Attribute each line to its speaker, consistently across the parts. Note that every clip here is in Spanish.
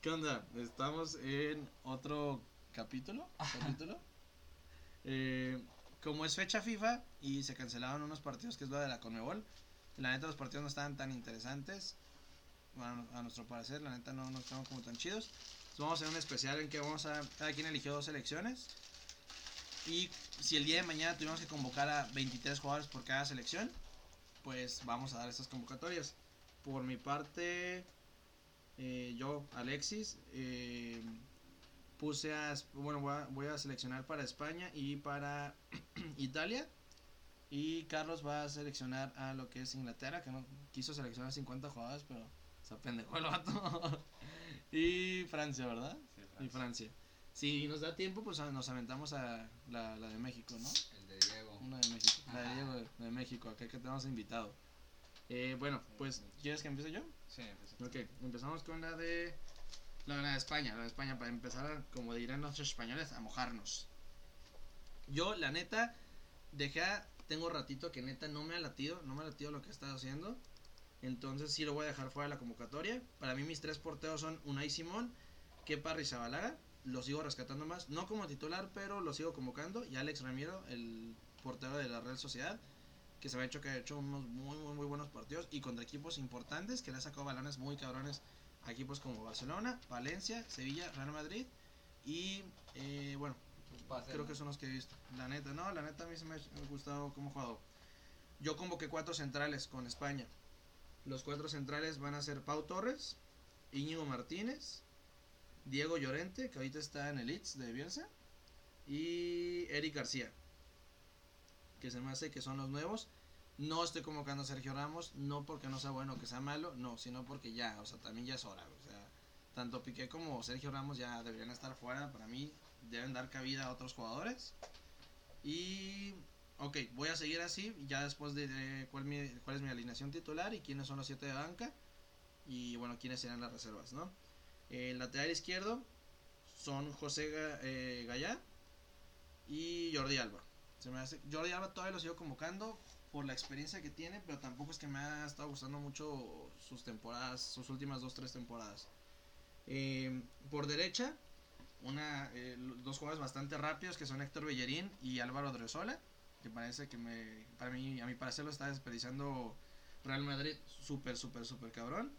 Speaker 1: ¿Qué onda? Estamos en otro capítulo. capítulo. Eh, como es fecha FIFA y se cancelaron unos partidos, que es lo de la Conmebol, la neta los partidos no estaban tan interesantes. bueno, a nuestro parecer, la neta no, no estaban como tan chidos. Entonces vamos a hacer un especial en que vamos a. Cada quien eligió dos selecciones. Y si el día de mañana tuvimos que convocar a 23 jugadores por cada selección, pues vamos a dar estas convocatorias. Por mi parte, eh, yo, Alexis, eh, puse a, bueno, voy a, voy a seleccionar para España y para Italia. Y Carlos va a seleccionar a lo que es Inglaterra, que no quiso seleccionar 50 jugadores, pero se apendejó el vato. y Francia, ¿verdad?
Speaker 2: Sí,
Speaker 1: Y
Speaker 2: Francia.
Speaker 1: Francia. Si nos da tiempo, pues a- nos aventamos a la, la de México, ¿no?
Speaker 3: El de Diego.
Speaker 1: Una de México. La de,
Speaker 3: Ajá.
Speaker 1: Diego de- de México, acá que tenemos invitado. Eh, bueno, pues, ¿quieres que empiece yo?
Speaker 2: Sí, empecé.
Speaker 1: Ok, empezamos con la de. La, la de España, la de España, para empezar, a- como dirán los españoles, a mojarnos. Yo, la neta, dejé. a- Tengo ratito que neta no me ha latido, no me ha latido lo que he estado haciendo. Entonces, sí lo voy a dejar fuera de la convocatoria. Para mí, mis tres porteos son Unai Simón, Kepa Rizabalaga. Lo sigo rescatando más, no como titular, pero lo sigo convocando. Y Alex Ramiro, el portero de la Real Sociedad que se había hecho que ha hecho unos muy muy muy buenos partidos y contra equipos importantes que le ha sacado balones muy cabrones a equipos como Barcelona, Valencia, Sevilla, Real Madrid y eh, bueno
Speaker 3: Sus pases,
Speaker 1: creo
Speaker 3: ¿no?
Speaker 1: que son los que he visto. La neta, no, la neta a mí se me ha me ha gustado como jugador. Yo convoqué cuatro centrales con España. Los cuatro centrales van a ser Pau Torres, Íñigo Martínez, Diego Llorente, que ahorita está en el Leeds de Bielsa, y Eric García, que se me hace que son los nuevos. No estoy convocando a Sergio Ramos, no porque no sea bueno o que sea malo, no, sino porque ya, o sea, también ya es hora, o sea, tanto Piqué como Sergio Ramos ya deberían estar fuera. Para mí, deben dar cabida a otros jugadores. Y. Ok, voy a seguir así. Ya después de, cuál, mi- cuál es mi alineación titular y quiénes son los siete de banca. Y bueno, quiénes serán las reservas, ¿no? El lateral izquierdo son José Ga- eh, Gallá y Jordi Alba. Se me hace- Jordi Alba todavía lo sigo convocando por la experiencia que tiene, pero tampoco es que me ha estado gustando mucho sus temporadas, sus últimas dos, tres temporadas. Eh, por derecha, una, eh, lo- dos jugadores bastante rápidos que son Héctor Bellerín y Álvaro Dresola, que parece que me, para mí, a mi parecer lo está desperdiciando Real Madrid súper, súper, súper cabrón.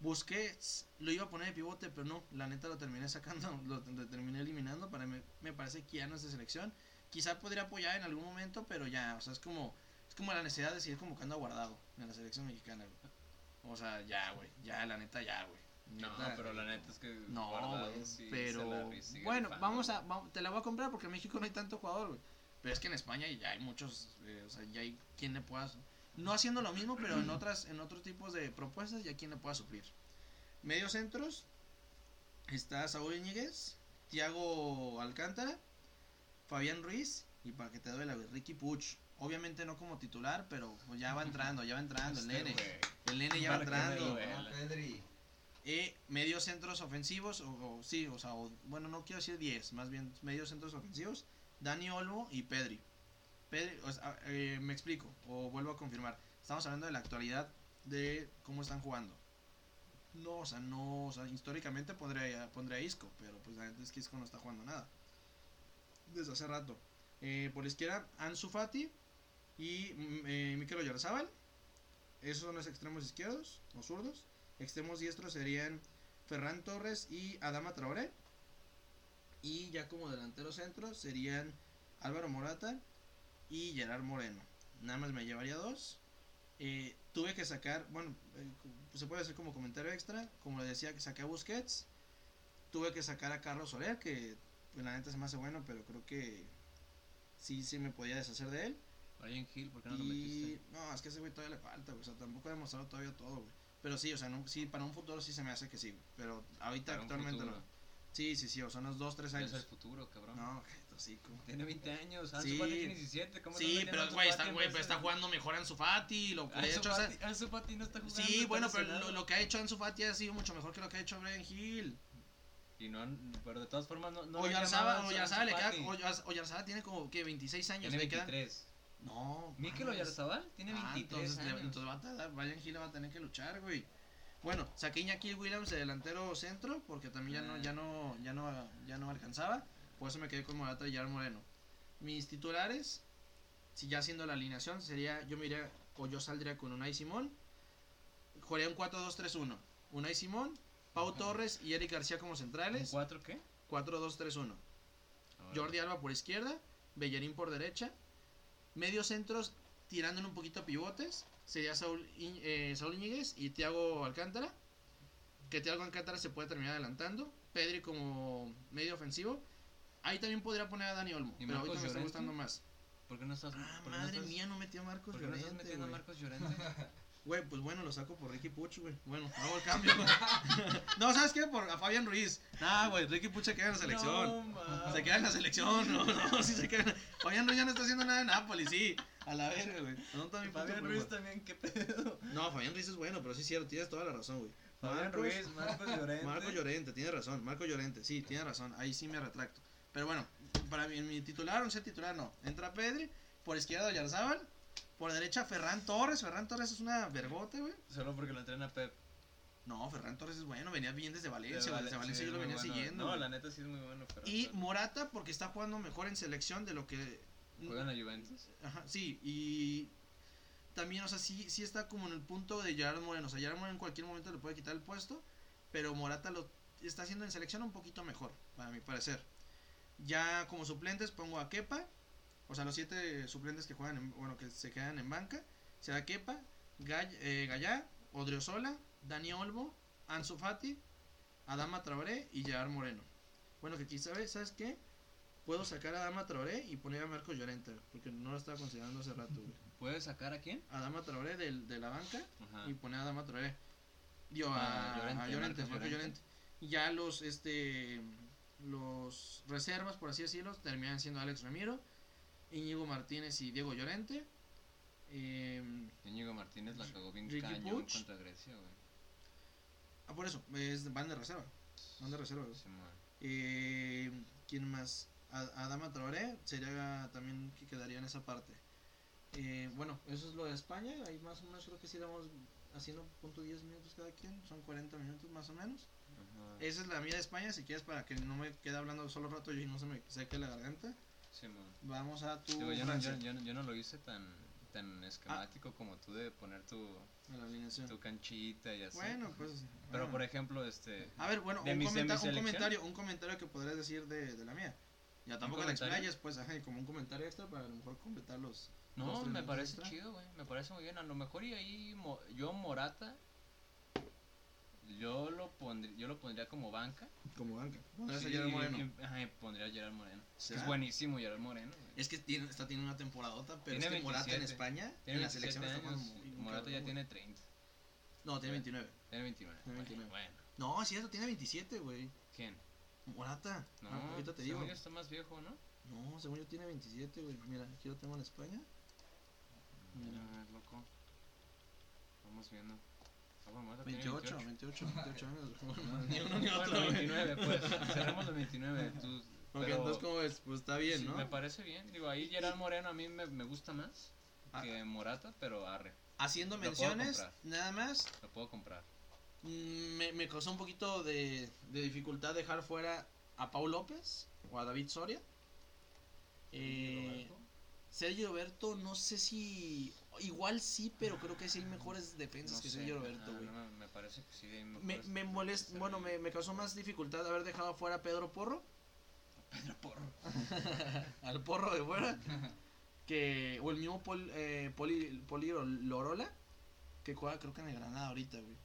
Speaker 1: Busquets lo iba a poner de pivote, pero no, la neta lo terminé sacando, lo, lo terminé eliminando, para mí me parece que ya no es de selección. Quizá podría apoyar en algún momento, pero ya, o sea, es como, es como la necesidad de seguir convocando a Guardado en la selección mexicana, güey. O sea, ya, güey, ya, la neta, ya, güey.
Speaker 2: No,
Speaker 1: Neta,
Speaker 2: pero la neta es que.
Speaker 1: no,
Speaker 2: Guardado
Speaker 1: güey,
Speaker 2: sí se la
Speaker 1: pero
Speaker 2: ri- sigue
Speaker 1: bueno,
Speaker 2: rifando.
Speaker 1: vamos a, va- te la voy a comprar porque en México no hay tanto jugador, güey. Pero es que en España ya hay muchos, eh, o sea, ya hay quien le pueda, su- no haciendo lo mismo, pero en otras, en otros tipos de propuestas ya quien le pueda suplir. Medios centros está Saúl Iñiguez, Tiago Alcántara, Fabián Ruiz y para que te duela, güey, Ricky Puch. Obviamente no como titular, pero pues, ya va entrando, ya va entrando el
Speaker 2: Este
Speaker 1: nene,
Speaker 2: güey.
Speaker 1: el nene ya va
Speaker 2: Para que me
Speaker 1: entrando.
Speaker 2: duela.
Speaker 3: Ah, Pedri.
Speaker 1: Eh, medios centros ofensivos, o, o sí, o sea, o- bueno, no quiero decir 10, más bien medios centros ofensivos, Dani Olmo y Pedri. Pedri, o sea, eh, me explico, o vuelvo a confirmar, estamos hablando de la actualidad de cómo están jugando. No, o sea, no, o sea, históricamente pondría, pondría a Isco, pero pues la neta es que Isco no está jugando nada. Desde hace rato. Eh, por la izquierda, Ansu Fati y mm, eh, Mikel Oyarzabal. Esos son los extremos izquierdos o zurdos. Extremos diestros serían Ferran Torres y Adama Traoré. Y ya como delantero centro serían Álvaro Morata y Gerard Moreno. Nada más me llevaría dos. Eh, tuve que sacar, bueno, eh, cu- se puede hacer como comentario extra. Como le decía, que saqué a Busquets. Tuve que sacar a Carlos Soler, que pues, la neta se me hace bueno, pero creo que sí, sí me podía deshacer de él.
Speaker 2: Brian Hill, ¿por qué no lo
Speaker 1: Y
Speaker 2: metiste?
Speaker 1: no, es que a ese güey todavía le falta, güey. O sea, tampoco ha demostrado todavía todo, güey. Pero sí, o sea, no- sí, para un futuro sí se me hace que sí, güey. Pero ahorita
Speaker 2: Para un
Speaker 1: actualmente
Speaker 2: futuro.
Speaker 1: no. Sí, sí, sí, o sea, unos 2, 3
Speaker 2: Es el
Speaker 1: años.
Speaker 2: futuro, cabrón.
Speaker 1: No, qué hocico.
Speaker 2: Tiene 20 años. Ansu
Speaker 1: Sí.
Speaker 2: Fati tiene 17. ¿Cómo estás
Speaker 1: Sí,
Speaker 2: metiendo a
Speaker 1: pero
Speaker 2: Ansu
Speaker 1: güey,
Speaker 2: Fati
Speaker 1: está,
Speaker 2: en
Speaker 1: güey,
Speaker 2: vez
Speaker 1: pero
Speaker 2: de-
Speaker 1: está jugando mejor Ansu Fati, lo que ha
Speaker 2: Ansu
Speaker 1: hecho, o sea,
Speaker 2: Fati- Ansu Fati ah, no está jugando.
Speaker 1: sí,
Speaker 2: está
Speaker 1: bueno, pero
Speaker 2: lesionado.
Speaker 1: lo, lo que ha hecho Ansu Fati ha sido mucho mejor que lo que ha hecho Brian Hill.
Speaker 2: Y no, han- pero de todas formas no. no han llamado a
Speaker 1: Oyarzaba,
Speaker 2: Ansu-
Speaker 1: Oyarzaba le
Speaker 2: Ansu
Speaker 1: queda,
Speaker 2: Fati.
Speaker 1: Oyarzaba- Oyarzaba tiene como que 26 años,
Speaker 2: Tiene
Speaker 1: le quedan.
Speaker 2: 23.
Speaker 1: No.
Speaker 2: Mikel
Speaker 1: mames.
Speaker 2: Oyarzabal tiene
Speaker 1: Ah,
Speaker 2: 23
Speaker 1: entonces, le-
Speaker 2: años.
Speaker 1: entonces va a tardar- Brian Hill va a tener que luchar, güey. Bueno, saqué Iñaki Williams de delantero centro porque también ya no, ya
Speaker 2: Ah.
Speaker 1: no, ya no, ya no alcanzaba. Por eso me quedé con Morata y Gerard Moreno. Mis titulares, si ya haciendo la alineación, sería yo me iría, o yo saldría con Unai Simón. Jugaría un 4-2-3-1. Unai Simón, Pau
Speaker 2: Ajá.
Speaker 1: Torres y Eric García como
Speaker 2: ¿Un
Speaker 1: centrales.
Speaker 2: ¿Cuatro qué?
Speaker 1: 4-2-3-1.
Speaker 2: Ahora.
Speaker 1: Jordi Alba por izquierda, Bellerín por derecha. Medios centros tirándole un poquito a pivotes. Sería Saúl, Iñ- eh, Saúl Íñiguez y Thiago Alcántara. Que Thiago Alcántara se puede terminar adelantando. Pedri como medio ofensivo. Ahí también podría poner a Dani Olmo.
Speaker 2: ¿Y
Speaker 1: Pero
Speaker 2: Marcos
Speaker 1: ahorita me está
Speaker 2: Llorente?
Speaker 1: gustando más.
Speaker 2: ¿Por qué no estás.?
Speaker 1: Ah,
Speaker 2: por qué no
Speaker 1: madre
Speaker 2: estás-
Speaker 1: mía, no metió a Marcos
Speaker 2: ¿Por qué no estás
Speaker 1: Llorente.
Speaker 2: metiendo a
Speaker 1: güey.
Speaker 2: Marcos pues Llorente?
Speaker 1: Güey, pues bueno, lo saco por Ricky Puch, güey. Bueno, hago el cambio. güey. no, ¿sabes qué? Por a Fabián Ruiz. Nah, güey, Ricky Puch se queda en la selección.
Speaker 2: No, ma-
Speaker 1: Se queda en la selección, no, no, sí se queda. en la- Fabián Ruiz ya no está haciendo nada en Nápoles, sí. A la verga, güey. No, también
Speaker 2: Fabián
Speaker 1: punto, pues,
Speaker 2: Ruiz
Speaker 1: güey.
Speaker 2: también, qué pedo.
Speaker 1: No, Fabián Ruiz es bueno, pero sí es cierto, tienes toda la razón, güey.
Speaker 2: Fabián
Speaker 1: Marcos-
Speaker 2: Ruiz, Marcos Llorente.
Speaker 1: Marco Llorente, tiene razón, Marco Llorente, sí, tiene razón, ahí sí me retracto. Pero bueno, para mí, mi titular, o sea, titular no. Entra Pedri, por izquierda Yarzábal, por derecha Ferran Torres, Ferran Torres es una vergote, güey.
Speaker 2: Solo porque lo entrena Pep.
Speaker 1: No, Ferran Torres es bueno, venía bien desde
Speaker 2: De
Speaker 1: Valencia, güey, desde Valencia
Speaker 2: Valencia, sí,
Speaker 1: yo lo
Speaker 2: es muy
Speaker 1: venía
Speaker 2: bueno.
Speaker 1: siguiendo.
Speaker 2: No,
Speaker 1: güey.
Speaker 2: la neta sí es muy bueno. Ferran
Speaker 1: Y
Speaker 2: Torres.
Speaker 1: Morata porque está jugando mejor en selección de lo que
Speaker 2: juega en la Juventus.
Speaker 1: Ajá, sí, y también, o sea, sí, sí está como en el punto de Gerard Moreno. O sea, Gerard Moreno en cualquier momento le puede quitar el puesto, pero Morata lo está haciendo en selección un poquito mejor, para mi parecer. Ya como suplentes pongo a Kepa, o sea, los siete suplentes que juegan, en- bueno, que se quedan en banca, será Kepa, Gall- eh, Gallá, Odriozola, Dani Olmo, Ansu Fati, Adama Traoré y Gerard Moreno. Bueno, que quizá, ¿sabes qué? Puedo sacar a Adama Traoré y poner a Marco Llorente, porque no lo estaba considerando hace rato, güey.
Speaker 2: ¿Puedes sacar a quién?
Speaker 1: A Adama Traoré del- de la banca
Speaker 2: Ajá.
Speaker 1: y poner a Adama Traoré. Digo,
Speaker 2: Ah,
Speaker 1: Ah. a, a Llorente,
Speaker 2: Llorente, Marcos
Speaker 1: Marco Llorente.
Speaker 2: Llorente.
Speaker 1: Y ya los, este, los reservas, por así decirlo, terminan siendo Alex Ramiro, Íñigo Martínez y Diego Llorente. Em,
Speaker 2: Íñigo Martínez la cagó bien
Speaker 1: Ricky
Speaker 2: cañón
Speaker 1: Puig.
Speaker 2: contra Grecia, güey.
Speaker 1: ah, por eso, es, van de reserva. Van de reserva, güey.
Speaker 2: Simón.
Speaker 1: Eh, ¿Quién más? A- Adama Traoré sería también que quedaría en esa parte. Eh, bueno, eso es lo de España. Ahí más o menos creo que sí vamos haciendo punto 10 minutos cada quien. Son 40 minutos más o menos.
Speaker 2: Ajá.
Speaker 1: Esa es la mía de España. Si quieres, para que no me quede hablando solo rato yo y no se me seque la garganta.
Speaker 2: Simón.
Speaker 1: Vamos a tu.
Speaker 2: Digo, yo, no,
Speaker 1: Francia, Ah.
Speaker 2: yo, yo no- yo no lo hice tan, tan esquemático como tú de poner tu,
Speaker 1: a la alineación.
Speaker 2: tu canchita y así.
Speaker 1: Bueno, pues.
Speaker 2: Pero
Speaker 1: ah.
Speaker 2: por ejemplo, este.
Speaker 1: A ver, bueno,
Speaker 2: de
Speaker 1: un,
Speaker 2: mi- de mi
Speaker 1: comenta- un
Speaker 2: selección.
Speaker 1: comentario, un comentario que podrías decir de, de la mía. Ya tampoco te
Speaker 2: comentario?
Speaker 1: explayes, pues, ajá, y como un comentario extra para a lo mejor completar los, ¿Dos,
Speaker 2: No,
Speaker 1: tres
Speaker 2: me
Speaker 1: minutos
Speaker 2: parece
Speaker 1: extra?
Speaker 2: chido, güey. Me parece muy bien. A lo mejor y ahí Mo- yo Morata. Yo lo, pondría, yo lo pondría como banca.
Speaker 1: Como banca. Pondrás
Speaker 2: Sí,
Speaker 1: a Gerard Moreno.
Speaker 2: y- ajá, y pondría a Gerard Moreno. Es que
Speaker 1: ¿Será?
Speaker 2: Es buenísimo Gerard Moreno. güey.
Speaker 1: Es que tiene, está tiene una temporadota, pero
Speaker 2: Tiene
Speaker 1: es que Morata en
Speaker 2: 27.
Speaker 1: España,
Speaker 2: Tiene
Speaker 1: en la
Speaker 2: 27
Speaker 1: selección está
Speaker 2: años.
Speaker 1: jugando muy-
Speaker 2: y
Speaker 1: muy
Speaker 2: Morata ya
Speaker 1: cabrón.
Speaker 2: tiene 30.
Speaker 1: No, tiene 29.
Speaker 2: Tiene 29.
Speaker 1: Tiene 29.
Speaker 2: Bueno,
Speaker 1: No, es cierto, tiene 27, güey.
Speaker 2: ¿quién?
Speaker 1: Morata.
Speaker 2: No,
Speaker 1: Ah, ahorita te digo.
Speaker 2: según yo está más viejo, ¿no?
Speaker 1: No, según yo tiene 27, güey. Mira, aquí lo tengo en España. Mira.
Speaker 2: A ver, loco. Vamos viendo. Ah, bueno, Morata tiene
Speaker 1: 28,
Speaker 2: 28.
Speaker 1: 28, 28 años. Bueno, ni uno ni otro,
Speaker 2: Bueno,
Speaker 1: güey.
Speaker 2: 29, pues. Cerramos los 29. Tú,
Speaker 1: Ok,
Speaker 2: pero-
Speaker 1: entonces, ¿cómo ves? Pues está bien,
Speaker 2: sí,
Speaker 1: ¿no?
Speaker 2: Me parece bien. Digo, ahí Gerard Moreno a mí me, me gusta más
Speaker 1: Ah.
Speaker 2: que Morata, pero arre.
Speaker 1: Haciendo
Speaker 2: lo puedo
Speaker 1: menciones,
Speaker 2: comprar.
Speaker 1: nada más,
Speaker 2: Lo puedo comprar.
Speaker 1: Mm, Me, me causó un poquito de, de dificultad dejar fuera a Pau López o a David Soria. Eh, Sergio Roberto, no sé si. Igual sí, pero creo que sí hay mejores defensas
Speaker 2: No
Speaker 1: que
Speaker 2: sé,
Speaker 1: Sergio
Speaker 2: ajá,
Speaker 1: Roberto, güey.
Speaker 2: no, me- me parece que sí. hay
Speaker 1: me
Speaker 2: mejores
Speaker 1: me
Speaker 2: que-
Speaker 1: molest-
Speaker 2: que
Speaker 1: Bueno,
Speaker 2: Sergio.
Speaker 1: me, me causó más dificultad haber dejado fuera a Pedro Porro.
Speaker 2: Pedro Porro.
Speaker 1: al porro de fuera. que, o el mismo Pol, eh, Poli, Poli Lorola. Que juega, creo que en el Granada ahorita, güey.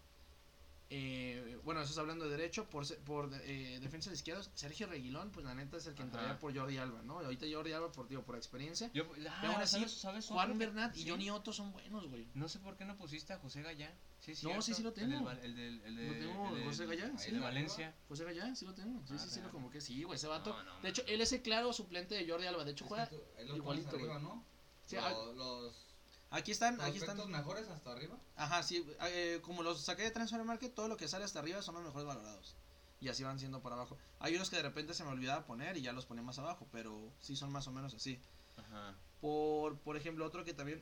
Speaker 1: Eh, bueno, eso es hablando de derecho. Por, se- por eh, defensa de izquierdos, Sergio Reguilón, pues la neta es el que
Speaker 2: Ajá.
Speaker 1: entraría por Jordi Alba, ¿no? Ahorita Jordi Alba, por, digo, por experiencia.
Speaker 2: Yo,
Speaker 1: Pero aún
Speaker 2: ah,
Speaker 1: así,
Speaker 2: ¿sabes, ¿sabes otro
Speaker 1: Juan
Speaker 2: que-
Speaker 1: Bernat y
Speaker 2: sí?
Speaker 1: Johnny Otto son buenos, güey.
Speaker 2: No sé por qué no pusiste a José Gallá. Sí, es
Speaker 1: No, sí,
Speaker 2: cierto,
Speaker 1: sí lo
Speaker 2: El del,
Speaker 1: tengo.
Speaker 2: Val- el del, el
Speaker 1: Lo
Speaker 2: de-
Speaker 1: tengo,
Speaker 2: el del-
Speaker 1: José Gallá,
Speaker 2: ahí
Speaker 1: sí.
Speaker 2: de Valencia.
Speaker 1: José Gallán, Pues sí lo tengo. Sí,
Speaker 2: Ah,
Speaker 1: sí, sí, lo
Speaker 2: real.
Speaker 1: como que sí, güey. Ese vato.
Speaker 2: No, no,
Speaker 1: de hecho,
Speaker 2: man.
Speaker 1: él es el claro suplente de Jordi Alba. De hecho, juega.
Speaker 3: Es que tú- ahí los
Speaker 1: igualito,
Speaker 3: pones arriba, ¿no?
Speaker 1: sí,
Speaker 3: los,
Speaker 1: a-
Speaker 3: los
Speaker 1: aquí están, aquí
Speaker 3: prospectos
Speaker 1: están.
Speaker 3: mejores hasta arriba.
Speaker 1: Ajá, sí, eh, como los saqué de Transfer Market, todo lo que sale hasta arriba son los mejores valorados. Y así van siendo para abajo. Hay unos que de repente se me olvidaba poner y ya los ponía más abajo, pero sí son más o menos así.
Speaker 2: Ajá.
Speaker 1: Por, por ejemplo, otro que también,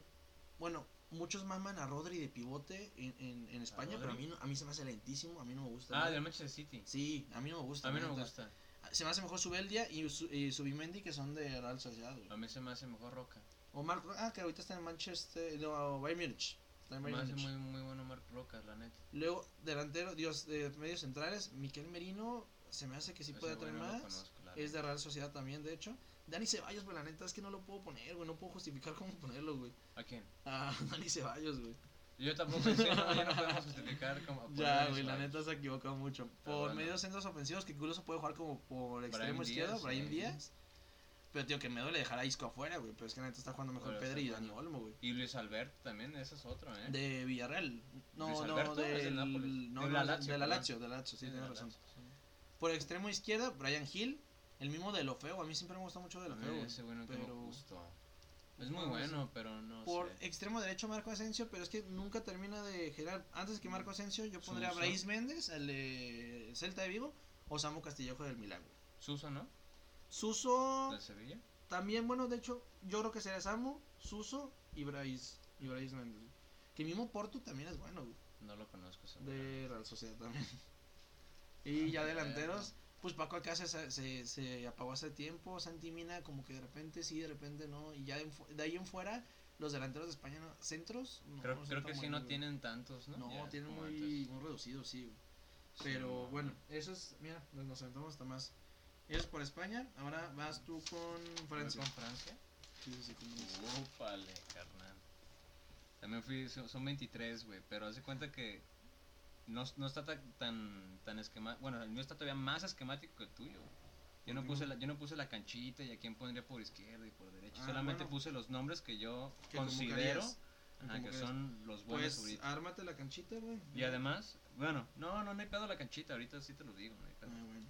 Speaker 1: bueno, muchos maman a Rodri de pivote en, en, en España, pero a mí, no- a mí se me hace lentísimo, a mí no me gusta.
Speaker 2: Ah,
Speaker 1: neta.
Speaker 2: del Manchester City.
Speaker 1: Sí, a mí no me gusta.
Speaker 2: A mí no me
Speaker 1: neta.
Speaker 2: gusta.
Speaker 1: Se me hace mejor Subeldia y, Su- y Subimendi que son de Real Sociedad. güey.
Speaker 2: A mí se me hace mejor Roca.
Speaker 1: O Marco, ah, que ahorita está en Manchester, no, Bayern Múnich. Está en
Speaker 2: Me
Speaker 1: Bayern
Speaker 2: hace
Speaker 1: Múnich.
Speaker 2: muy, muy bueno Mark Roca, la neta.
Speaker 1: Luego, delantero, Dios, de medios centrales, Miquel Merino, se me hace que sí
Speaker 2: Ese
Speaker 1: puede
Speaker 2: güey
Speaker 1: traer
Speaker 2: no lo
Speaker 1: más.
Speaker 2: conozco, la
Speaker 1: es
Speaker 2: neta.
Speaker 1: de Real Sociedad también, de hecho. Dani Ceballos, güey, la neta es que no lo puedo poner, güey, no puedo justificar cómo ponerlo, güey.
Speaker 2: ¿A quién?
Speaker 1: Ah, Dani Ceballos, güey.
Speaker 2: Yo tampoco sé, no, ya no podemos justificar como.
Speaker 1: Ya, güey, la neta se ha equivocado mucho. Por
Speaker 2: bueno.
Speaker 1: medio de centros ofensivos, que incluso puede jugar como por extremo
Speaker 2: Díaz,
Speaker 1: izquierdo, Brahim
Speaker 2: sí.
Speaker 1: Díaz. Pero, tío, que me duele dejar a Isco afuera, güey. Pero es que la neta está jugando mejor
Speaker 2: Pero
Speaker 1: Pedri y
Speaker 2: está
Speaker 1: Dani
Speaker 2: jugando.
Speaker 1: Olmo, güey.
Speaker 2: Y Luis Alberto también, ese es otro, ¿eh?
Speaker 1: De Villarreal. No,
Speaker 2: ¿Luis
Speaker 1: no,
Speaker 2: Alberto?
Speaker 1: del-
Speaker 2: Es del Nápoles.
Speaker 1: no,
Speaker 2: De
Speaker 1: no,
Speaker 2: la
Speaker 1: de
Speaker 2: Lazio,
Speaker 1: de la
Speaker 2: perdón.
Speaker 1: Lazio, de la Lazio, sí,
Speaker 2: de
Speaker 1: tienes
Speaker 2: la
Speaker 1: razón.
Speaker 2: Lazio, sí.
Speaker 1: Por extremo izquierda, Brian Hill. El mismo de Lofeo. A mí siempre me gusta mucho de
Speaker 2: A mí
Speaker 1: Lofeo.
Speaker 2: Ese güey no
Speaker 1: pero-
Speaker 2: tengo gusto. Es muy
Speaker 1: No, no sé.
Speaker 2: bueno, pero no
Speaker 1: Por
Speaker 2: sé.
Speaker 1: extremo derecho Marco Asensio, pero es que nunca termina de generar. Antes que Marco Asensio, yo
Speaker 2: Su-
Speaker 1: pondría a
Speaker 2: su-
Speaker 1: Brais Méndez, el de Celta de Vigo, o Samu Castillejo del Milagro.
Speaker 2: Suso, ¿no?
Speaker 1: Suso
Speaker 2: Del Sevilla.
Speaker 1: también, bueno, de hecho, yo creo que sería Samu, Suso y Brais, y Brais Méndez. Que mismo Porto también es bueno, güey,
Speaker 2: No lo conozco ese güey.
Speaker 1: de Real Sociedad también.
Speaker 2: Ah,
Speaker 1: Y ya delanteros, pues Paco acá se, se, se apagó hace tiempo, Santi Mina como que de repente sí, de repente no, y ya de, en fu- de ahí en fuera, los delanteros de España, ¿no? ¿centros? no,
Speaker 2: Creo,
Speaker 1: no son
Speaker 2: creo
Speaker 1: tan
Speaker 2: que sí
Speaker 1: buenos,
Speaker 2: no
Speaker 1: güey.
Speaker 2: tienen tantos, ¿no?
Speaker 1: No,
Speaker 2: Ya,
Speaker 1: tienen
Speaker 2: como
Speaker 1: muy,
Speaker 2: antes.
Speaker 1: muy reducido, sí, güey.
Speaker 2: Sí,
Speaker 1: Pero
Speaker 2: no,
Speaker 1: bueno,
Speaker 2: no.
Speaker 1: eso es, mira, nos, nos aventamos hasta más. Eso es por España, ahora vas tú con
Speaker 2: Voy
Speaker 1: Francia.
Speaker 2: con Francia?
Speaker 1: Sí, sí, sí, con Francia.
Speaker 2: Ópale, carnal. También fui, son son 23, güey, pero hace cuenta que no, no está ta- tan, tan esquemático. Bueno, el mío está todavía más esquemático que el tuyo. güey. Yo no,
Speaker 1: ¿Por qué?
Speaker 2: puse la, yo no puse la canchita y a quién pondría por izquierda y por derecha.
Speaker 1: Ah,
Speaker 2: Solamente
Speaker 1: bueno.
Speaker 2: puse los nombres que yo
Speaker 1: Que
Speaker 2: considero
Speaker 1: convocarías.
Speaker 2: ajá,
Speaker 1: Como
Speaker 2: que
Speaker 1: que-
Speaker 2: son los buenos
Speaker 1: Pues
Speaker 2: ahorita.
Speaker 1: ármate la canchita, güey.
Speaker 2: Y además, bueno, no, no, no hay pedo la canchita, ahorita sí te lo digo, no hay
Speaker 1: Ah,
Speaker 2: pedo.
Speaker 1: bueno.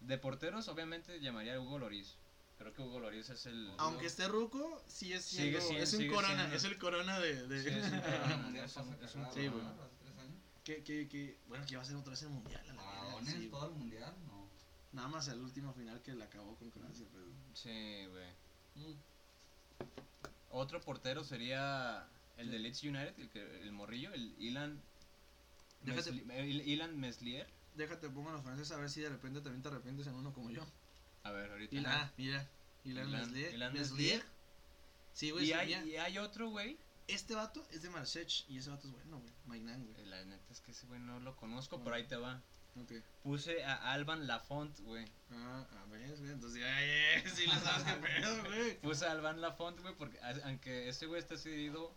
Speaker 2: De porteros, obviamente llamaría a Hugo Loris. Creo que Hugo Loris es el.
Speaker 1: Aunque esté ruco, sí es siendo,
Speaker 2: Sigue siendo-
Speaker 1: es un
Speaker 2: sigue
Speaker 1: corona,
Speaker 2: siendo.
Speaker 1: es el corona de... de-
Speaker 2: Sí, es un
Speaker 3: Ah,
Speaker 2: cabrón,
Speaker 3: mundial
Speaker 2: es un-
Speaker 3: pasa
Speaker 2: es un
Speaker 3: cagado,
Speaker 1: sí,
Speaker 3: ¿no?
Speaker 1: güey.
Speaker 3: Hace tres años.
Speaker 1: que, que, que, bueno, que va a ser otra vez el mundial, a la
Speaker 3: Ah,
Speaker 1: verga,
Speaker 3: ¿Ones
Speaker 1: sí, güey.
Speaker 3: todo el mundial? No.
Speaker 1: Nada más el último final que la acabó con Francia, pero...
Speaker 2: Sí, güey.
Speaker 1: Mm.
Speaker 2: Otro portero sería el de Leeds United, el, que- el morrillo, el Ilan.
Speaker 1: Déjate-
Speaker 2: Mesli- el Ilan Meslier.
Speaker 1: Déjate, pongo a los franceses a ver si de repente también te arrepientes en uno como yo.
Speaker 2: A ver, ahorita.
Speaker 1: Y la,
Speaker 2: Ajá.
Speaker 1: mira. Y la
Speaker 2: Ilan-
Speaker 1: Meslier.
Speaker 2: Ilan
Speaker 1: Meslier.
Speaker 2: Meslier.
Speaker 1: Sí, güey.
Speaker 2: Y
Speaker 1: sí,
Speaker 2: hay,
Speaker 1: mira.
Speaker 2: y hay otro, güey.
Speaker 1: Este vato es de Marsech y ese vato es bueno, güey. Mainan, güey.
Speaker 2: Eh, La neta es que ese güey no lo conozco,
Speaker 1: No.
Speaker 2: pero ahí te va.
Speaker 1: Ok.
Speaker 2: Puse a Alban Lafont, güey.
Speaker 1: Ah, a ver, güey. Entonces, ya, ya, ya, sí le sabes qué pedo, güey.
Speaker 2: Puse a Alban Lafont, güey, porque a- aunque ese güey está cedido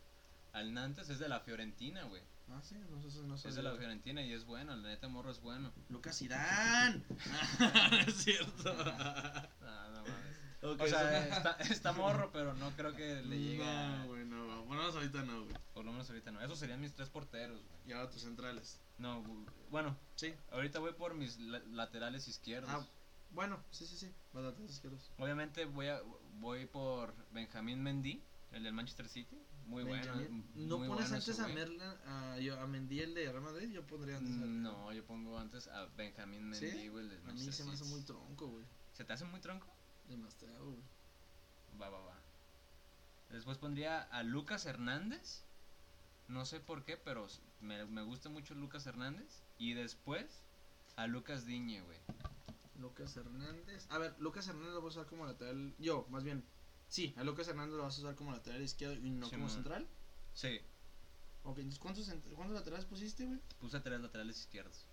Speaker 2: al Nantes, es de la Fiorentina, güey.
Speaker 1: Ah, sí, no sé, no sé.
Speaker 2: Es de la Fiorentina y es bueno, la neta morro es bueno.
Speaker 1: Lucas Irán. Ah, es cierto.
Speaker 2: Ah, no mames.
Speaker 1: Ok,
Speaker 2: O sea,
Speaker 1: eso-
Speaker 2: está, está morro, pero no creo que le llegue. a-
Speaker 1: No, güey, no, güey. Ponemos ahorita no, güey.
Speaker 2: Por lo menos ahorita no. Esos serían mis tres porteros, güey.
Speaker 1: Y ahora tus centrales.
Speaker 2: No, bu- bueno,
Speaker 1: Sí.
Speaker 2: ahorita voy por mis la- laterales izquierdos.
Speaker 1: Ah, bueno, sí, sí, sí. Bastante izquierdos.
Speaker 2: Obviamente voy a, voy por Benjamín Mendy, el del Manchester City. Muy
Speaker 1: Benjamin.
Speaker 2: bueno.
Speaker 1: ¿No
Speaker 2: muy
Speaker 1: pones
Speaker 2: bueno
Speaker 1: antes
Speaker 2: ese
Speaker 1: a,
Speaker 2: güey.
Speaker 1: Merlin, a, yo- a Mendy el de Real Madrid? Yo pondría antes a-
Speaker 2: No, yo pongo antes a Benjamín
Speaker 1: ¿Sí?
Speaker 2: Mendy, güey, el del
Speaker 1: A mí
Speaker 2: Manchester
Speaker 1: se me hace
Speaker 2: City.
Speaker 1: muy tronco, güey.
Speaker 2: ¿Se te hace muy tronco?
Speaker 1: Demasiado, güey.
Speaker 2: Va, va, va. Después pondría a Lucas Hernández. No sé por qué, pero s- me, me gusta mucho Lucas Hernández. Y después a Lucas Diñe, güey.
Speaker 1: Lucas Hernández. A ver, Lucas Hernández lo vas a usar como lateral. Yo, más bien. Sí, a Lucas Hernández lo vas a usar como lateral izquierdo y no como
Speaker 2: Simón.
Speaker 1: central.
Speaker 2: Sí.
Speaker 1: Ok, entonces, ¿cuántos, cent- cuántos laterales pusiste, güey?
Speaker 2: Puse tres laterales izquierdos.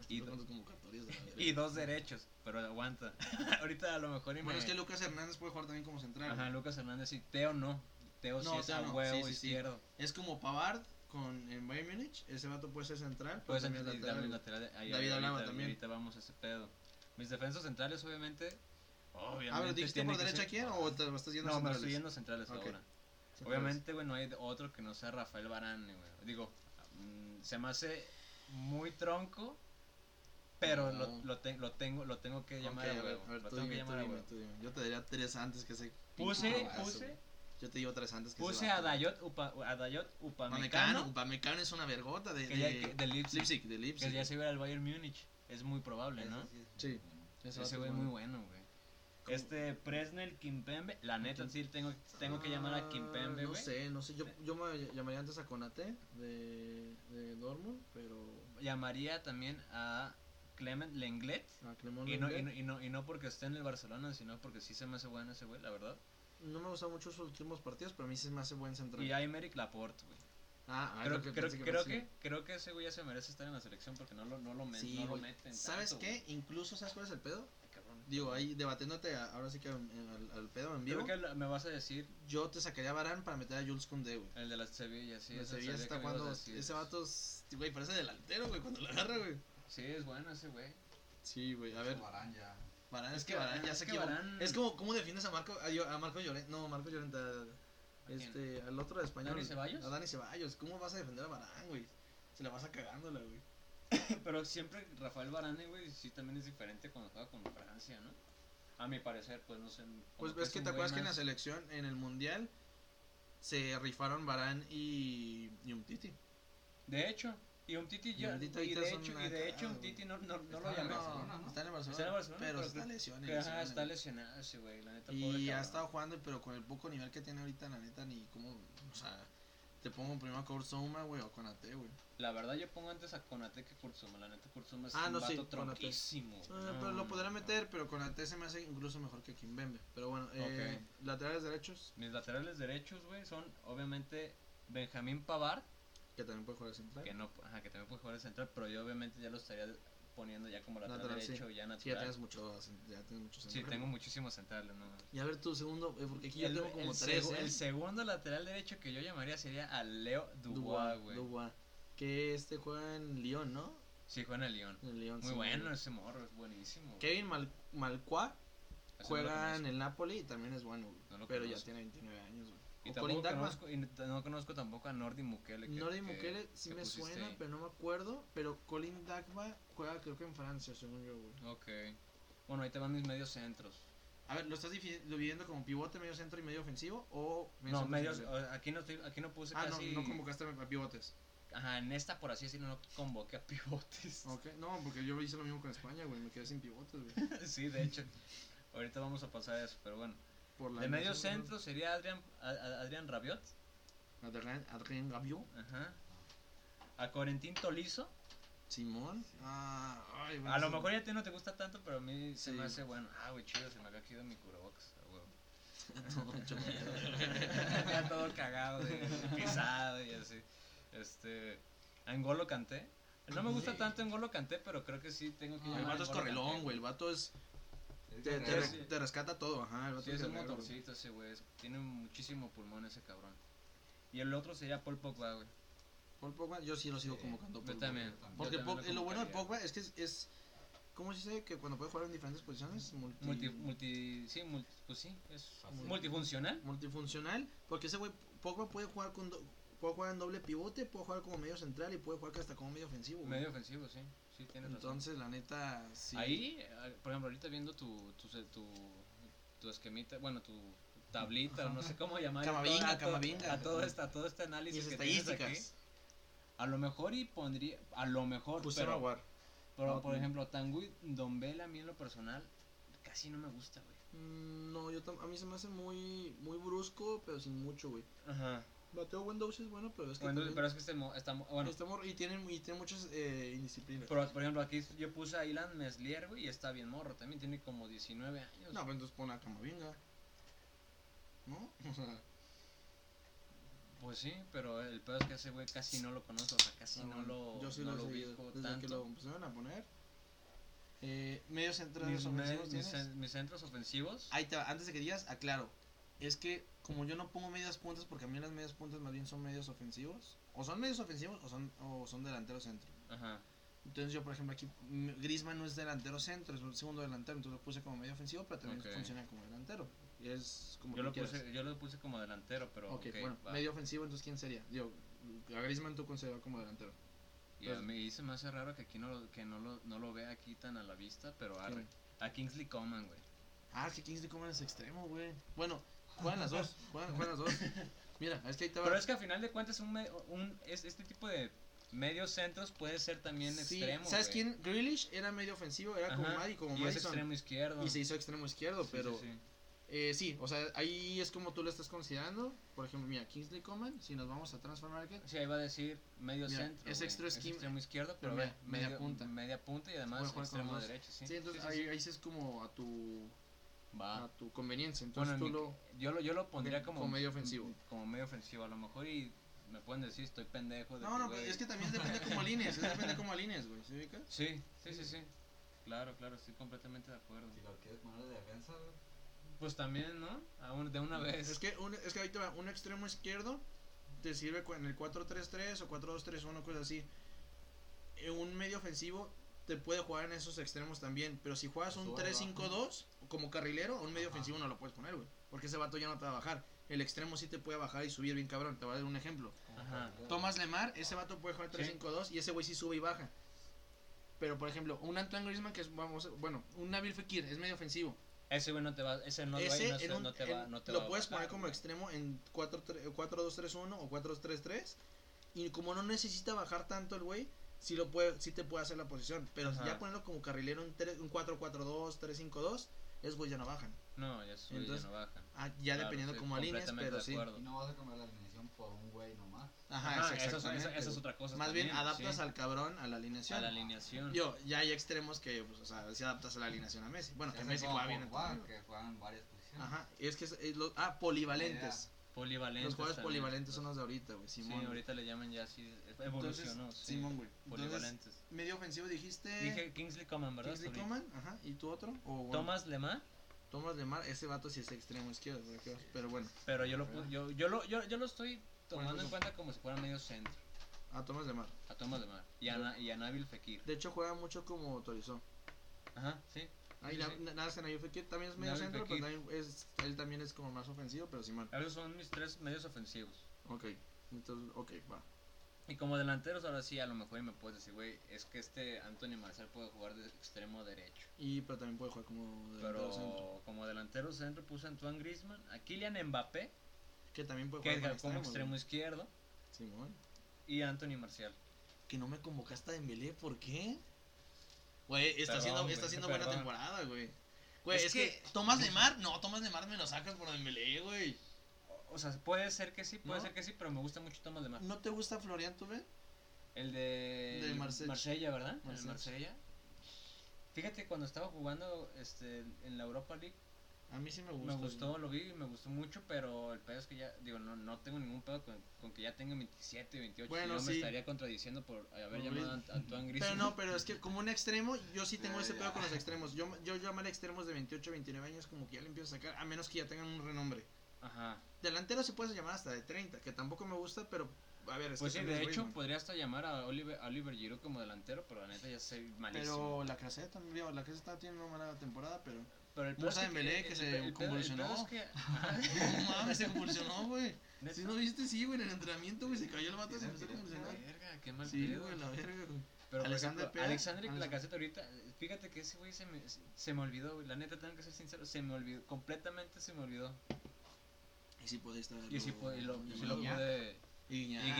Speaker 1: Estoy
Speaker 2: Y
Speaker 1: tocando convocatorias de la verga.
Speaker 2: Y dos derechos, pero aguanta. Ahorita a lo mejor y
Speaker 1: Bueno, es
Speaker 2: me-
Speaker 1: que Lucas Hernández puede jugar también como central.
Speaker 2: Ajá,
Speaker 1: güey.
Speaker 2: Lucas Hernández y Teo no. Teo sí
Speaker 1: No,
Speaker 2: es
Speaker 1: Teo
Speaker 2: a
Speaker 1: no.
Speaker 2: huevo
Speaker 1: Sí, Pues sí, sí.
Speaker 2: izquierdo.
Speaker 1: Es como Pavard con, en Bayern Múnich. Ese vato puede ser central. Pues
Speaker 2: Pues
Speaker 1: también es
Speaker 2: y
Speaker 1: lateral.
Speaker 2: también
Speaker 1: güey.
Speaker 2: lateral, ahí
Speaker 1: David
Speaker 2: ahorita-
Speaker 1: Alaba
Speaker 2: ahorita-
Speaker 1: también.
Speaker 2: Ahorita vamos a ese pedo. Mis defensas centrales, obviamente. Obviamente.
Speaker 1: Ah, pero ¿dijiste
Speaker 2: tiene
Speaker 1: por
Speaker 2: que
Speaker 1: derecha
Speaker 2: ser-
Speaker 1: quién o te lo estás yendo a
Speaker 2: No, me
Speaker 1: centrales?
Speaker 2: estoy yendo a centrales
Speaker 1: Ok.
Speaker 2: ahora.
Speaker 1: Centrales.
Speaker 2: Obviamente, bueno, hay otro que no sea Rafael Varane, güey. Digo, mm, se me hace muy tronco, pero lo,
Speaker 1: No.
Speaker 2: lo, te- lo tengo, lo tengo que llamar
Speaker 1: Ok,
Speaker 2: a
Speaker 1: a ver,
Speaker 2: huevo.
Speaker 1: a ver,
Speaker 2: Lo
Speaker 1: tú
Speaker 2: tengo que
Speaker 1: dime, tú
Speaker 2: llamar a
Speaker 1: dime,
Speaker 2: huevo.
Speaker 1: tú dime. Yo te diría tres antes que se.
Speaker 2: Puse,
Speaker 3: Ah,
Speaker 2: puse
Speaker 1: Yo te digo tres antes que
Speaker 2: Puse
Speaker 1: se.
Speaker 2: a Dayot, Upa, a Dayot
Speaker 1: Upamecano.
Speaker 2: Upamecano,
Speaker 1: Upamecano es una vergota de,
Speaker 2: que ya,
Speaker 1: de-
Speaker 2: que, del Leipzig,
Speaker 1: Leipzig, de
Speaker 2: que
Speaker 1: Leipzig.
Speaker 2: ya se iba al Bayern Múnich. Es muy probable, ¿no?
Speaker 3: Ese sí es
Speaker 1: Sí.
Speaker 3: bueno.
Speaker 1: Ese
Speaker 2: Ese
Speaker 1: vato
Speaker 2: güey
Speaker 1: es
Speaker 2: es muy
Speaker 1: bueno.
Speaker 2: bueno, güey. Este Presnel Kimpembe, la neta sí tengo, tengo que llamar a Kimpembe,
Speaker 1: Ah, No
Speaker 2: güey.
Speaker 1: sé, no sé. Yo, yo me llamaría antes a Conate de, de Dortmund, pero
Speaker 2: Llamaría también a Clement Lenglet.
Speaker 1: a Clemón
Speaker 2: Y no, y,
Speaker 1: Lenglet.
Speaker 2: no, y, no, y no porque esté en el Barcelona, sino porque sí se me hace bueno ese güey, la verdad.
Speaker 1: No me gustan mucho sus últimos partidos, pero a mí se me hace buen central.
Speaker 2: Y a Aymeric Laporte, güey.
Speaker 1: Ah, ah,
Speaker 2: creo,
Speaker 1: lo que
Speaker 2: creo,
Speaker 1: pensé que
Speaker 2: creo,
Speaker 1: pensé.
Speaker 2: que, creo que ese güey ya se merece estar en la selección porque no lo, no lo, men-
Speaker 1: Sí,
Speaker 2: no lo
Speaker 1: güey.
Speaker 2: meten.
Speaker 1: ¿Sabes
Speaker 2: tanto,
Speaker 1: qué? Incluso, ¿sabes cuál es el pedo?
Speaker 2: güey. Ay, cabrón.
Speaker 1: Digo, ahí debatiéndote a- ahora sí que en- en- al, al pedo en vivo.
Speaker 2: Creo que la- me vas a decir
Speaker 1: Yo te sacaría a Barán para meter a Jules Koundé, güey.
Speaker 2: el de la Sevilla, sí.
Speaker 1: De
Speaker 2: es el
Speaker 1: Sevilla se está
Speaker 2: que me ibas a
Speaker 1: jugando.
Speaker 2: decir.
Speaker 1: Ese vato, es- güey, parece delantero, güey, cuando lo agarra, güey.
Speaker 2: Sí, es bueno ese güey.
Speaker 1: Sí, güey, a ver.
Speaker 3: Varane ya.
Speaker 1: Barán,
Speaker 2: Es
Speaker 1: es que
Speaker 2: que
Speaker 1: Barán
Speaker 2: Varane-
Speaker 1: ya
Speaker 2: es
Speaker 1: se
Speaker 2: que
Speaker 1: equivocó.
Speaker 2: Varane-
Speaker 1: Es como, ¿cómo defines a Marco, a, Yo- a Marco Llorente? No, Marco Llorente. a-
Speaker 2: ¿A quién?
Speaker 1: este, al otro de español.
Speaker 2: ¿Dani Ceballos?
Speaker 1: A Dani Ceballos. ¿Cómo vas a defender a Barán, güey? Se la vas a cagándola, güey.
Speaker 2: Pero siempre Rafael Varane, güey, sí también es diferente cuando juega con Francia, ¿no? A mi parecer, pues no sé. como
Speaker 1: Pues ves
Speaker 2: es
Speaker 1: que
Speaker 2: un
Speaker 1: te
Speaker 2: güey
Speaker 1: acuerdas que en la
Speaker 2: más-
Speaker 1: selección, en el mundial, se rifaron Barán y, y Umtiti.
Speaker 2: De hecho, y un Titi ya.
Speaker 1: Umtiti
Speaker 2: y
Speaker 1: ahorita
Speaker 2: de
Speaker 1: son
Speaker 2: hecho,
Speaker 1: una
Speaker 2: y de hecho
Speaker 1: cagada,
Speaker 2: un Titi no, no, no
Speaker 3: Está
Speaker 2: lo
Speaker 3: en
Speaker 2: llamé.
Speaker 3: Barcelona, ¿no?
Speaker 1: Está en el Barcelona.
Speaker 2: Está en el Barcelona,
Speaker 1: pero
Speaker 2: pero
Speaker 1: está
Speaker 2: creo-
Speaker 1: lesionado.
Speaker 2: Que, ajá, está
Speaker 1: lesionado.
Speaker 2: lesionado ese güey, la neta. pobre
Speaker 1: Y ha
Speaker 2: cabrón.
Speaker 1: estado jugando, pero con el poco nivel que tiene ahorita, la neta, ni como. O sea, te pongo primero a Kurzuma, güey, o con AT, güey.
Speaker 2: La verdad, yo pongo antes a Konate que Kurzuma. La neta, Kurzuma es
Speaker 1: Ah,
Speaker 2: un
Speaker 1: no, sí,
Speaker 2: vato
Speaker 1: Konate.
Speaker 2: tronquísimo. güey.
Speaker 1: Ah,
Speaker 2: No,
Speaker 1: pero
Speaker 2: no,
Speaker 1: lo podrá
Speaker 2: no.
Speaker 1: meter, pero con AT se me hace incluso mejor que Kimbembe. Pero bueno, eh, laterales derechos,
Speaker 2: Mis laterales derechos, güey, son obviamente Benjamín Pavard,
Speaker 1: que también puede jugar de central.
Speaker 2: que no ajá, que también puede jugar de central, pero yo obviamente ya lo estaría poniendo ya como lateral,
Speaker 1: Lateral, sí.
Speaker 2: derecho, ya
Speaker 1: Sí, ya
Speaker 2: natural.
Speaker 1: tienes mucho, ya tienes mucho
Speaker 2: Sí,
Speaker 1: central.
Speaker 2: tengo muchísimos centrales, no.
Speaker 1: Y a ver tu segundo, eh, porque aquí yo
Speaker 2: El-
Speaker 1: tengo como
Speaker 2: el
Speaker 1: tres.
Speaker 2: segu-
Speaker 1: ¿eh?
Speaker 2: El segundo lateral derecho que yo llamaría sería a Leo Dubois,
Speaker 1: Dubois,
Speaker 2: güey.
Speaker 1: Dubois, que este juega en Lyon, ¿no?
Speaker 2: Sí, juega en el Lyon.
Speaker 1: En el Lyon,
Speaker 2: Muy
Speaker 1: sí,
Speaker 2: bueno
Speaker 1: güey.
Speaker 2: ese morro, es buenísimo. güey.
Speaker 1: Kevin Mal Malcois
Speaker 2: Ese no lo
Speaker 1: juega
Speaker 2: conozco.
Speaker 1: en el Napoli y también es bueno, güey,
Speaker 2: No lo
Speaker 1: pero ya
Speaker 2: conozco.
Speaker 1: tiene 29 años, güey.
Speaker 2: Y
Speaker 1: O
Speaker 2: tampoco
Speaker 1: Colindagma.
Speaker 2: conozco, y no- no conozco tampoco a Nordi Mukele. que-
Speaker 1: Nori
Speaker 2: que-
Speaker 1: Mukele sí
Speaker 2: que
Speaker 1: me
Speaker 2: pusiste
Speaker 1: suena,
Speaker 2: ahí.
Speaker 1: pero no me acuerdo. Pero Colin Dagba juega creo que en Francia, según yo, güey.
Speaker 2: Ok. Bueno, ahí te van mis medios centros.
Speaker 1: A ver, ¿lo estás difi- dividiendo como pivote, medio centro y medio ofensivo? O
Speaker 2: No,
Speaker 1: centro y
Speaker 2: medios.
Speaker 1: ofensivo?
Speaker 2: o- Aquí no, estoy- aquí no puse
Speaker 1: Ah, no,
Speaker 2: casi.
Speaker 1: no convocaste a pivotes.
Speaker 2: Ajá, en esta, por así decirlo, no convoqué a pivotes.
Speaker 1: Ok, no, porque yo hice lo mismo con España, güey. Me quedé sin pivotes, güey.
Speaker 2: sí, de hecho. Ahorita vamos a pasar a eso, pero bueno.
Speaker 1: Por la
Speaker 2: De medio
Speaker 1: lesión, ¿no?
Speaker 2: centro sería Adrián, a- a- Adrián Rabiot.
Speaker 1: Adrien, Adrien Rabiot,
Speaker 2: Ajá. A Corentín Tolizo.
Speaker 1: Simón. Ah, ay, bueno,
Speaker 2: A lo
Speaker 1: sí.
Speaker 2: mejor ya a ti no te gusta tanto, pero a mí se me
Speaker 1: Sí.
Speaker 2: hace bueno. Ah, güey, chido, se me había caído mi curabox. a huevo.
Speaker 1: No, yo-
Speaker 2: ya todo cagado, de- de pisado y así. Este, a N'Golo Kanté. No me gusta
Speaker 1: Sí.
Speaker 2: tanto N'Golo Kanté, pero creo que sí tengo que
Speaker 3: Ah,
Speaker 1: el
Speaker 2: llamar a
Speaker 1: vato es
Speaker 2: N'Golo
Speaker 1: correlón,
Speaker 2: Kanté.
Speaker 1: güey. El vato es.
Speaker 3: Es
Speaker 1: Te, te
Speaker 3: guerrero.
Speaker 1: re- te rescata todo, ajá. El vato
Speaker 2: Sí, es un
Speaker 1: guerrero, güey.
Speaker 2: motorcito ese güey. es- Tiene muchísimo pulmón ese cabrón. Y el otro sería Paul Pogba, güey.
Speaker 1: Paul Pogba, yo sí lo sigo
Speaker 3: Sí,
Speaker 1: convocando.
Speaker 2: Yo
Speaker 1: Paul Pogba.
Speaker 2: también. yo
Speaker 1: Porque
Speaker 2: también
Speaker 1: Pog- eh, lo bueno de
Speaker 2: convocaría.
Speaker 1: Pogba es que es, es- ¿cómo se dice? Que cuando puede jugar en diferentes posiciones, multi-
Speaker 2: Multi, multi, sí, multi, pues sí, es
Speaker 3: Fácil.
Speaker 2: multifuncional.
Speaker 1: multifuncional, porque ese güey Pogba puede jugar con do- puede jugar en doble pivote, puede jugar como medio central y puede jugar hasta como medio ofensivo. güey.
Speaker 2: Medio ofensivo, sí. Sí, tienes razón.
Speaker 1: Entonces, la neta sí.
Speaker 2: Ahí, eh, por ejemplo, ahorita viendo tu, tu, se- tu, tu esquemita, bueno, tu tablita, o no sé cómo llamar.
Speaker 1: Camavinga,
Speaker 2: a todo,
Speaker 1: Camavinga.
Speaker 2: A todo, este, a todo este
Speaker 1: mis
Speaker 2: análisis que tienes aquí.
Speaker 1: estadísticas.
Speaker 2: A lo mejor y pondría, a lo mejor,
Speaker 1: Puse a
Speaker 2: pero,
Speaker 1: Aguar.
Speaker 2: pero,
Speaker 1: No,
Speaker 2: por
Speaker 1: no.
Speaker 2: ejemplo, Tanguy Dombele a mí en lo personal casi no me gusta, güey.
Speaker 1: Mm, No, yo tam- a mí se me hace muy muy brusco, pero sin mucho, güey.
Speaker 2: Ajá.
Speaker 1: Mateo Windows es bueno, pero es que también
Speaker 2: pero es que este, mo- está, mo- bueno,
Speaker 1: está mor- y tiene y tiene muchas eh, indisciplinas.
Speaker 2: pero, por ejemplo, aquí yo puse a Ilan Meslier, güey, y está bien morro, también tiene como 19 años.
Speaker 1: No, pues entonces pon a Camavinga. ¿No? O sea,
Speaker 2: Pues sí, pero el pedo es que ese güey casi no lo conozco, o sea, casi
Speaker 1: Ah,
Speaker 2: no,
Speaker 1: bueno,
Speaker 2: lo,
Speaker 1: yo sí
Speaker 2: no
Speaker 1: lo,
Speaker 2: lo
Speaker 1: he seguido,
Speaker 2: ubico
Speaker 1: desde
Speaker 2: tanto.
Speaker 1: que lo empezaron a poner. Eh, medios centrales
Speaker 2: mis,
Speaker 1: ofensivos
Speaker 2: me- mis
Speaker 1: tienes.
Speaker 2: cen- mis centros ofensivos.
Speaker 1: Ahí te va, antes de que digas, aclaro. Es que como yo no pongo medias puntas, porque a mí las medias puntas más bien son medios ofensivos. O son medios ofensivos o son, o son delanteros centro.
Speaker 2: Ajá.
Speaker 1: Entonces yo, por ejemplo, aquí mm, Griezmann no es delantero centro, es un segundo delantero. Entonces lo puse como medio ofensivo, pero también
Speaker 2: Ok.
Speaker 1: funciona como delantero. Y es como
Speaker 2: Yo
Speaker 1: tú
Speaker 2: lo,
Speaker 1: quieras.
Speaker 2: puse, yo lo puse como delantero, pero.
Speaker 1: Ok,
Speaker 2: Ok,
Speaker 1: bueno,
Speaker 2: va.
Speaker 1: medio ofensivo, entonces ¿quién sería? Yo, a Griezmann tú consideras como delantero.
Speaker 2: Y
Speaker 1: pues
Speaker 2: a mí se me hace raro que aquí no lo, que no lo, no lo vea aquí tan a la vista, pero
Speaker 1: ¿Quién?
Speaker 2: arre. A Kingsley Coman, güey.
Speaker 1: Ah, es que Kingsley Coman es extremo, güey. Bueno, juegan las dos, juegan, juegan las dos. Mira, es que ahí te va.
Speaker 2: Pero es que al final de cuentas, un, me- un, es, este tipo de Medios centros puede ser también
Speaker 1: Sí,
Speaker 2: extremo.
Speaker 1: ¿Sabes
Speaker 2: güey.
Speaker 1: quién? Grealish era medio ofensivo, era como
Speaker 2: Ajá,
Speaker 1: Maddy, como
Speaker 2: y es
Speaker 1: Madison.
Speaker 2: extremo izquierdo.
Speaker 1: Y se hizo extremo izquierdo,
Speaker 2: Sí, sí,
Speaker 1: pero
Speaker 2: sí.
Speaker 1: Eh, sí, o sea, ahí es como tú lo estás considerando. Por ejemplo, mira, Kingsley Coman, si nos vamos a Transfer Market,
Speaker 2: Sí, ahí va a decir medio
Speaker 1: Mira,
Speaker 2: centro.
Speaker 1: es
Speaker 2: güey.
Speaker 1: extra esquim-
Speaker 2: extremo izquierdo,
Speaker 1: pero
Speaker 2: pero,
Speaker 1: media-
Speaker 2: ve,
Speaker 1: media
Speaker 2: medio-
Speaker 1: punta.
Speaker 2: Media punta y
Speaker 1: puede
Speaker 2: además
Speaker 1: jugar con
Speaker 2: extremo
Speaker 1: los dos.
Speaker 2: derecho, sí.
Speaker 1: sí, entonces
Speaker 2: Sí, sí,
Speaker 1: ahí,
Speaker 2: sí.
Speaker 1: ahí sí es como a tu,
Speaker 2: Va.
Speaker 1: a tu conveniencia.
Speaker 2: Bueno,
Speaker 1: Entonces
Speaker 2: en mi-
Speaker 1: tú lo.
Speaker 2: yo, lo, yo lo pondría como,
Speaker 1: como medio ofensivo.
Speaker 2: Como medio ofensivo, a lo mejor y me pueden decir estoy pendejo. De
Speaker 1: No, no,
Speaker 2: güey.
Speaker 1: pero es que también depende como líneas, es depende como líneas, güey, ¿se ubicas?
Speaker 2: Sí, sí, sí, sí. Claro, claro, estoy completamente de acuerdo.
Speaker 3: Si lo quieres poner de defensa, güey.
Speaker 2: Pues también, ¿no? A un- de una vez.
Speaker 1: Mm, Es que, un, es que ahí te va, un extremo izquierdo te sirve cu- en el 4-3-3 o 4-2-3-1, cosas así. Eh, Un medio ofensivo te puede jugar en esos extremos también, pero si juegas un
Speaker 3: Sube,
Speaker 1: 3-5-2 como carrilero, a un medio
Speaker 3: Ajá.
Speaker 1: ofensivo no lo puedes poner, güey, porque ese vato ya no te va a bajar. El extremo sí te puede bajar y subir bien cabrón, te voy a dar un ejemplo.
Speaker 3: como
Speaker 2: Ajá.
Speaker 3: cualquiera.
Speaker 1: Tomás Lemar, ese vato puede jugar
Speaker 2: Sí.
Speaker 1: 3-5-2 y ese güey sí sube y baja. Pero por ejemplo, un Antoine Griezmann que es vamos, bueno, un Nabil Fekir es medio ofensivo.
Speaker 2: Ese güey no te va, ese no,
Speaker 1: Ese
Speaker 2: güey, no,
Speaker 1: en
Speaker 2: se-
Speaker 1: un-
Speaker 2: no te
Speaker 1: en-
Speaker 2: va, no te
Speaker 1: lo
Speaker 2: va a
Speaker 1: puedes
Speaker 2: bajar,
Speaker 1: poner como
Speaker 2: güey.
Speaker 1: extremo en 4-2-3-1 o 4-3-3. Y como no necesita bajar tanto el güey, sí, lo puede, sí te puede hacer la posición. Pero
Speaker 2: Ajá.
Speaker 1: ya ponerlo como carrilero en tres- un 4-4-2, 3-5-2, esos güey ya no bajan.
Speaker 2: No, ya sube,
Speaker 1: Entonces,
Speaker 2: ya no baja.
Speaker 1: Ah, ya
Speaker 2: Claro,
Speaker 1: dependiendo
Speaker 2: estoy
Speaker 1: como alineas,
Speaker 2: completamente
Speaker 1: pero
Speaker 2: de
Speaker 1: sí.
Speaker 2: acuerdo.
Speaker 3: Y no vas a cambiar la alineación por un güey nomás.
Speaker 1: Ajá,
Speaker 2: Ajá,
Speaker 1: es
Speaker 2: eso es-
Speaker 1: exactamente,
Speaker 2: eso- eso es
Speaker 1: güey.
Speaker 2: otra cosa
Speaker 1: Más bien
Speaker 2: también,
Speaker 1: adaptas
Speaker 2: sí.
Speaker 1: al cabrón a la alineación.
Speaker 2: A la alineación.
Speaker 1: Yo, ya hay extremos que, pues, o sea, si adaptas a la alineación a Messi. Bueno,
Speaker 3: Se
Speaker 1: que
Speaker 3: hace
Speaker 1: Messi
Speaker 3: como
Speaker 1: juega bien en
Speaker 3: Pogba,
Speaker 1: todo.
Speaker 3: que juegan varias posiciones.
Speaker 1: Ajá, es que es, es lo- ah, polivalentes.
Speaker 2: polivalentes.
Speaker 1: Los jugadores
Speaker 2: también.
Speaker 1: polivalentes son los de ahorita, güey.
Speaker 2: Sí,
Speaker 1: Simón. güey.
Speaker 2: ahorita le llaman ya así. Evolucionó,
Speaker 1: Entonces,
Speaker 2: sí.
Speaker 1: Simón, güey. Entonces,
Speaker 2: Polivalentes.
Speaker 1: medio ofensivo dijiste.
Speaker 2: Dije Kingsley Coman, ¿verdad?
Speaker 1: Kingsley
Speaker 2: Ahorita.
Speaker 1: Coman, ajá. ¿Y tú otro? O, bueno,
Speaker 2: Thomas Lemar,
Speaker 1: Thomas Lemar, ese vato sí es extremo izquierdo, güey, qué vas- pero bueno.
Speaker 2: pero yo lo, pu- yo, yo lo, yo, yo lo estoy tomando
Speaker 1: Bueno,
Speaker 2: en
Speaker 1: no.
Speaker 2: cuenta como si fuera medio centro.
Speaker 1: Ah, Thomas Lemar.
Speaker 2: A Thomas Lemar y a, Na- y a Nabil Fekir.
Speaker 1: De hecho, juega mucho como Torizó.
Speaker 2: Ajá, sí.
Speaker 1: Ah, y
Speaker 2: Sí,
Speaker 1: na-
Speaker 2: sí.
Speaker 1: na- nada, Nabil Fekir también es medio
Speaker 2: Nabil
Speaker 1: centro,
Speaker 2: Fekir.
Speaker 1: pero también es, él también es como más ofensivo, pero Simón.
Speaker 2: Esos son mis tres medios ofensivos.
Speaker 1: Ok, entonces, ok, va.
Speaker 2: Y como delanteros, ahora sí, a lo mejor y me puedes decir, güey, es que este Anthony Marcial puede jugar de extremo derecho.
Speaker 1: Y, pero también puede jugar como delantero
Speaker 2: Pero
Speaker 1: centro.
Speaker 2: como delantero centro puse a Antoine Griezmann, a Kylian Mbappé,
Speaker 1: Que también puede
Speaker 2: que
Speaker 1: jugar
Speaker 2: como extremo,
Speaker 1: güey.
Speaker 2: izquierdo,
Speaker 1: Simón.
Speaker 2: y a Anthony Marcial.
Speaker 1: Que no me convocaste a Dembélé, ¿por qué? Güey, está
Speaker 2: Perdón,
Speaker 1: haciendo,
Speaker 2: güey,
Speaker 1: está haciendo buena
Speaker 2: perdón.
Speaker 1: temporada, güey. Güey, es,
Speaker 2: Es
Speaker 1: que,
Speaker 2: que-
Speaker 1: Tomás Lemar, no, Tomás Lemar me lo sacas por Dembélé, güey.
Speaker 2: O sea, puede ser que sí, puede
Speaker 1: ¿No?
Speaker 2: ser que sí, pero me gusta mucho Thomas Lemar.
Speaker 1: ¿No te gusta Florian Tubé?
Speaker 2: El de,
Speaker 1: Del Marsella.
Speaker 2: Marsella, ¿verdad? El
Speaker 1: Marsella.
Speaker 2: Marsella. Fíjate, cuando estaba jugando este, en la Europa League,
Speaker 1: A mí sí me
Speaker 2: me
Speaker 1: gusta.
Speaker 2: gustó, lo vi y me gustó mucho, pero el pedo es que ya, digo, no, no tengo ningún pedo con, con que ya tenga 27, 28.
Speaker 1: Bueno,
Speaker 2: yo
Speaker 1: sí.
Speaker 2: me estaría contradiciendo por haber
Speaker 1: Por
Speaker 2: llamado a
Speaker 1: Gris-
Speaker 2: Ant- Antoine
Speaker 1: Pero
Speaker 2: Griezmann.
Speaker 1: no, pero es que como un extremo, yo sí tengo
Speaker 3: Sí,
Speaker 1: ese pedo
Speaker 3: ya.
Speaker 1: con los extremos. Yo, yo llamar extremos de 28, 29 años como que ya le empiezo a sacar, a menos que ya tengan un renombre.
Speaker 2: Ajá.
Speaker 1: Delantero se puede llamar hasta de 30, que tampoco me gusta, pero a ver, es
Speaker 2: Pues
Speaker 1: que
Speaker 2: sí,
Speaker 1: son los
Speaker 2: de hecho,
Speaker 1: Griezmann.
Speaker 2: podría hasta llamar a Oliver, a Oliver Giroud como delantero, pero la neta ya soy malísimo.
Speaker 1: Pero la caseta, digo, la caseta tiene una mala temporada, pero...
Speaker 2: Pero, el
Speaker 1: Musa Dembélé, que
Speaker 2: el-
Speaker 1: se
Speaker 2: el- el pedo- el pedo
Speaker 1: convulsionó.
Speaker 2: es que- ajá,
Speaker 1: No mames, se convulsionó, güey.
Speaker 2: neta.
Speaker 1: Si no viste, sí, güey, en el entrenamiento, güey, se cayó el vato, se empezó a convulsionar.
Speaker 2: Verga, qué mal
Speaker 1: Sí,
Speaker 2: pedo.
Speaker 1: güey, la verga, güey.
Speaker 2: Pero
Speaker 1: Alexander
Speaker 2: Alexander,
Speaker 1: Pérez.
Speaker 2: Alexander
Speaker 1: Alexander.
Speaker 2: Lacazette ahorita, eh, fíjate que ese güey se me, se me olvidó, güey. La neta tengo que ser sincero, se me olvidó, completamente se me olvidó.
Speaker 1: Y si pudiste haberlo.
Speaker 2: Y si pude, y lo, y si lo
Speaker 3: Guiñac.
Speaker 2: pude.
Speaker 1: Y
Speaker 2: Y
Speaker 1: Guiñac.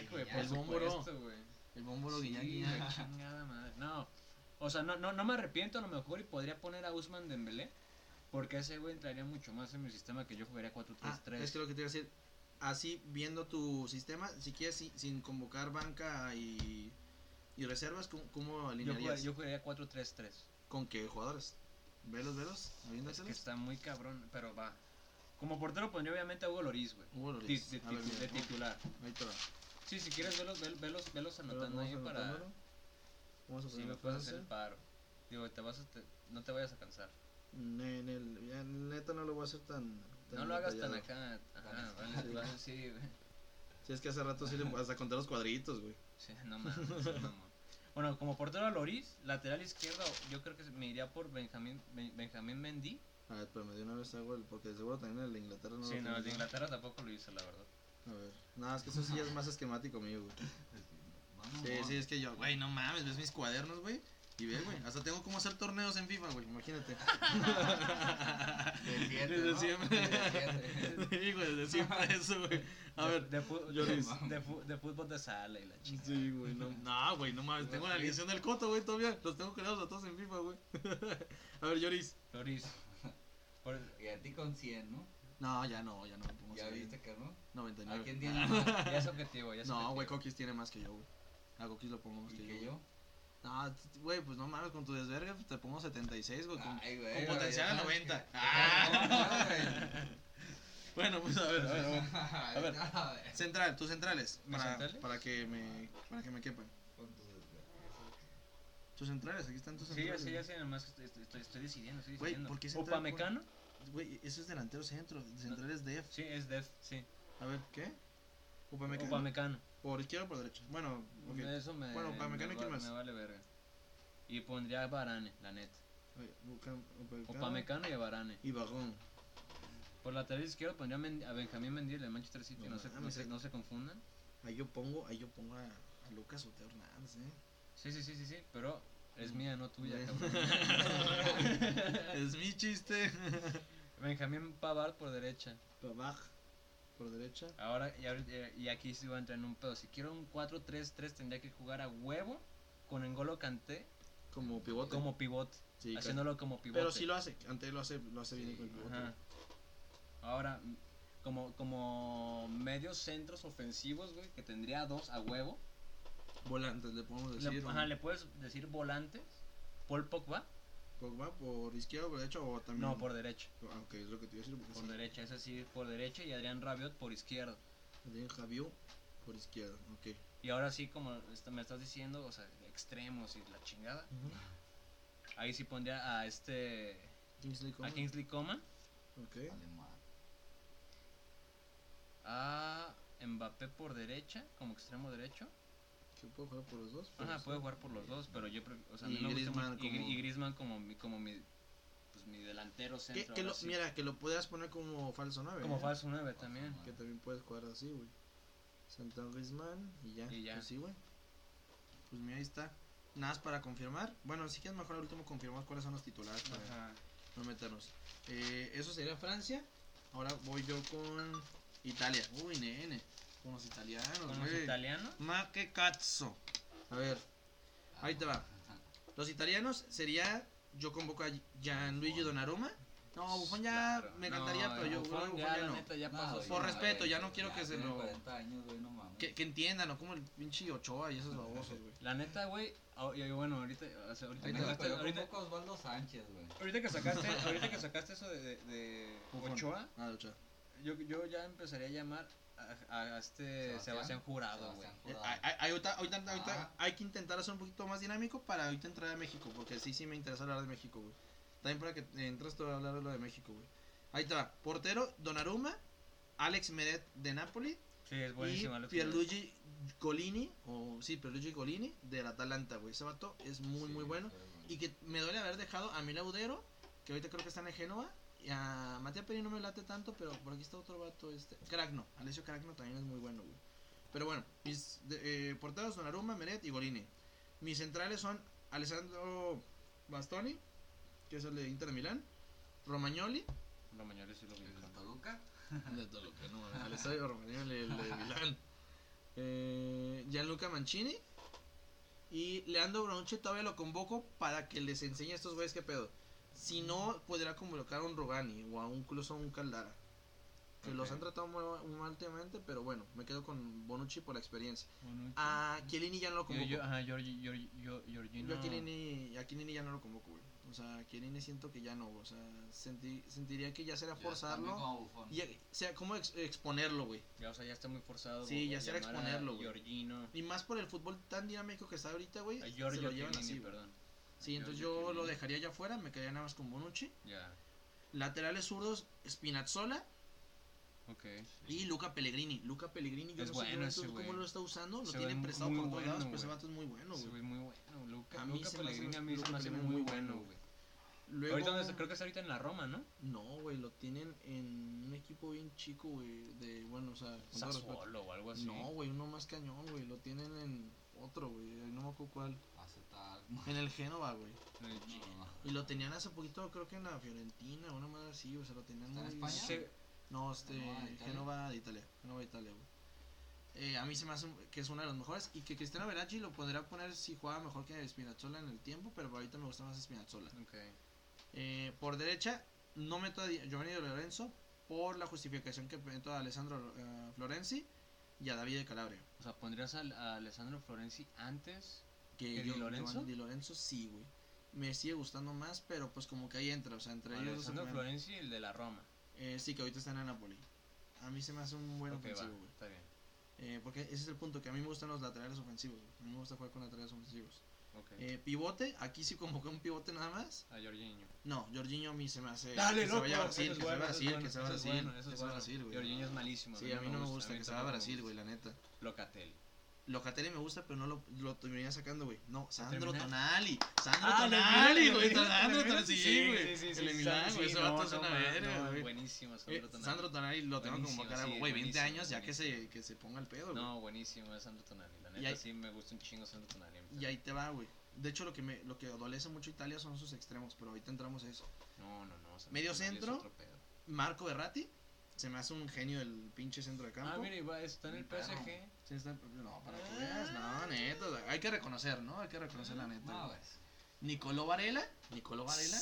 Speaker 2: Guiñac, güey,
Speaker 3: Guiñac.
Speaker 2: por
Speaker 1: El Bómboro.
Speaker 2: supuesto, güey.
Speaker 1: El bombo lo
Speaker 2: Sí,
Speaker 1: Guiñac,
Speaker 2: güey,
Speaker 1: Guiñac.
Speaker 2: chingada madre. No. O sea, no, no, no me arrepiento a lo mejor y podría poner a Usman Dembélé. Porque ese güey entraría mucho más en mi sistema que yo jugaría 4-3-3.
Speaker 1: Ah, es que lo que te iba a decir, así viendo tu sistema, si quieres si- sin convocar banca y, y reservas, ¿cómo, cómo
Speaker 2: yo, jugaría,
Speaker 1: alinearías?
Speaker 2: yo jugaría 4-3-3.
Speaker 1: ¿Con qué jugadores? ¿Velos, velos?
Speaker 2: Es que
Speaker 1: Aviéndaselos.
Speaker 2: está muy cabrón, pero va. Como portero pondría obviamente a Hugo Loris, güey.
Speaker 1: Hugo
Speaker 2: Ti-
Speaker 1: Lloris.
Speaker 2: De,
Speaker 1: A ver,
Speaker 2: titu- de
Speaker 1: mira, ¿no?
Speaker 2: titular.
Speaker 1: Ahí te va.
Speaker 2: Sí, si quieres velos, vel- velos, velos anotando
Speaker 1: Vamos
Speaker 2: ahí para.
Speaker 1: anotándolo. Vamos a
Speaker 2: Si me
Speaker 1: ponerlo
Speaker 2: puedes
Speaker 1: fácil.
Speaker 2: hacer el paro. Digo, te vas a te- no te vayas a cansar.
Speaker 1: Ne- En el, ya, neta no lo voy a hacer tan. tan
Speaker 2: No lo hagas tan
Speaker 1: detallado. este
Speaker 2: acá. Ajá,
Speaker 3: Tan
Speaker 2: vale,
Speaker 1: específico.
Speaker 2: tú vas así, güey.
Speaker 1: Si es que hace rato sí le hasta conté los cuadritos, güey.
Speaker 2: Sí, no mames, no mames. Bueno, como portero a Loris, lateral izquierdo, yo creo que me iría por Benjamín, Ben- Benjamín Mendy.
Speaker 1: A ver, pero me dio una vez hago el. Porque seguro también el de Inglaterra no
Speaker 2: Sí,
Speaker 1: lo
Speaker 2: no, el de
Speaker 1: tenía.
Speaker 2: Inglaterra tampoco lo hizo, la verdad.
Speaker 1: A ver. No, es que eso sí ya es más esquemático mío, güey.
Speaker 3: Vamos,
Speaker 1: Sí,
Speaker 3: vamos.
Speaker 1: sí, es que yo, güey, no mames, ves mis cuadernos, güey. Y ve, güey, Hasta tengo como hacer torneos en FIFA, güey, imagínate.
Speaker 3: De siete,
Speaker 1: Desde
Speaker 3: ¿no?
Speaker 1: siempre.
Speaker 3: De siete.
Speaker 1: Sí, güey, desde siempre eso, güey. A
Speaker 2: De-
Speaker 1: ver,
Speaker 2: de, fu-
Speaker 1: yo
Speaker 2: de-
Speaker 1: les-
Speaker 2: de fu- de fútbol de sala y la chica.
Speaker 1: Sí, güey, no. No, güey, no mames. Tengo la alineación del coto, güey, todavía. Los tengo creados a todos en FIFA, güey. A ver, Lloris.
Speaker 2: Loris, por-
Speaker 3: Y a ti con 100, ¿no?
Speaker 1: No, ya no, ya no. me pongo
Speaker 3: Ya
Speaker 1: así.
Speaker 3: viste que no. ¿A
Speaker 1: 99.
Speaker 3: quién tiene más?
Speaker 2: ya es objetivo, ya es
Speaker 1: No,
Speaker 2: objetivo.
Speaker 1: güey, Coquis tiene más que yo, güey. A Coquis lo pongo más
Speaker 3: ¿Y
Speaker 1: que,
Speaker 3: que
Speaker 1: yo.
Speaker 3: yo?
Speaker 1: No, t- güey, pues no mames, con tu desvergue pues, te pongo 76, güey. con-
Speaker 3: Ay, güey.
Speaker 1: con
Speaker 3: güey,
Speaker 1: potencial
Speaker 3: ya
Speaker 1: a
Speaker 3: sabes
Speaker 1: 90.
Speaker 3: que-
Speaker 1: Ah. Bueno, pues a ver, a ver, a ver.
Speaker 3: A
Speaker 1: ver.
Speaker 3: A ver.
Speaker 1: Central, tus centrales.
Speaker 2: ¿Mis
Speaker 1: Para,
Speaker 2: centrales?
Speaker 1: para que me para que me quepan.
Speaker 3: Con tu desgracia.
Speaker 1: Tus centrales, aquí están tus
Speaker 2: Sí, ya
Speaker 1: centrales.
Speaker 2: sé, ya sé, nomás estoy, estoy, estoy decidiendo, estoy
Speaker 1: Güey,
Speaker 2: decidiendo.
Speaker 1: ¿por qué se entra-
Speaker 2: ¿Upamecano?
Speaker 1: Güey, eso es delantero centro, centrales de F.
Speaker 2: Sí, es Def, sí.
Speaker 1: A ver, ¿qué? Upamecano.
Speaker 2: Upamecano.
Speaker 1: Por izquierda o por derecha. Bueno, ok.
Speaker 2: Eso me,
Speaker 1: Bueno, Upamecano,
Speaker 2: me,
Speaker 1: ¿quién
Speaker 2: va-
Speaker 1: más?
Speaker 2: me vale verga. Y pondría a Varane, la neta.
Speaker 1: Oye, Bucam-
Speaker 2: Upamecano y a Varane.
Speaker 1: y Bajón.
Speaker 2: Por la lateral izquierdo pondría a, Men- a Benjamín Mendiel de Manchester City,
Speaker 1: No
Speaker 2: no, se,
Speaker 1: mames,
Speaker 2: no, se,
Speaker 1: eh.
Speaker 2: no se confundan.
Speaker 1: Ahí yo pongo, ahí yo pongo a, a Lucas Oteo Hernández, eh.
Speaker 2: Sí, sí, sí, sí, sí, pero es mía, no tuya,
Speaker 1: Bueno.
Speaker 2: cabrón.
Speaker 1: es mi chiste.
Speaker 2: Benjamín Pavard por derecha.
Speaker 1: Babaj por derecha.
Speaker 2: Ahora, y, ahorita- eh, y aquí sí voy a entrar en un pedo. Si quiero un 4-3-3, tendría que jugar a huevo con Engolo Kanté
Speaker 1: Como pivote.
Speaker 2: como pivote.
Speaker 1: Sí,
Speaker 2: haciéndolo como
Speaker 1: claro.
Speaker 2: pivote.
Speaker 1: Pero sí lo hace, antes lo hace, lo hace bien
Speaker 3: Sí,
Speaker 1: con el pivote.
Speaker 2: Ajá. Ahora, m- como, como medios centros ofensivos, güey, que tendría dos a huevo.
Speaker 1: Volantes, le podemos
Speaker 2: Le-
Speaker 1: decir.
Speaker 2: ajá,
Speaker 1: o-
Speaker 2: le puedes decir volantes. Paul Pogba.
Speaker 1: Pogba por izquierda o por derecha o también.
Speaker 2: No, por derecha.
Speaker 1: Ah, ok, es lo que te iba a decir. porque
Speaker 2: Por
Speaker 1: sí.
Speaker 2: derecha, es decir, por derecha y Adrián Rabiot por izquierda.
Speaker 1: Adrián Javier por izquierda, ok.
Speaker 2: Y ahora sí, como est- me estás diciendo, o sea, extremos y la chingada. Ahí sí pondría a este.
Speaker 1: Kingsley
Speaker 2: A
Speaker 1: Coman,
Speaker 2: Kingsley Coman.
Speaker 1: Ok.
Speaker 3: Alemán.
Speaker 2: A Mbappé por derecha, como extremo derecho.
Speaker 1: ¿Qué puedo jugar por los dos?
Speaker 2: Ajá,
Speaker 1: Pues,
Speaker 2: puede jugar por los dos, pero yo. pre- O sea, a
Speaker 1: Y
Speaker 2: mí me gusta
Speaker 1: Griezmann
Speaker 2: mucho- y Gri-
Speaker 1: como-
Speaker 2: Y Griezmann como mi, como mi, pues, mi delantero
Speaker 1: Que,
Speaker 2: centro.
Speaker 1: que
Speaker 2: ahora
Speaker 1: lo,
Speaker 2: sí.
Speaker 1: mira, que lo podrías poner como falso ¿eh? 9.
Speaker 2: como falso 9 también.
Speaker 1: Que también puedes jugar así, güey. Santiago Guzmán y ya.
Speaker 2: Y ya.
Speaker 1: Pues sí, güey. Pues mira, ahí está. Nada más para confirmar. Bueno, sí que es mejor al último confirmamos cuáles son los titulares para
Speaker 2: Ajá.
Speaker 1: no meternos. Eh, eso sería Francia. Ahora voy yo con Italia. Uy, nene. Con los italianos,
Speaker 2: Con los
Speaker 1: pues, güey.
Speaker 2: italianos.
Speaker 1: Ma que cazzo. A ver, Ahí te va. los italianos sería. Yo convoco a Gianluigi
Speaker 3: Buffon.
Speaker 1: Donnarumma. No, Buffon Oh, ya
Speaker 3: Claro.
Speaker 1: me encantaría,
Speaker 2: No,
Speaker 1: pero yo
Speaker 2: Buffon
Speaker 1: Buffon
Speaker 2: ya,
Speaker 1: ya
Speaker 2: la
Speaker 1: no.
Speaker 2: neta, ya
Speaker 3: No,
Speaker 2: pasó.
Speaker 3: güey,
Speaker 1: por
Speaker 3: no,
Speaker 1: respeto,
Speaker 3: güey,
Speaker 1: ya no quiero que se
Speaker 3: tiene
Speaker 1: lo-
Speaker 3: 40 años, güey, no mames.
Speaker 1: Que, que entiendan, ¿no? Como el pinche Ochoa y esos babosos, güey.
Speaker 2: La neta, güey. ah, y- y bueno, ahorita. o sea, ahorita,
Speaker 3: Ahorita,
Speaker 2: me sacaste-
Speaker 3: pero con
Speaker 2: ahorita-
Speaker 3: poco Osvaldo Sánchez, güey.
Speaker 2: ahorita que sacaste, ahorita que sacaste eso de, de, de
Speaker 1: Buffon.
Speaker 2: Ochoa,
Speaker 1: Ah, de Ochoa.
Speaker 2: yo, yo ya empezaría a llamar a, a- a este
Speaker 3: Sebastián.
Speaker 2: Sebastián Jurado, güey.
Speaker 3: Sebastián
Speaker 1: Eh,
Speaker 3: Jurado.
Speaker 1: hay- hay- hay ahorita- ahorita- ahorita
Speaker 3: Ah.
Speaker 1: hay que intentar hacer un poquito más dinámico para ahorita entrar a México, porque sí, sí me interesa hablar de México, güey. También para que eh, entres tú a hablar de lo de México, güey. Ahí te va. Portero, Donnarumma, Alex Meret de Napoli
Speaker 2: Sí, es buenísimo.
Speaker 1: y
Speaker 2: Alex
Speaker 1: Pierluigi Golini, o sí, Pierluigi Golini del Atalanta, güey. Ese vato es muy,
Speaker 3: Sí,
Speaker 1: muy bueno.
Speaker 3: pero es bueno.
Speaker 1: Y que me duele haber dejado a Milaudero, que ahorita creo que está en el Génova. Y a Matías Peri no me late tanto, pero por aquí está otro vato, este. Cracno, Alessio Cracno también es muy bueno, güey. Pero bueno, mis de- eh, porteros son Aruma, Meret y Golini. Mis centrales son Alessandro Bastoni, que es el de Inter de Milán, Romagnoli,
Speaker 2: Lo mayor sí lo vi.
Speaker 3: ¿El de Toluca?
Speaker 1: de Toluca, no, mames, Alessandro Romagnoli, el de Milán, eh, Gianluca Mancini y Leandro Bronche todavía lo convoco para que les enseñe a estos güeyes qué pedo. Si no, podría convocar a un Rogani o a un, incluso a un Caldara. Que los
Speaker 2: Ok.
Speaker 1: han tratado muy, muy mal últimamente, pero bueno, me quedo con Bonucci por la experiencia.
Speaker 2: Bonucci.
Speaker 1: A Chiellini ya no lo
Speaker 2: Yo,
Speaker 1: convoco.
Speaker 2: yo, ah, ajá, Giorgi- Giorgi- Gior- Giorgino.
Speaker 1: Yo a Chiellini, a Chiellini ya no lo convoco, güey. O sea, a Chiellini siento que ya no, o sea, senti- sentiría que ya será
Speaker 3: Ya, también
Speaker 1: forzarlo.
Speaker 3: como Buffon.
Speaker 1: Y, o sea, ¿cómo ex- exponerlo, güey?
Speaker 2: Ya, o sea, ya está muy forzado.
Speaker 1: Sí,
Speaker 2: bo-
Speaker 1: ya será
Speaker 2: llamar a
Speaker 1: exponerlo, güey.
Speaker 2: Giorgino.
Speaker 1: Y más por el fútbol tan dinámico que está ahorita, güey.
Speaker 2: A
Speaker 1: Se
Speaker 2: Giorgio
Speaker 1: lo llevan
Speaker 2: Chiellini,
Speaker 1: así, güey.
Speaker 2: perdón.
Speaker 1: Sí, entonces
Speaker 2: Giorgio
Speaker 1: yo lo
Speaker 2: Chiellini.
Speaker 1: dejaría allá afuera, me quedaría nada más con Bonucci.
Speaker 2: Ya,
Speaker 1: Laterales zurdos, Spinazzola
Speaker 2: ok.
Speaker 1: y Luca Pellegrini. Luca Pellegrini, yo
Speaker 2: Es
Speaker 1: no sé
Speaker 2: bueno
Speaker 1: cómo-
Speaker 2: ese,
Speaker 1: cómo
Speaker 2: güey.
Speaker 1: lo está usando, lo
Speaker 2: Se ve
Speaker 1: tienen
Speaker 2: muy-
Speaker 1: prestado
Speaker 2: muy
Speaker 1: por todos
Speaker 2: bueno,
Speaker 1: lados, pero ese
Speaker 2: güey.
Speaker 1: vato es muy bueno,
Speaker 2: Se
Speaker 1: güey.
Speaker 2: ve muy bueno. Luca,
Speaker 1: A mí
Speaker 2: Luca
Speaker 1: se me hace-
Speaker 2: Pellegrini a mí se
Speaker 1: Luca
Speaker 2: me hace
Speaker 1: Pellegrini
Speaker 2: muy
Speaker 1: muy
Speaker 2: bueno,
Speaker 1: bueno,
Speaker 2: güey.
Speaker 1: Luego,
Speaker 2: Ahorita donde está- creo que está ahorita en la Roma, ¿no?
Speaker 1: No, güey, lo tienen en un equipo bien chico, güey, de, bueno, o sea... con todo respeto.
Speaker 2: Sassuolo o algo así.
Speaker 1: No, güey, uno más cañón, güey, lo tienen en otro, güey, no me acuerdo cuál.
Speaker 3: Hace tal.
Speaker 1: En el Génova, güey.
Speaker 3: No,
Speaker 1: Y lo tenían hace poquito, creo que en la Fiorentina, una madre así, o sea, lo tenían
Speaker 3: ¿Está en
Speaker 1: muy-
Speaker 3: España?
Speaker 2: Se-
Speaker 1: No, este,
Speaker 3: Génova de Italia.
Speaker 1: Génova de Italia, Génova de Italia, güey. Eh, a mí se me hace un- que es uno de los mejores y que Cristiano Veracci lo podría poner si jugaba mejor que Spinazzola en el tiempo, pero ahorita me gusta más Spinazzola.
Speaker 2: ok.
Speaker 1: Eh, por derecha, no meto a Di- Giovanni Di Lorenzo por la justificación que meto a Alessandro eh, Florenzi y a David de Calabria.
Speaker 2: O sea, ¿pondrías al- a, Alessandro Florenzi antes?
Speaker 1: Que
Speaker 2: ¿Que
Speaker 1: yo-
Speaker 2: Di Lorenzo?
Speaker 1: Giovanni Di Lorenzo sí, güey. Me sigue gustando más, pero pues como que ahí entra, o sea, entre ellos dos
Speaker 2: Alessandro
Speaker 1: hermanos.
Speaker 2: Florenzi y el de la Roma.
Speaker 1: Eh, sí, que ahorita está en el Napoli. A mí se me hace un buen
Speaker 2: Ok, va,
Speaker 1: ofensivo, güey.
Speaker 2: está bien.
Speaker 1: Eh, porque ese es el punto, que a mí me gustan los laterales ofensivos. güey. A mí me gusta jugar con laterales ofensivos.
Speaker 2: Ok.
Speaker 1: Eh, pivote, aquí sí convoqué un pivote nada más.
Speaker 2: A Jorginho.
Speaker 1: No, Jorginho a mí se me hace...
Speaker 2: Dale,
Speaker 1: que
Speaker 2: loco.
Speaker 1: se vaya a
Speaker 2: eso
Speaker 1: Brasil,
Speaker 2: es
Speaker 1: que se
Speaker 2: bueno,
Speaker 1: vaya a
Speaker 2: eso es
Speaker 1: Brasil,
Speaker 2: bueno,
Speaker 1: que se vaya a Brasil.
Speaker 2: eso es bueno, eso
Speaker 1: que se
Speaker 2: es
Speaker 1: vaya a
Speaker 2: bueno.
Speaker 1: Brasil, güey.
Speaker 2: Jorginho es malísimo.
Speaker 1: Sí, a mí no me gusta que se vaya a
Speaker 2: tampoco me
Speaker 1: Brasil, güey,
Speaker 2: gusta.
Speaker 1: la neta.
Speaker 2: Locatelli.
Speaker 1: Locatelli me gusta, pero no lo, lo terminé sacando, güey. No, Sandro
Speaker 2: terminaste?
Speaker 1: Tonali. Sandro
Speaker 2: Ah, el
Speaker 1: Tonali,
Speaker 2: Milan,
Speaker 1: güey.
Speaker 2: el Milan,
Speaker 1: Sandro
Speaker 2: el Milan,
Speaker 1: Tonali, sí, güey.
Speaker 2: sí, sí,
Speaker 1: el
Speaker 2: sí,
Speaker 1: Milan,
Speaker 2: sí,
Speaker 1: güey. Ese
Speaker 2: no,
Speaker 1: vato es
Speaker 2: no,
Speaker 1: una
Speaker 2: man,
Speaker 1: verga,
Speaker 2: no,
Speaker 1: güey.
Speaker 2: Buenísimo,
Speaker 1: Eh,
Speaker 2: Sandro Tonali.
Speaker 1: Sandro Tonali lo tengo que
Speaker 2: Buenísimo,
Speaker 1: convocar,
Speaker 2: sí,
Speaker 1: güey, 20
Speaker 2: buenísimo,
Speaker 1: años ya que se,
Speaker 2: buenísimo.
Speaker 1: que se ponga el pedo, güey.
Speaker 2: No, buenísimo, es Sandro Tonali. La
Speaker 1: Y
Speaker 2: neta
Speaker 1: ahí-
Speaker 2: sí me gusta un chingo Sandro Tonali.
Speaker 1: Y ahí te va, güey. De hecho, lo que me lo que adolece mucho Italia son sus extremos, pero ahorita entramos a eso.
Speaker 2: No, no, no. Sandro
Speaker 1: Medio
Speaker 2: Tonali es
Speaker 1: centro.
Speaker 2: otro pedo.
Speaker 1: Marco Berratti, se me hace un genio del pinche centro de campo.
Speaker 2: Ah, mira, igual está en el
Speaker 3: Claro.
Speaker 2: PSG.
Speaker 1: Sí, está- no, para
Speaker 2: Ah.
Speaker 1: que veas, no, neta. o sea, Hay que reconocer, ¿no? Hay que reconocer la neta.
Speaker 3: no,
Speaker 1: güey.
Speaker 3: pues.
Speaker 1: Nicolò Varela, Nicolò Varela,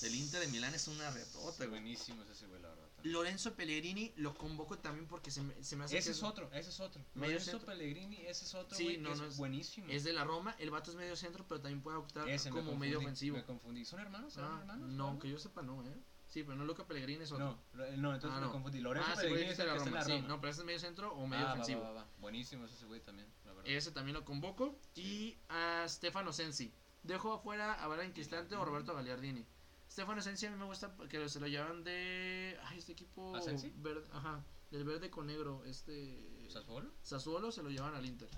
Speaker 1: del Inter de Milán es una retota, güey.
Speaker 2: Buenísimo es ese güey, la verdad. también.
Speaker 1: Lorenzo Pellegrini lo convoco también porque se me, se me hace
Speaker 2: Ese
Speaker 1: que
Speaker 2: es otro, ese es otro.
Speaker 1: Medio
Speaker 2: Lorenzo
Speaker 1: centro.
Speaker 2: Pellegrini, ese es otro,
Speaker 1: Sí,
Speaker 2: güey.
Speaker 1: no,
Speaker 2: que
Speaker 1: no,
Speaker 2: es
Speaker 1: es-
Speaker 2: buenísimo.
Speaker 1: es de la Roma, el vato es medio centro, pero también puede optar
Speaker 2: Ese me
Speaker 1: como
Speaker 2: confundí,
Speaker 1: medio ofensivo.
Speaker 2: Me confundí. ¿Son hermanos? ¿Son
Speaker 1: Ah,
Speaker 2: hermanos?
Speaker 1: no,
Speaker 2: ¿Son?
Speaker 1: aunque yo sepa no, ¿eh? Sí, pero no Luca Pellegrini es otro.
Speaker 2: No, lo- no, entonces
Speaker 1: Ah,
Speaker 2: me
Speaker 1: no.
Speaker 2: confundí. Lorenzo
Speaker 1: ah, sí,
Speaker 2: Pellegrini
Speaker 1: güey,
Speaker 2: es
Speaker 1: dijiste
Speaker 2: el que está en la
Speaker 1: Sí,
Speaker 2: Roma.
Speaker 1: no, pero ese es medio centro o
Speaker 2: Ah,
Speaker 1: medio
Speaker 2: va, va,
Speaker 1: ofensivo.
Speaker 2: va, va. Buenísimo es ese güey también, la verdad.
Speaker 1: Ese también lo convoco. Y a Stefano Sensi. Dejo afuera a Valen Cristante o Roberto Gagliardini. Stefano Sensi a mí me gusta que se lo llevan de. Ay, este equipo.
Speaker 2: ¿A Sensi?
Speaker 1: Verde, ajá, del verde con negro. Este.
Speaker 2: ¿Sassuolo?
Speaker 1: Sassuolo se lo llevan al Inter.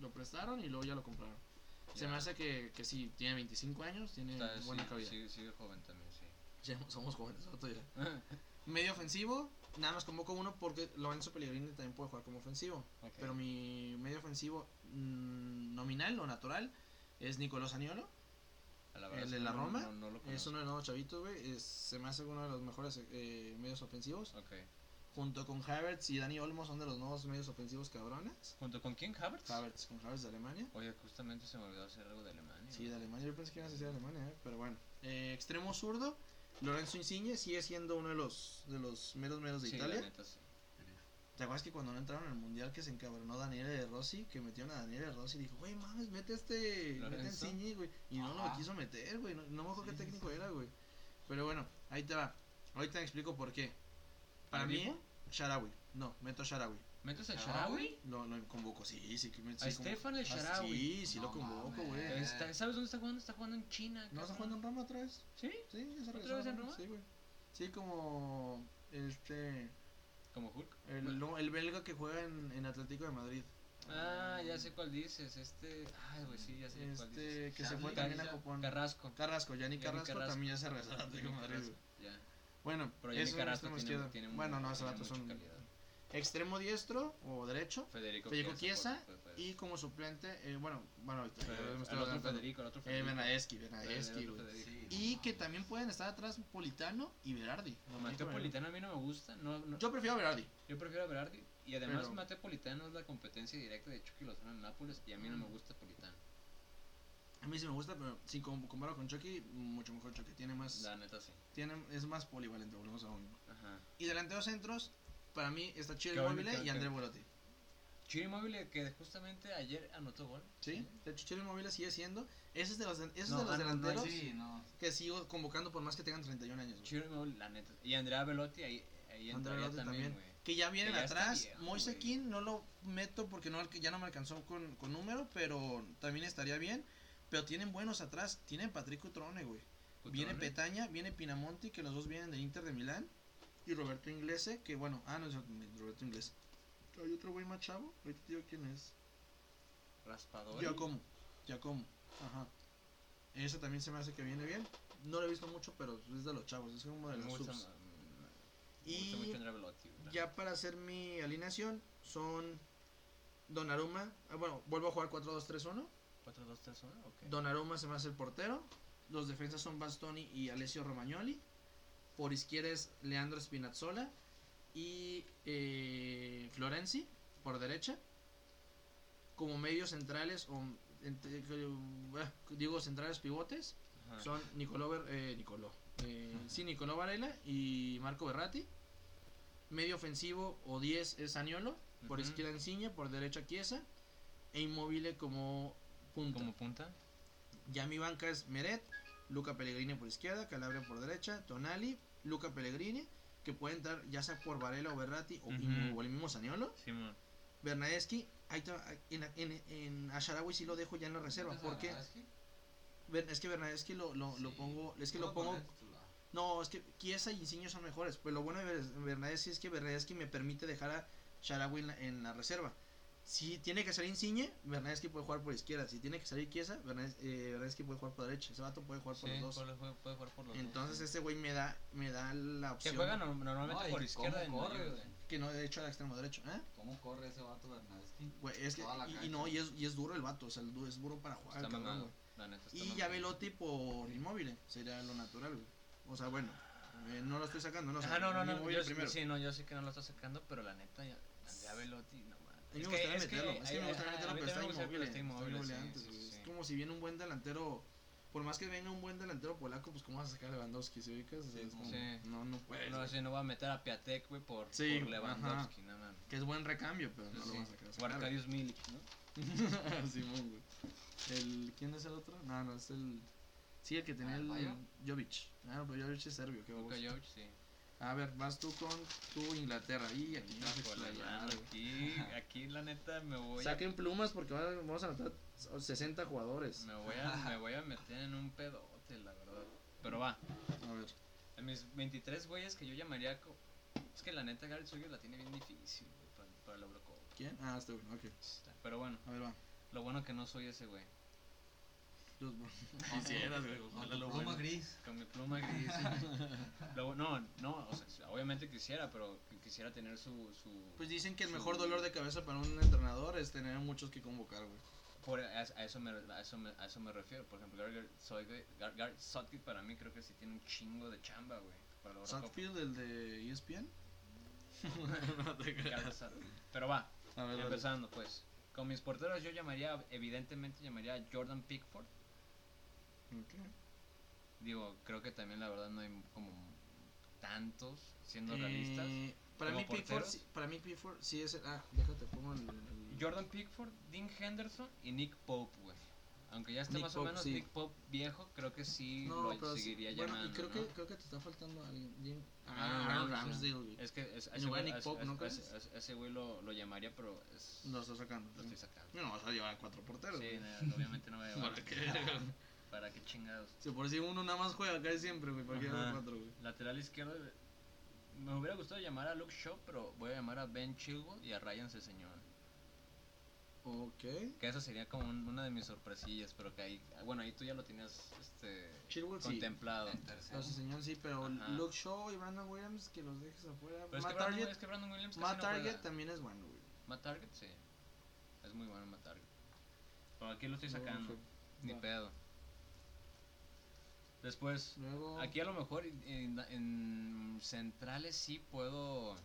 Speaker 1: Lo prestaron y luego ya lo compraron. Se
Speaker 2: Ya.
Speaker 1: me hace que, que sí, tiene 25 años, tiene
Speaker 2: Está,
Speaker 1: buena
Speaker 2: sí,
Speaker 1: cabida.
Speaker 2: sigue, sigue joven también, sí.
Speaker 1: Ya somos jóvenes, nosotros ya. Medio ofensivo, nada más convoco uno porque Lorenzo Pellegrini también puede jugar como ofensivo.
Speaker 2: Ok.
Speaker 1: Pero mi medio ofensivo mm, nominal o natural es Nicolás Aniolo.
Speaker 2: A la verdad
Speaker 1: el
Speaker 2: es
Speaker 1: de
Speaker 2: que
Speaker 1: la
Speaker 2: no-
Speaker 1: Roma
Speaker 2: no- no lo
Speaker 1: Es
Speaker 2: conozco.
Speaker 1: uno de los nuevos chavitos, güey. es- Se me hace uno de los mejores eh, medios ofensivos.
Speaker 2: Ok.
Speaker 1: Junto con Havertz y Dani Olmo son de los nuevos medios ofensivos cabrones.
Speaker 2: ¿Junto con quién? ¿Havertz?
Speaker 1: Havertz con Havertz de Alemania.
Speaker 2: Oye, justamente se me olvidó hacer algo de Alemania.
Speaker 1: Sí, de Alemania. Yo pensé que ibas a decir de Alemania, eh, pero bueno. Eh, extremo zurdo. Lorenzo Insigne sigue siendo uno de los, de los meros meros de
Speaker 2: Sí, la
Speaker 1: Italia.
Speaker 2: neta, sí.
Speaker 1: ¿Te acuerdas que cuando no entraron al mundial que se encabronó Daniel de Rossi? Que metieron a Daniel de Rossi y dijo, güey, mames, mete a este. Mete a
Speaker 2: Lorenzo.
Speaker 1: Insigne, güey. Y no lo
Speaker 3: Ajá.
Speaker 1: quiso meter, güey. No, no me acuerdo qué
Speaker 2: Sí, sí,
Speaker 1: técnico era, güey. Pero bueno, ahí te va. Ahorita te explico por qué. Para mí,
Speaker 2: ¿Aribo?
Speaker 1: Sharawi. No, meto a Sharawi.
Speaker 2: ¿Metes al Sharawi?
Speaker 3: ¿Sharawi?
Speaker 1: Lo, lo convoco, sí, sí. Que me,
Speaker 2: A
Speaker 1: sí, como-
Speaker 2: Estefan el
Speaker 1: Ah,
Speaker 2: Sharawi.
Speaker 1: Sí, sí
Speaker 3: No
Speaker 1: lo convoco,
Speaker 3: mames.
Speaker 1: güey.
Speaker 2: Eh, Está- ¿Sabes dónde está jugando? Está jugando en China.
Speaker 1: ¿No
Speaker 2: cabrón.
Speaker 1: está jugando en Roma otra vez?
Speaker 2: ¿Sí?
Speaker 1: Sí, ya se
Speaker 2: ¿Otra
Speaker 1: regresó a
Speaker 2: vez en Roma?
Speaker 1: Sí, güey. Sí, como. Este.
Speaker 2: ¿Como Hulk?
Speaker 1: El, no, el belga que juega en, en Atlético de Madrid.
Speaker 2: Ah, ya sé cuál dices. Este. Ay, güey, sí, ya sé cuál dices.
Speaker 1: Este, que se fue
Speaker 3: Charlie
Speaker 1: también a
Speaker 2: Carrizo-
Speaker 1: Copón.
Speaker 2: Carrasco.
Speaker 1: Carrasco, Yanni
Speaker 2: Yannick
Speaker 1: Carrasco,
Speaker 2: Carrasco.
Speaker 1: también ya se regresó al Atlético de
Speaker 2: Yannick
Speaker 1: Madrid.
Speaker 2: Carrasco,
Speaker 1: güey.
Speaker 2: Ya.
Speaker 1: Bueno,
Speaker 2: Pero
Speaker 1: es
Speaker 2: Yannick
Speaker 1: un
Speaker 2: Carrasco
Speaker 1: extremo
Speaker 2: tiene,
Speaker 1: izquierdo.
Speaker 2: tiene
Speaker 1: bueno,
Speaker 2: mucha-
Speaker 1: no, ese
Speaker 2: tiene
Speaker 1: vato es
Speaker 2: mucha
Speaker 1: un
Speaker 2: calidad.
Speaker 1: extremo diestro o derecho.
Speaker 2: Federico pues,
Speaker 1: Federico Chiesa
Speaker 2: por- por- por-
Speaker 1: Y como suplente, eh, bueno, bueno, ahorita
Speaker 2: Fe-
Speaker 1: ya me estoy
Speaker 2: al pues, otro
Speaker 1: adelantando.
Speaker 2: Federico, al otro
Speaker 1: Eh,
Speaker 2: Federico.
Speaker 1: Benadeschi,
Speaker 2: Federico,
Speaker 1: Benadeschi,
Speaker 2: otro
Speaker 1: güey.
Speaker 2: Federico.
Speaker 3: Sí,
Speaker 1: Y
Speaker 3: no
Speaker 1: que
Speaker 3: mames.
Speaker 1: también pueden estar atrás Politano y Verardi.
Speaker 2: No, Mateo Politano a mí no me gusta. No, no-
Speaker 1: Yo prefiero a Verardi.
Speaker 2: yo prefiero a Berardi. Y además,
Speaker 1: Pero-
Speaker 2: Mateo Politano es la competencia directa de Chucky Lozano en Nápoles. Y a mí no me gusta Politano.
Speaker 1: A mí sí me gusta, pero si com- comparo con Chucky, mucho mejor Chucky. Tiene más,
Speaker 2: La neta sí.
Speaker 1: tiene, es más polivalente, volvemos a lo mismo.
Speaker 2: Ajá.
Speaker 1: Y delanteros centros, para mí está Chile
Speaker 2: Qué bueno,
Speaker 1: Móvil
Speaker 2: qué
Speaker 1: y
Speaker 2: bueno.
Speaker 1: André Bolotti.
Speaker 2: Chiri Móvil eh, que justamente ayer anotó gol.
Speaker 1: Sí, de hecho Chile Móvil sigue siendo. Ese es de los, de- ese es
Speaker 2: No,
Speaker 1: de los
Speaker 2: ah, no, no,
Speaker 1: delanteros
Speaker 3: Sí, no.
Speaker 1: que sigo convocando por más que tengan 31 años. güey.
Speaker 2: Chiri Móvil, la neta. Y Andrea Velotti ahí, ahí
Speaker 1: André
Speaker 2: entraría
Speaker 1: Belotti
Speaker 2: también,
Speaker 1: también.
Speaker 2: güey.
Speaker 1: Que ya vienen
Speaker 2: ya está
Speaker 1: atrás.
Speaker 2: viejo,
Speaker 1: Moise
Speaker 2: güey.
Speaker 1: Kean no lo meto porque no, alca- ya no me alcanzó con, con número, pero también estaría bien. Pero tienen buenos atrás. Tienen Patrick Cutrone, güey. Viene
Speaker 2: Cutrone.
Speaker 1: Petaña, viene Pinamonti, que los dos vienen del Inter de Milán. Y Roberto Inglese, que bueno, ah, no, es otro- Roberto Inglese. Hay otro güey más chavo, ahorita te digo quién es.
Speaker 2: Raspador.
Speaker 1: Giacomo, Giacomo, ajá. Ese también se me hace que viene bien. No lo he visto mucho, pero es de los chavos, es como de
Speaker 2: Me
Speaker 1: los
Speaker 2: gusta,
Speaker 1: subs.
Speaker 2: mm, me gusta mucho
Speaker 1: Y
Speaker 2: Andrea Velotti. güey, la
Speaker 1: ya para hacer mi alineación son Donnarumma, ah, bueno, vuelvo a jugar 4-2-3-1,
Speaker 2: 4-2-3-1, ok.
Speaker 1: Donnarumma se me hace el portero. Los defensas son Bastoni y Alessio Romagnoli. Por izquierda es Leandro Spinazzola y eh, Florenzi por derecha. Como medios centrales o ent- eh, digo centrales pivotes
Speaker 2: Ajá.
Speaker 1: son Nicolò Ver- eh, Nicolò, eh, sí, Nicolò Varela y Marco Berratti. Medio ofensivo o 10 es Aniolo. Por
Speaker 2: Ujú.
Speaker 1: izquierda Insigne, por derecha Chiesa. E inmóvil como punta.
Speaker 2: Como punta.
Speaker 1: Ya mi banca es Meret, Luca Pellegrini por izquierda, Calabria por derecha, Tonali, Luca Pellegrini, que puede entrar ya sea por Varela o Berratti o,
Speaker 2: Ujú.
Speaker 1: mismo- o el mismo Saniolo.
Speaker 2: Simón.
Speaker 1: Bernadeschi, ahí ta- en, en, en a Sharawi sí lo dejo ya en la reserva, porque Ber- es que Bernadeschi lo, lo, lo
Speaker 3: Sí.
Speaker 1: pongo, es que lo pongo, no, es que Chiesa y Insigne son mejores, pues lo bueno de Ber- Bernadeschi es que Bernadeschi me permite dejar a Sharawi en la, en la reserva. Si tiene que salir Insigne, Bernadeschi puede jugar por izquierda. Si tiene que salir Chiesa, Bernades- eh, Bernadeschi puede jugar por derecha. Ese vato puede jugar por
Speaker 2: Sí,
Speaker 1: los dos.
Speaker 2: puede jugar- puede jugar por los dos,
Speaker 1: Entonces
Speaker 2: sí.
Speaker 1: este güey me da, me da la
Speaker 2: Que
Speaker 1: opción.
Speaker 2: juega no- normalmente por izquierda. en
Speaker 3: ¿Cómo corre,
Speaker 2: medio.
Speaker 3: güey?
Speaker 1: Que no, de hecho, al extremo derecho, ¿eh?
Speaker 3: ¿Cómo corre ese vato Bernadeschi?
Speaker 1: Güey, es que,
Speaker 3: Toda la
Speaker 1: y- y,
Speaker 3: cancha.
Speaker 1: no, y es, y es duro el vato, o sea, el du- es duro para jugar,
Speaker 2: Está
Speaker 1: el cabrón,
Speaker 2: mamado.
Speaker 1: güey.
Speaker 2: La neta, está
Speaker 1: Y
Speaker 2: mamado.
Speaker 1: ya Velotti por inmóvil, eh, sería lo natural, güey. O sea, bueno, eh, no lo estoy sacando, no, o sea,
Speaker 2: Ajá, Ah, no, no, no.
Speaker 1: Immobile
Speaker 2: Yo,
Speaker 1: primero.
Speaker 2: sí, no, yo sé que no lo está sacando, pero la neta, ya, ya Velotti, no mames.
Speaker 1: A mí me gustaría meterlo, es que me gustaría meterlo, pero está inmóvil. Está
Speaker 2: inmóvil.
Speaker 1: inmóvil antes, güey. Es como si viene un buen delantero, por más que venga un buen delantero polaco, pues cómo vas a sacar a Lewandowski, ¿se ubicas? O sea,
Speaker 3: Sí,
Speaker 1: es como,
Speaker 2: sí.
Speaker 1: no, no puedes.
Speaker 2: No,
Speaker 1: güey.
Speaker 2: sí, no va a meter a Piatek, güey, por,
Speaker 1: Sí,
Speaker 2: por Lewandowski, no mames.
Speaker 1: Que es buen recambio, pero no lo
Speaker 2: Sí.
Speaker 1: vas a sacar.
Speaker 2: O Arkadiusz Milik, ¿no?
Speaker 1: Simón, güey. El, ¿Quién es el otro? No, no, es el. Sí, el que tenía
Speaker 3: Ah,
Speaker 1: el.
Speaker 3: ¿Bayo?
Speaker 1: Jovic. Ah, pero Jovic es serbio, qué
Speaker 2: Luka
Speaker 1: baboso.
Speaker 2: Jovic, sí.
Speaker 1: A ver, vas tú con tu Inglaterra. Y aquí vas a
Speaker 2: Híjole,
Speaker 1: explayar,
Speaker 2: mano,
Speaker 1: güey.
Speaker 2: aquí, aquí la neta me voy a
Speaker 1: Saquen plumas porque va- vamos a anotar 60 jugadores.
Speaker 2: Me voy, a, me voy a meter en un pedote, la verdad. Pero va,
Speaker 1: A ver.
Speaker 2: a mis 23 güeyes que yo llamaría. co- Es que la neta, Gareth Suyo la tiene bien difícil, güey, para, para la Eurocopa.
Speaker 1: ¿Quién? Ah, este bueno, ok.
Speaker 2: Pero bueno,
Speaker 1: A ver, va.
Speaker 2: lo bueno que no soy ese güey.
Speaker 1: Los
Speaker 2: Oh,
Speaker 1: Quisieras, güey.
Speaker 3: Con
Speaker 1: ojalá
Speaker 3: tu
Speaker 1: lo
Speaker 3: pluma
Speaker 1: bueno.
Speaker 3: gris.
Speaker 2: Con mi pluma gris. Lo bu- no, no, o sea, obviamente quisiera, pero qu- quisiera tener su. su
Speaker 1: Pues dicen que el
Speaker 2: su-
Speaker 1: mejor dolor de cabeza para un entrenador es tener muchos que convocar, güey.
Speaker 2: por- a, a eso me, a, eso me, a eso me refiero. Por ejemplo, Gareth Southgate- Gar- Gareth Southgate para mí creo que sí tiene un chingo de chamba, güey. Para la Eurocopa.
Speaker 1: Sutfield, el de E ESPN. no te creas.
Speaker 2: Gareth Southgate. Pero va,
Speaker 1: A ver, dale.
Speaker 2: Empezando pues, con mis porteros yo llamaría, evidentemente llamaría a Jordan Pickford.
Speaker 1: Ok.
Speaker 2: Digo, creo que también la verdad no hay como tantos, siendo
Speaker 1: Eh,
Speaker 2: realistas.
Speaker 1: Para
Speaker 2: ¿Como
Speaker 1: mí, Pickford,
Speaker 2: porteros?
Speaker 1: sí- para mí Pickford sí es el... Ah, déjate, pongo el... el-
Speaker 2: Jordan Pickford, Dean Henderson y Nick Pope, güey. Aunque ya está
Speaker 1: Nick
Speaker 2: más o
Speaker 1: Pope,
Speaker 2: menos
Speaker 1: sí.
Speaker 2: Nick Pope viejo, creo que sí
Speaker 1: no,
Speaker 2: lo
Speaker 1: pero sí-
Speaker 2: seguiría
Speaker 1: bueno,
Speaker 2: llamando.
Speaker 1: y creo,
Speaker 2: ¿no?
Speaker 1: que, creo que te está faltando alguien. Jim-
Speaker 2: Ah,
Speaker 1: Ah, Aaron
Speaker 2: no, sí.
Speaker 1: Ramsdale, güey.
Speaker 2: Es que es, a
Speaker 1: En
Speaker 2: ese
Speaker 1: lugar
Speaker 2: güey,
Speaker 1: de
Speaker 2: a
Speaker 1: Nick
Speaker 2: ese-
Speaker 1: Pope, ¿no
Speaker 2: a ese-
Speaker 1: crees?
Speaker 2: a ese- a ese güey lo, lo llamaría, pero es,
Speaker 1: Lo está sacando.
Speaker 2: lo estoy sacando.
Speaker 1: No, vas a llevar a cuatro porteros.
Speaker 2: Sí,
Speaker 1: güey.
Speaker 2: no, obviamente no va a llevar.
Speaker 1: ¿Para qué?
Speaker 2: ¿Para qué chingados?
Speaker 1: Si por si uno nada más juega casi siempre, güey. ¿Para qué llevar
Speaker 2: Ajá.
Speaker 1: cuatro, güey?
Speaker 2: Lateral izquierdo, me hubiera gustado llamar a Luke Shaw, pero voy a llamar a Ben Chilwell y a Ryan Señor.
Speaker 1: Ok.
Speaker 2: Que eso sería como un- una de mis sorpresillas, pero que ahí, bueno, ahí tú ya lo tenías este,
Speaker 1: Chilwell sí.
Speaker 2: contemplado.
Speaker 3: En tercero.
Speaker 1: Lo hace señor, sí, pero
Speaker 2: Ajá.
Speaker 1: Luke Shaw y Brandon Williams, que los dejes afuera.
Speaker 2: Pero es que,
Speaker 1: Matt
Speaker 2: Brandon,
Speaker 1: Target,
Speaker 2: es que Brandon Williams casi
Speaker 1: Matt
Speaker 2: no
Speaker 1: Target
Speaker 2: juega.
Speaker 1: también es bueno, güey.
Speaker 2: Matt Target, sí. Es muy bueno Matt Target. Pero aquí lo estoy
Speaker 1: Luego,
Speaker 2: sacando,
Speaker 1: ok.
Speaker 2: ni
Speaker 1: Va.
Speaker 2: pedo. Después,
Speaker 1: Luego...
Speaker 2: Aquí a lo mejor en, en centrales sí puedo.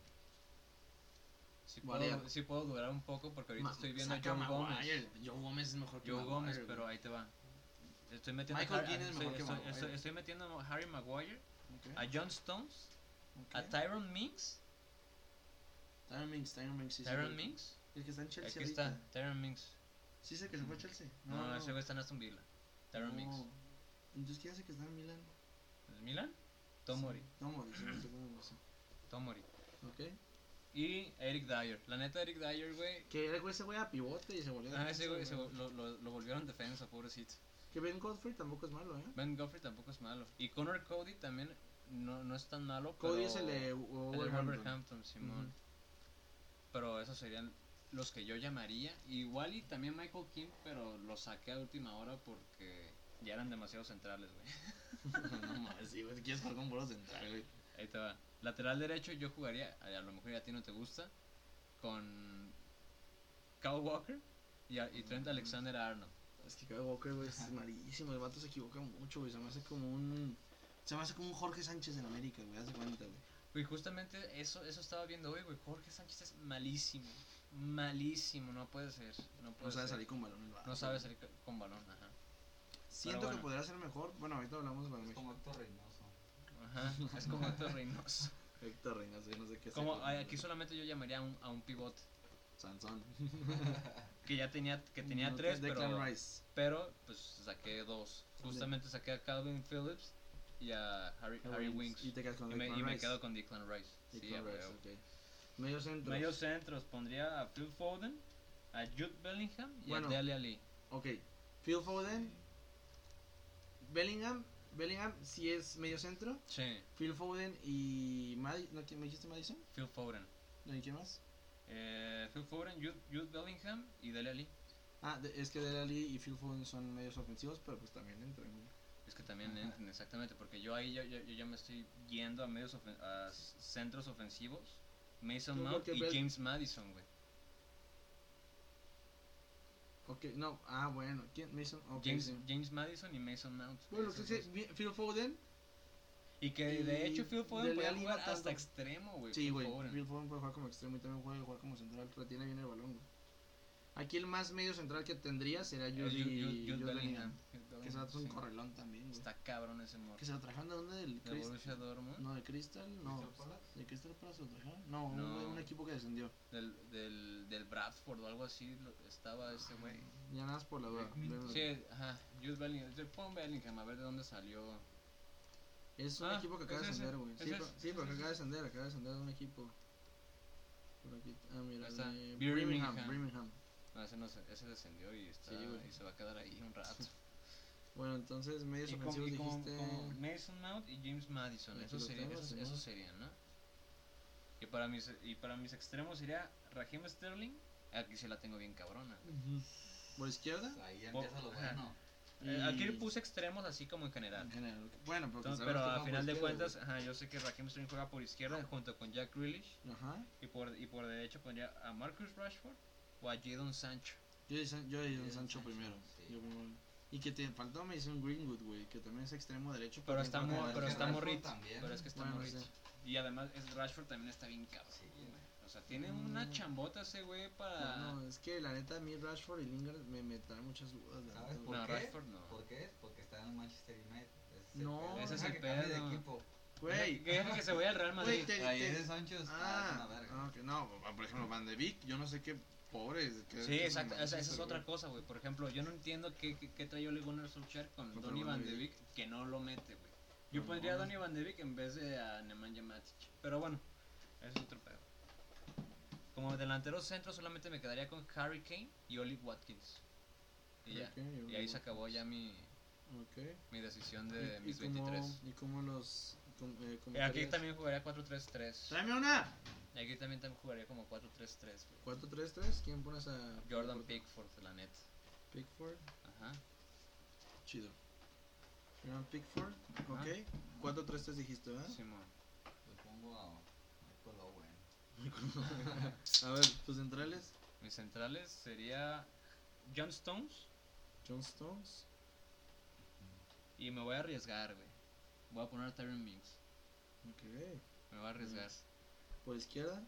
Speaker 2: Sí
Speaker 1: Variar.
Speaker 2: puedo, sí puedo durar un poco porque ahorita
Speaker 1: Ma-
Speaker 2: estoy viendo a
Speaker 1: saca
Speaker 2: John
Speaker 1: Maguire.
Speaker 2: Gómez.
Speaker 1: Joe Gómez es mejor que
Speaker 2: Joe
Speaker 1: Maguire,
Speaker 2: Gómez,
Speaker 1: güey.
Speaker 2: pero ahí te va. Estoy metiendo,
Speaker 1: Michael
Speaker 2: a, Har-
Speaker 1: Keane es
Speaker 2: estoy,
Speaker 1: mejor que
Speaker 2: estoy-
Speaker 1: Maguire.
Speaker 2: estoy- estoy metiendo a Harry Maguire,
Speaker 1: Ok,
Speaker 2: a John Stones,
Speaker 1: ok.
Speaker 2: a Tyron Minks.
Speaker 1: Tyron Mings, Tyron Mings, sí. sí,
Speaker 2: Tyron
Speaker 1: güey.
Speaker 2: Minks.
Speaker 1: El que está en Chelsea.
Speaker 2: Aquí
Speaker 1: ahorita. Ah.
Speaker 2: está, Tyron Minks.
Speaker 1: Sí, es el que se fue a Chelsea.
Speaker 2: No, ese güey está en Aston Villa. Tyron Minks.
Speaker 1: No. Entonces, ¿quién hace que está en Milán?
Speaker 2: ¿Es Milan? Tomori.
Speaker 1: Sí, Tomori, sí, no sé cómo lo sé.
Speaker 2: Tomori.
Speaker 1: Ok.
Speaker 2: Y Eric Dyer. La neta, Eric Dyer, güey.
Speaker 1: Que era güey, ese güey a pivote y se volvió.
Speaker 2: Ah, ese güey se
Speaker 1: defensa,
Speaker 2: vol- lo, lo, lo volvieron defensa, pobrecito.
Speaker 1: Que Ben Godfrey tampoco es malo, ¿eh?
Speaker 2: Ben Godfrey tampoco es malo. Y Connor Cody también no, no es tan malo.
Speaker 1: Cody
Speaker 2: pero-
Speaker 1: es el de
Speaker 2: el de
Speaker 1: Wolverhampton.
Speaker 2: Wolverhampton, Simón. Pero esos serían los que yo llamaría. Igual y también Michael Kim, pero lo saqué a última hora porque ya eran demasiados centrales, güey.
Speaker 1: no mames, sí, güey. Quieres jugar con bolos central, güey.
Speaker 2: Ahí te va. Lateral derecho yo jugaría, a a lo mejor ya a ti no te gusta,
Speaker 1: Mm.
Speaker 2: con Kyle Walker y, a- y Trent Alexander Arnold.
Speaker 1: Es que Kyle Walker, güey, es malísimo. El vato se equivoca mucho, güey. Se me hace como un. Se me hace como un Jorge Sánchez en América, güey. Haz de cuenta, güey.
Speaker 2: Güey, justamente eso, eso estaba viendo hoy, güey. Jorge Sánchez es malísimo. Malísimo, no puede ser. No, puede
Speaker 1: No sabe
Speaker 2: ser.
Speaker 1: salir con balón el vato.
Speaker 2: No sabe salir co- con balón, ajá.
Speaker 1: Siento
Speaker 2: Pero bueno.
Speaker 1: que podría ser mejor. Bueno, ahorita hablamos de
Speaker 3: Es
Speaker 1: México.
Speaker 3: como Héctor Reynoso.
Speaker 2: Ajá. Es como Héctor Reynoso.
Speaker 1: Héctor Reina, sí, no sé qué
Speaker 2: Como
Speaker 1: sea.
Speaker 2: ay, aquí solamente yo llamaría a un, a un pivote.
Speaker 1: Sansón.
Speaker 2: Que ya tenía, que tenía
Speaker 1: No,
Speaker 2: tres, pero,
Speaker 1: Declan Rice.
Speaker 2: pero pues saqué dos. Justamente saqué a Calvin Phillips y a Harry, Harry Winks.
Speaker 1: Y te quedas con
Speaker 2: Y me,
Speaker 1: Declan
Speaker 2: y me
Speaker 1: Rice.
Speaker 2: quedo con Declan Rice.
Speaker 1: Declan
Speaker 2: sí, a
Speaker 1: Rice,
Speaker 2: huevo.
Speaker 1: ok. Medio centro.
Speaker 2: Medio centros pondría a Phil Foden, a Jude Bellingham y
Speaker 1: Bueno.
Speaker 2: a Dele Ali.
Speaker 1: Ok. Phil Foden. Bellingham. Bellingham sí es medio centro.
Speaker 2: Sí,
Speaker 1: Phil Foden y Madison. ¿No, ¿quién- ¿Me dijiste Madison?
Speaker 2: Phil Foden.
Speaker 1: ¿No y quién más?
Speaker 2: Eh, Phil Foden, Jude, Jude Bellingham y Dele Ali.
Speaker 1: Ah, de- es que Dele Alli y Phil Foden son medios ofensivos, pero pues también entran. güey.
Speaker 2: Es que también
Speaker 3: Ajá.
Speaker 2: entran, exactamente, porque yo ahí ya- ya- yo ya me estoy yendo a medios ofen- a s- centros ofensivos. Mason
Speaker 1: Yo creo
Speaker 2: Mount
Speaker 1: que
Speaker 2: y
Speaker 1: Bel-
Speaker 2: James Madison, güey.
Speaker 1: Ok, no. Ah, bueno. ¿Quién? Mason. ok,
Speaker 2: James,
Speaker 1: sí.
Speaker 2: James Madison y Mason Mount. güey,
Speaker 1: Bueno,
Speaker 2: esos
Speaker 1: es que sí,
Speaker 2: dos.
Speaker 1: vi- Phil Foden.
Speaker 2: Y que de
Speaker 1: y
Speaker 2: hecho Phil Foden
Speaker 1: Dele
Speaker 2: puede
Speaker 1: Alli no
Speaker 2: jugar
Speaker 1: tanto.
Speaker 2: hasta extremo, güey.
Speaker 1: Sí,
Speaker 2: Phil
Speaker 1: güey.
Speaker 2: Foden.
Speaker 1: Phil Foden puede jugar como extremo y también puede jugar como central. Retiene bien el balón, güey. Aquí el más medio central que tendría sería
Speaker 2: Eh, Jude-
Speaker 1: Jude, y
Speaker 2: Jude- Jude
Speaker 1: Jude
Speaker 2: Bellingham.
Speaker 1: Bellingham.
Speaker 2: Jude
Speaker 1: Que se
Speaker 2: Bellingham,
Speaker 1: es un
Speaker 2: sí.
Speaker 1: correlón también, güey.
Speaker 2: Está cabrón ese morro.
Speaker 1: Que se lo trajeron de dónde? Del
Speaker 2: De
Speaker 1: Crystal.
Speaker 2: Borussia Dortmund.
Speaker 1: No, de Crystal, no.
Speaker 3: ¿Crystal Palace?
Speaker 1: ¿De Crystal Palace lo trajeron? No, un-
Speaker 2: No.
Speaker 1: Un, equipo que descendió.
Speaker 2: Del, del, del Bradford o algo así lo- estaba ese güey.
Speaker 1: Ya nada más por la duda. Ve-
Speaker 3: Blackmint.
Speaker 2: Sí, ajá. Jude Bellingham. Yo Pon Bellingham a ver de dónde salió.
Speaker 1: Es un
Speaker 2: Ah,
Speaker 1: equipo que acaba de
Speaker 2: es ese,
Speaker 1: descender, güey.
Speaker 2: es
Speaker 1: Sí, pero-
Speaker 2: ese,
Speaker 1: sí,
Speaker 2: es
Speaker 1: pero que
Speaker 2: ese.
Speaker 1: acaba de descender, acaba de descender de un equipo. Por aquí. Ah, mira,
Speaker 2: Ahí está.
Speaker 1: de
Speaker 2: Birmingham.
Speaker 1: Birmingham. Birmingham.
Speaker 2: No, ese, no, se- ese descendió y, está,
Speaker 1: Sí, güey.
Speaker 2: y se va a quedar ahí un rato.
Speaker 1: Bueno, entonces medios
Speaker 2: Y como-
Speaker 1: ofensivos
Speaker 2: y como-
Speaker 1: dijiste.
Speaker 2: como Mason Mount y James Madison.
Speaker 1: Aquí
Speaker 2: Esos
Speaker 1: los
Speaker 2: serían,
Speaker 1: tengo,
Speaker 2: esos,
Speaker 1: Simón.
Speaker 2: esos serían, ¿no? Y para, mis, y para mis extremos sería Raheem Sterling. Aquí se la tengo bien cabrona.
Speaker 1: Por izquierda.
Speaker 3: Ahí empieza lo bueno.
Speaker 2: Eh, aquí le
Speaker 1: Y-
Speaker 2: puse extremos así como en general.
Speaker 1: En general, ok. Bueno, pero, que sabemos
Speaker 2: Entonces, pero
Speaker 1: que
Speaker 2: a
Speaker 1: juegan por
Speaker 2: final de
Speaker 1: izquierda,
Speaker 2: cuentas, ajá, yo sé que Raheem Sterling juega por izquierda junto con Jack Grealish.
Speaker 1: güey. Ajá.
Speaker 2: Y por, y por derecho pondría a Marcus Rashford o a Jadon Sancho.
Speaker 1: Yo de San- yo de Sancho,
Speaker 3: Jadon Sancho,
Speaker 1: primero.
Speaker 3: sí.
Speaker 1: Yo primero. Y que te faltó me hizo un Greenwood, güey, que también es extremo derecho.
Speaker 2: Pero está,
Speaker 1: también
Speaker 2: mo-
Speaker 1: juega
Speaker 2: pero
Speaker 1: de
Speaker 2: está
Speaker 1: lateral.
Speaker 3: Rashford
Speaker 2: morrito.
Speaker 3: también.
Speaker 2: Pero es que está
Speaker 1: Bueno,
Speaker 2: morrito.
Speaker 1: sí.
Speaker 2: Y además, es Rashford también está bien cabrón.
Speaker 3: Sí,
Speaker 2: güey.
Speaker 3: güey.
Speaker 2: O sea, tiene una
Speaker 1: Mm.
Speaker 2: chambota ese güey para.
Speaker 1: No, es que la neta a mí Rashford y Lingard me, me traen muchas dudas. la
Speaker 3: ¿Sabes
Speaker 1: neta,
Speaker 3: por
Speaker 1: güey.
Speaker 2: No,
Speaker 3: qué?
Speaker 2: Rashford no.
Speaker 3: ¿Por qué? Porque está en Manchester United. Ese es el
Speaker 1: No, ese
Speaker 3: pedo.
Speaker 1: es
Speaker 3: Deja
Speaker 2: el
Speaker 3: que cambie
Speaker 2: pedo.
Speaker 3: de equipo.
Speaker 1: Güey,
Speaker 2: Que deja que se vaya al Real Madrid.
Speaker 1: Pues güey, te-
Speaker 3: Ahí
Speaker 1: te-
Speaker 3: es de Sancho está
Speaker 1: Ah,
Speaker 3: una verga.
Speaker 1: ah, ok, no, por ejemplo, Van de Beek, yo no sé qué pobre. que-
Speaker 2: Sí,
Speaker 1: que
Speaker 2: exacto.
Speaker 1: se
Speaker 2: Esa, esa es
Speaker 1: manchó,
Speaker 2: otra
Speaker 1: güey.
Speaker 2: cosa, güey. Por ejemplo, yo no entiendo qué, qué, qué trae Ole Gunnar Solskjaer con
Speaker 1: Contra
Speaker 2: Donny
Speaker 1: Van
Speaker 2: Van
Speaker 1: de
Speaker 2: de Beek que no lo mete, güey. Yo
Speaker 1: No
Speaker 2: pondría a
Speaker 1: mames.
Speaker 2: Donny Van de Beek en vez de a Nemanja Matic. Pero bueno, es otro pedo. Como delantero centro solamente me quedaría con Harry Kane y Oli Watkins. Y ya.
Speaker 1: Ok, yo
Speaker 2: Y ahí
Speaker 1: creo.
Speaker 2: se acabó ya mi,
Speaker 1: Ok.
Speaker 2: mi decisión
Speaker 1: ¿Y-
Speaker 2: de
Speaker 1: y
Speaker 2: mis
Speaker 1: cómo-
Speaker 2: 23.
Speaker 1: ¿Y cómo los.? com- eh,
Speaker 2: Eh, Aquí
Speaker 1: comentarías?
Speaker 2: también jugaría 4-3-3.
Speaker 1: ¡Tráeme una!
Speaker 2: Y aquí también, también jugaría como 4-3-3, güey.
Speaker 1: 4-3-3, ¿quién pones a.
Speaker 2: Jordan Pickford, la neta.
Speaker 1: Pickford?
Speaker 2: Ajá.
Speaker 1: Chido. Jordan Pickford,
Speaker 2: Ajá.
Speaker 1: ok. 4-3-3 dijiste, ¿verdad?
Speaker 2: Simón.
Speaker 3: Le pongo a Michael Owen.
Speaker 1: a ver, tus centrales:
Speaker 2: Mis centrales sería John Stones
Speaker 1: John Stones.
Speaker 2: y me voy a arriesgar, güey. Voy a poner a Tyron Mings.
Speaker 1: Ok.
Speaker 2: Me voy a arriesgar.
Speaker 1: Mm. Por izquierda,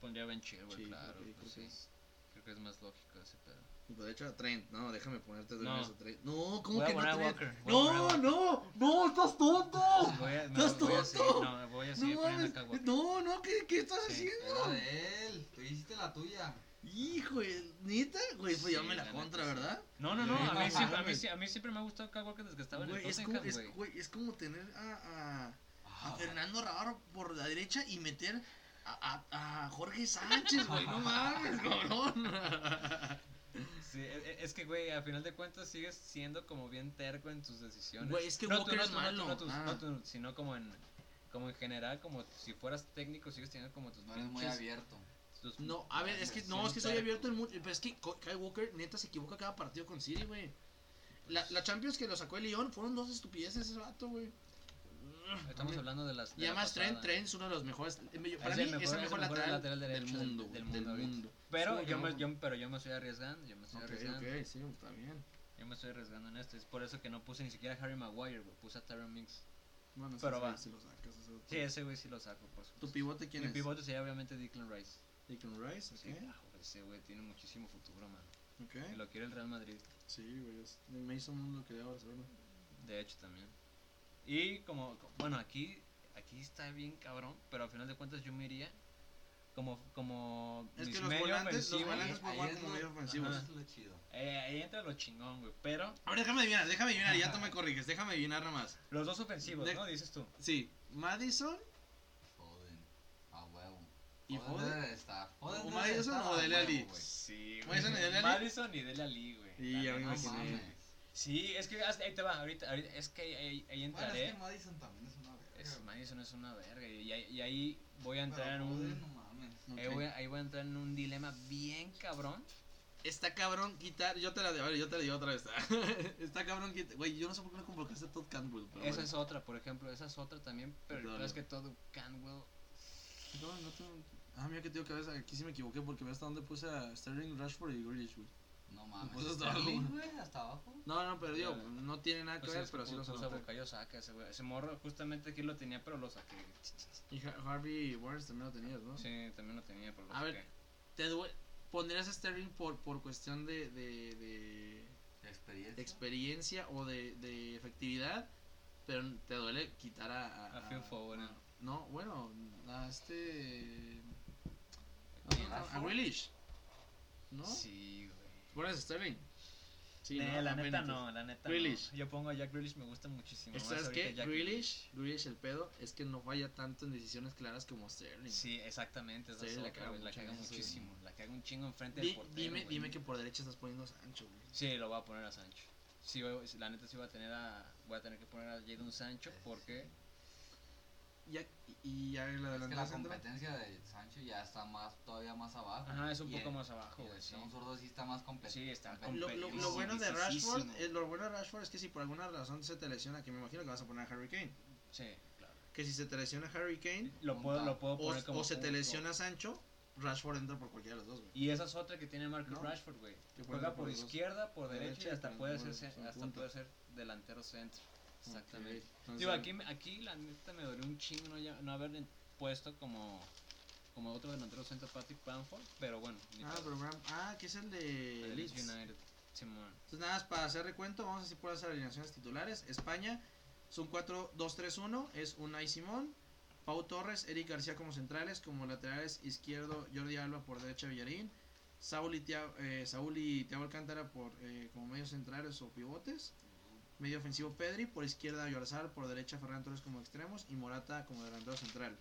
Speaker 2: Pondría a Ben Chilwell,
Speaker 1: Sí,
Speaker 2: claro.
Speaker 1: ok,
Speaker 2: pues
Speaker 1: creo que
Speaker 2: sí.
Speaker 1: es-
Speaker 2: Creo que es más lógico ese pedo.
Speaker 1: Y por derecho a Trent. No, déjame ponerte de
Speaker 2: No.
Speaker 1: regreso a Trent. No, ¿cómo
Speaker 2: Voy a
Speaker 1: que no?
Speaker 2: poner a
Speaker 1: Trent?
Speaker 2: Walker, voy a poner a
Speaker 1: No,
Speaker 2: Walker.
Speaker 1: no, no, estás tonto.
Speaker 2: Voy a, me
Speaker 1: ¡Estás
Speaker 2: voy a seguir,
Speaker 1: tonto!
Speaker 2: no, voy a seguir
Speaker 1: No,
Speaker 2: poniendo a
Speaker 1: mames.
Speaker 2: Kawhi.
Speaker 1: no, no, ¿qué, qué estás
Speaker 2: Sí.
Speaker 1: haciendo?
Speaker 3: Era de él. Tú hiciste la tuya.
Speaker 1: Hijo, neta, güey, pues ya
Speaker 2: Sí,
Speaker 1: me la
Speaker 2: la
Speaker 1: contra,
Speaker 2: neta, sí.
Speaker 1: ¿verdad?
Speaker 2: No, no, no.
Speaker 1: Güey,
Speaker 2: A
Speaker 1: no
Speaker 2: mí, siempre, a, mí,
Speaker 1: mames.
Speaker 2: sí- a mí siempre me ha gustado Kyle Walker desde que estaba en el
Speaker 1: Güey, es, como,
Speaker 2: Tottenham,
Speaker 1: es,
Speaker 2: güey.
Speaker 1: güey, es como tener a, a- a
Speaker 3: Ah,
Speaker 1: Fernando Navarro por la derecha y meter a, a- a Jorge Sánchez, güey, no mames, cabrón.
Speaker 2: Sí, e- e- es que, güey, a final de cuentas sigues siendo como bien terco en tus decisiones.
Speaker 1: Güey, es que Walker
Speaker 2: no,
Speaker 1: es
Speaker 2: no,
Speaker 1: malo.
Speaker 2: No, tus-
Speaker 1: Ah.
Speaker 2: no tus- sino como en, como en general, como si fueras técnico, sigues teniendo como tus
Speaker 3: No eres muy
Speaker 2: pinches-
Speaker 3: abierto.
Speaker 2: tus-
Speaker 1: No, a ver, es que no, es que soy abierto en mucho, pero es que Co- Kyle Walker neta se equivoca cada partido con City, güey. La, la Champions que lo sacó el Lyon fueron dos estupideces ese vato, güey.
Speaker 2: Estamos
Speaker 1: Hombre.
Speaker 2: hablando de las. de
Speaker 1: Y
Speaker 2: la
Speaker 1: además Trent,
Speaker 2: pasada.
Speaker 1: Trent es uno de los mejores. eh, yo-
Speaker 2: Es
Speaker 1: Para mí
Speaker 2: el
Speaker 1: es el
Speaker 2: es
Speaker 1: mejor lateral, del,
Speaker 2: derecho
Speaker 1: mundo,
Speaker 2: del-
Speaker 1: güey,
Speaker 2: del
Speaker 1: del
Speaker 2: mundo ahorita.
Speaker 1: mundo.
Speaker 2: Pero
Speaker 1: Sí,
Speaker 2: yo, me,
Speaker 1: no.
Speaker 2: yo, pero yo me estoy arriesgando. Yo me estoy
Speaker 1: Ok,
Speaker 2: arriesgando.
Speaker 1: ok, sí, está bien.
Speaker 2: Yo me estoy arriesgando en esto. Es por eso que no puse ni siquiera a Harry Maguire, güey. Puse a Tyron Mix.
Speaker 1: Bueno, sí,
Speaker 2: Pero
Speaker 1: sí,
Speaker 2: va.
Speaker 1: sí lo sacas, ese otro.
Speaker 2: Sí, ese güey sí lo saco, por supuesto.
Speaker 1: ¿Tu pivote quién
Speaker 2: Mi
Speaker 1: es?
Speaker 2: pivote sería obviamente Declan Rice.
Speaker 1: Deacon Rice,
Speaker 2: Sí,
Speaker 1: ok.
Speaker 2: ah, güey, ese güey tiene muchísimo futuro, mano.
Speaker 1: ok.
Speaker 2: Y Lo quiere el Real Madrid.
Speaker 1: Sí, güey, es- me hizo un mundo que de Barcelona.
Speaker 2: De hecho, también. Y como, co- bueno, aquí, aquí está bien cabrón, pero al final de cuentas yo me iría como, como
Speaker 1: Es
Speaker 2: mis
Speaker 1: que los
Speaker 2: medio
Speaker 1: volantes- los
Speaker 2: ofensivo.
Speaker 1: volantes- pueden jugar como medio ofensivos.
Speaker 3: Eso es lo chido.
Speaker 2: Eh, ahí entra lo chingón, güey. Pero
Speaker 1: Ahora déjame adivinar, déjame adivinar, ya tú me corriges, déjame adivinar nada más.
Speaker 2: los dos ofensivos,
Speaker 1: De-
Speaker 2: ¿no? Dices tú.
Speaker 1: Sí, Madison
Speaker 3: Foden. A Ah, huevo.
Speaker 1: ¿Y Foden?
Speaker 3: debe de estar. Foden
Speaker 1: ¿O
Speaker 3: debe de
Speaker 1: Madison
Speaker 3: estar
Speaker 1: o
Speaker 3: a
Speaker 1: Dele Alli?
Speaker 3: huevo, güey.
Speaker 2: Sí, güey.
Speaker 1: Madison y Dele Alli.
Speaker 2: Madison y Dele Alli, güey.
Speaker 1: Sí,
Speaker 2: La
Speaker 1: ya me
Speaker 2: neta,
Speaker 3: No
Speaker 1: imaginé.
Speaker 2: sí.
Speaker 3: mames.
Speaker 2: Sí, es que haz- ahí te va, ahorita, ahorita- es que ahí, ahí- ahí
Speaker 3: Bueno,
Speaker 2: entraré.
Speaker 3: es que Madison también es una verga.
Speaker 2: Es-
Speaker 3: güey.
Speaker 2: Madison es una verga y, ahí- y ahí voy a
Speaker 3: Pero
Speaker 2: entrar en
Speaker 1: pues,
Speaker 3: Foden,
Speaker 2: un...
Speaker 3: No mames.
Speaker 1: Ok.
Speaker 2: Ahí voy, a- ahí voy a entrar en un dilema bien cabrón.
Speaker 1: Está cabrón quitar. Yo te la de, a ver, yo te la digo otra vez. Está cabrón quitar. Güey, yo no sé por qué no convocaste a Todd Cantwell. Pero Ah,
Speaker 2: esa
Speaker 1: bueno.
Speaker 2: es otra, por ejemplo, esa es otra también, pero el
Speaker 1: Claro.
Speaker 2: peor es que todo Canwell.
Speaker 1: Ah, No, no tengo. Ah, mira que tengo que ver. Aquí sí me equivoqué porque ve hasta dónde puse a Sterling, Rashford y Grealish, güey.
Speaker 3: No mames.
Speaker 1: puso hasta
Speaker 3: Sterling,
Speaker 1: abajo.
Speaker 3: güey, hasta abajo.
Speaker 1: No, no, pero digo,
Speaker 2: Ya.
Speaker 1: no tiene nada que
Speaker 2: Pues
Speaker 1: ver,
Speaker 2: es
Speaker 1: pero sí lo
Speaker 2: puto, o sea,
Speaker 1: saco.
Speaker 2: Bukayo Saka, ese, güey. Ese morro justamente aquí lo tenía, pero lo saqué.
Speaker 1: Y Ha- Harvey Barnes también lo tenías, ¿no?
Speaker 2: Sí, también lo tenía, pero lo
Speaker 1: A ver.
Speaker 2: saqué.
Speaker 1: Te due- ¿Pondrías a Sterling por, por cuestión de, de, de- de
Speaker 3: Experiencia.
Speaker 1: experiencia o de, de efectividad? Pero te duele quitar a.
Speaker 2: A Phil Foden.
Speaker 1: a- No, bueno, a este.
Speaker 2: Aquí,
Speaker 1: No, no,
Speaker 3: Rashford.
Speaker 1: a Grealish. ¿No?
Speaker 2: Sí, güey.
Speaker 1: Pones a Sterling. Sí,
Speaker 2: Eh,
Speaker 1: ¿no?
Speaker 2: la neta
Speaker 1: Apenas.
Speaker 2: no, la neta
Speaker 1: Grealish.
Speaker 2: no. Yo pongo a Jack Grealish, me gusta muchísimo. más
Speaker 1: ¿Sabes
Speaker 2: ahorita
Speaker 1: qué?
Speaker 2: Jack
Speaker 1: Grealish, Grealish el pedo es que no falla tanto en decisiones claras como Sterling.
Speaker 2: Sí, exactamente, esa
Speaker 1: Sí,
Speaker 2: es
Speaker 1: la
Speaker 2: la,
Speaker 1: caga
Speaker 2: otra, güey, la
Speaker 1: mucho
Speaker 2: caga
Speaker 1: en eso,
Speaker 2: muchísimo. La caga un chingo enfrente
Speaker 1: Di-
Speaker 2: del portero.
Speaker 1: dime,
Speaker 2: güey.
Speaker 1: dime que por derecha estás poniendo a Sancho, güey.
Speaker 2: Sí, lo voy a poner a Sancho. Sí, voy- la neta sí voy a tener a voy a tener que poner a Jadon Sancho porque
Speaker 1: Ya- y ya en la
Speaker 3: Es que
Speaker 1: delantera
Speaker 3: la
Speaker 1: central.
Speaker 3: competencia de Sancho ya está más, todavía más abajo.
Speaker 2: ajá, es un
Speaker 3: Y
Speaker 2: poco
Speaker 3: el-
Speaker 2: más
Speaker 3: y
Speaker 2: abajo,
Speaker 3: el
Speaker 2: güey, sí.
Speaker 3: extremo zurdo sí está más completo.
Speaker 2: Sí, está
Speaker 1: Lo,
Speaker 2: completo.
Speaker 1: lo- lo
Speaker 2: Competitísimo.
Speaker 1: bueno de Rashford, eh, lo bueno de Rashford es que si por alguna razón se te lesiona, que me imagino que vas a poner a Harry Kane,
Speaker 2: Sí, claro.
Speaker 1: que si se te lesiona Harry Kane
Speaker 2: Lo puedo lo puedo
Speaker 1: o,
Speaker 2: poner como
Speaker 1: o se te
Speaker 2: punto.
Speaker 1: lesiona Sancho, Rashford entra por cualquiera de los dos, güey.
Speaker 2: Y esa es otra que tiene Marcus
Speaker 1: No.
Speaker 2: Rashford, güey.
Speaker 1: Que juega
Speaker 2: Juega
Speaker 1: por
Speaker 2: por,
Speaker 1: los dos.
Speaker 2: izquierda, por derecha,
Speaker 1: Derecha y
Speaker 2: y hasta
Speaker 1: por-
Speaker 2: puede
Speaker 1: por-
Speaker 2: ser
Speaker 1: por
Speaker 2: cen- hasta
Speaker 1: punta.
Speaker 2: puede ser delantero centro. Exactamente.
Speaker 1: Ok, entonces-
Speaker 2: Digo, aquí, me- aquí la neta me dolió un chingo no, ya- no haber puesto como, como otro delantero centro Patrick Bamford, pero bueno, ni
Speaker 1: Ah,
Speaker 2: pedo.
Speaker 1: pero Bram- ah, que es el de
Speaker 2: El
Speaker 1: Leeds.
Speaker 2: Leeds United, Simón.
Speaker 1: Entonces, nada más para hacer recuento, vamos a decir por las alineaciones titulares. España es un 4-2-3-1, es Unai Simón, Pau Torres, Eric García como centrales, como laterales izquierdo, Jordi Alba por derecha, Villarín, Saúl y Tiago, Saúl y Thiago Alcántara por, eh, como medios centrales o pivotes, medio ofensivo Pedri, por izquierda Yorzal, por derecha Ferran Torres como extremos y Morata como delantero central.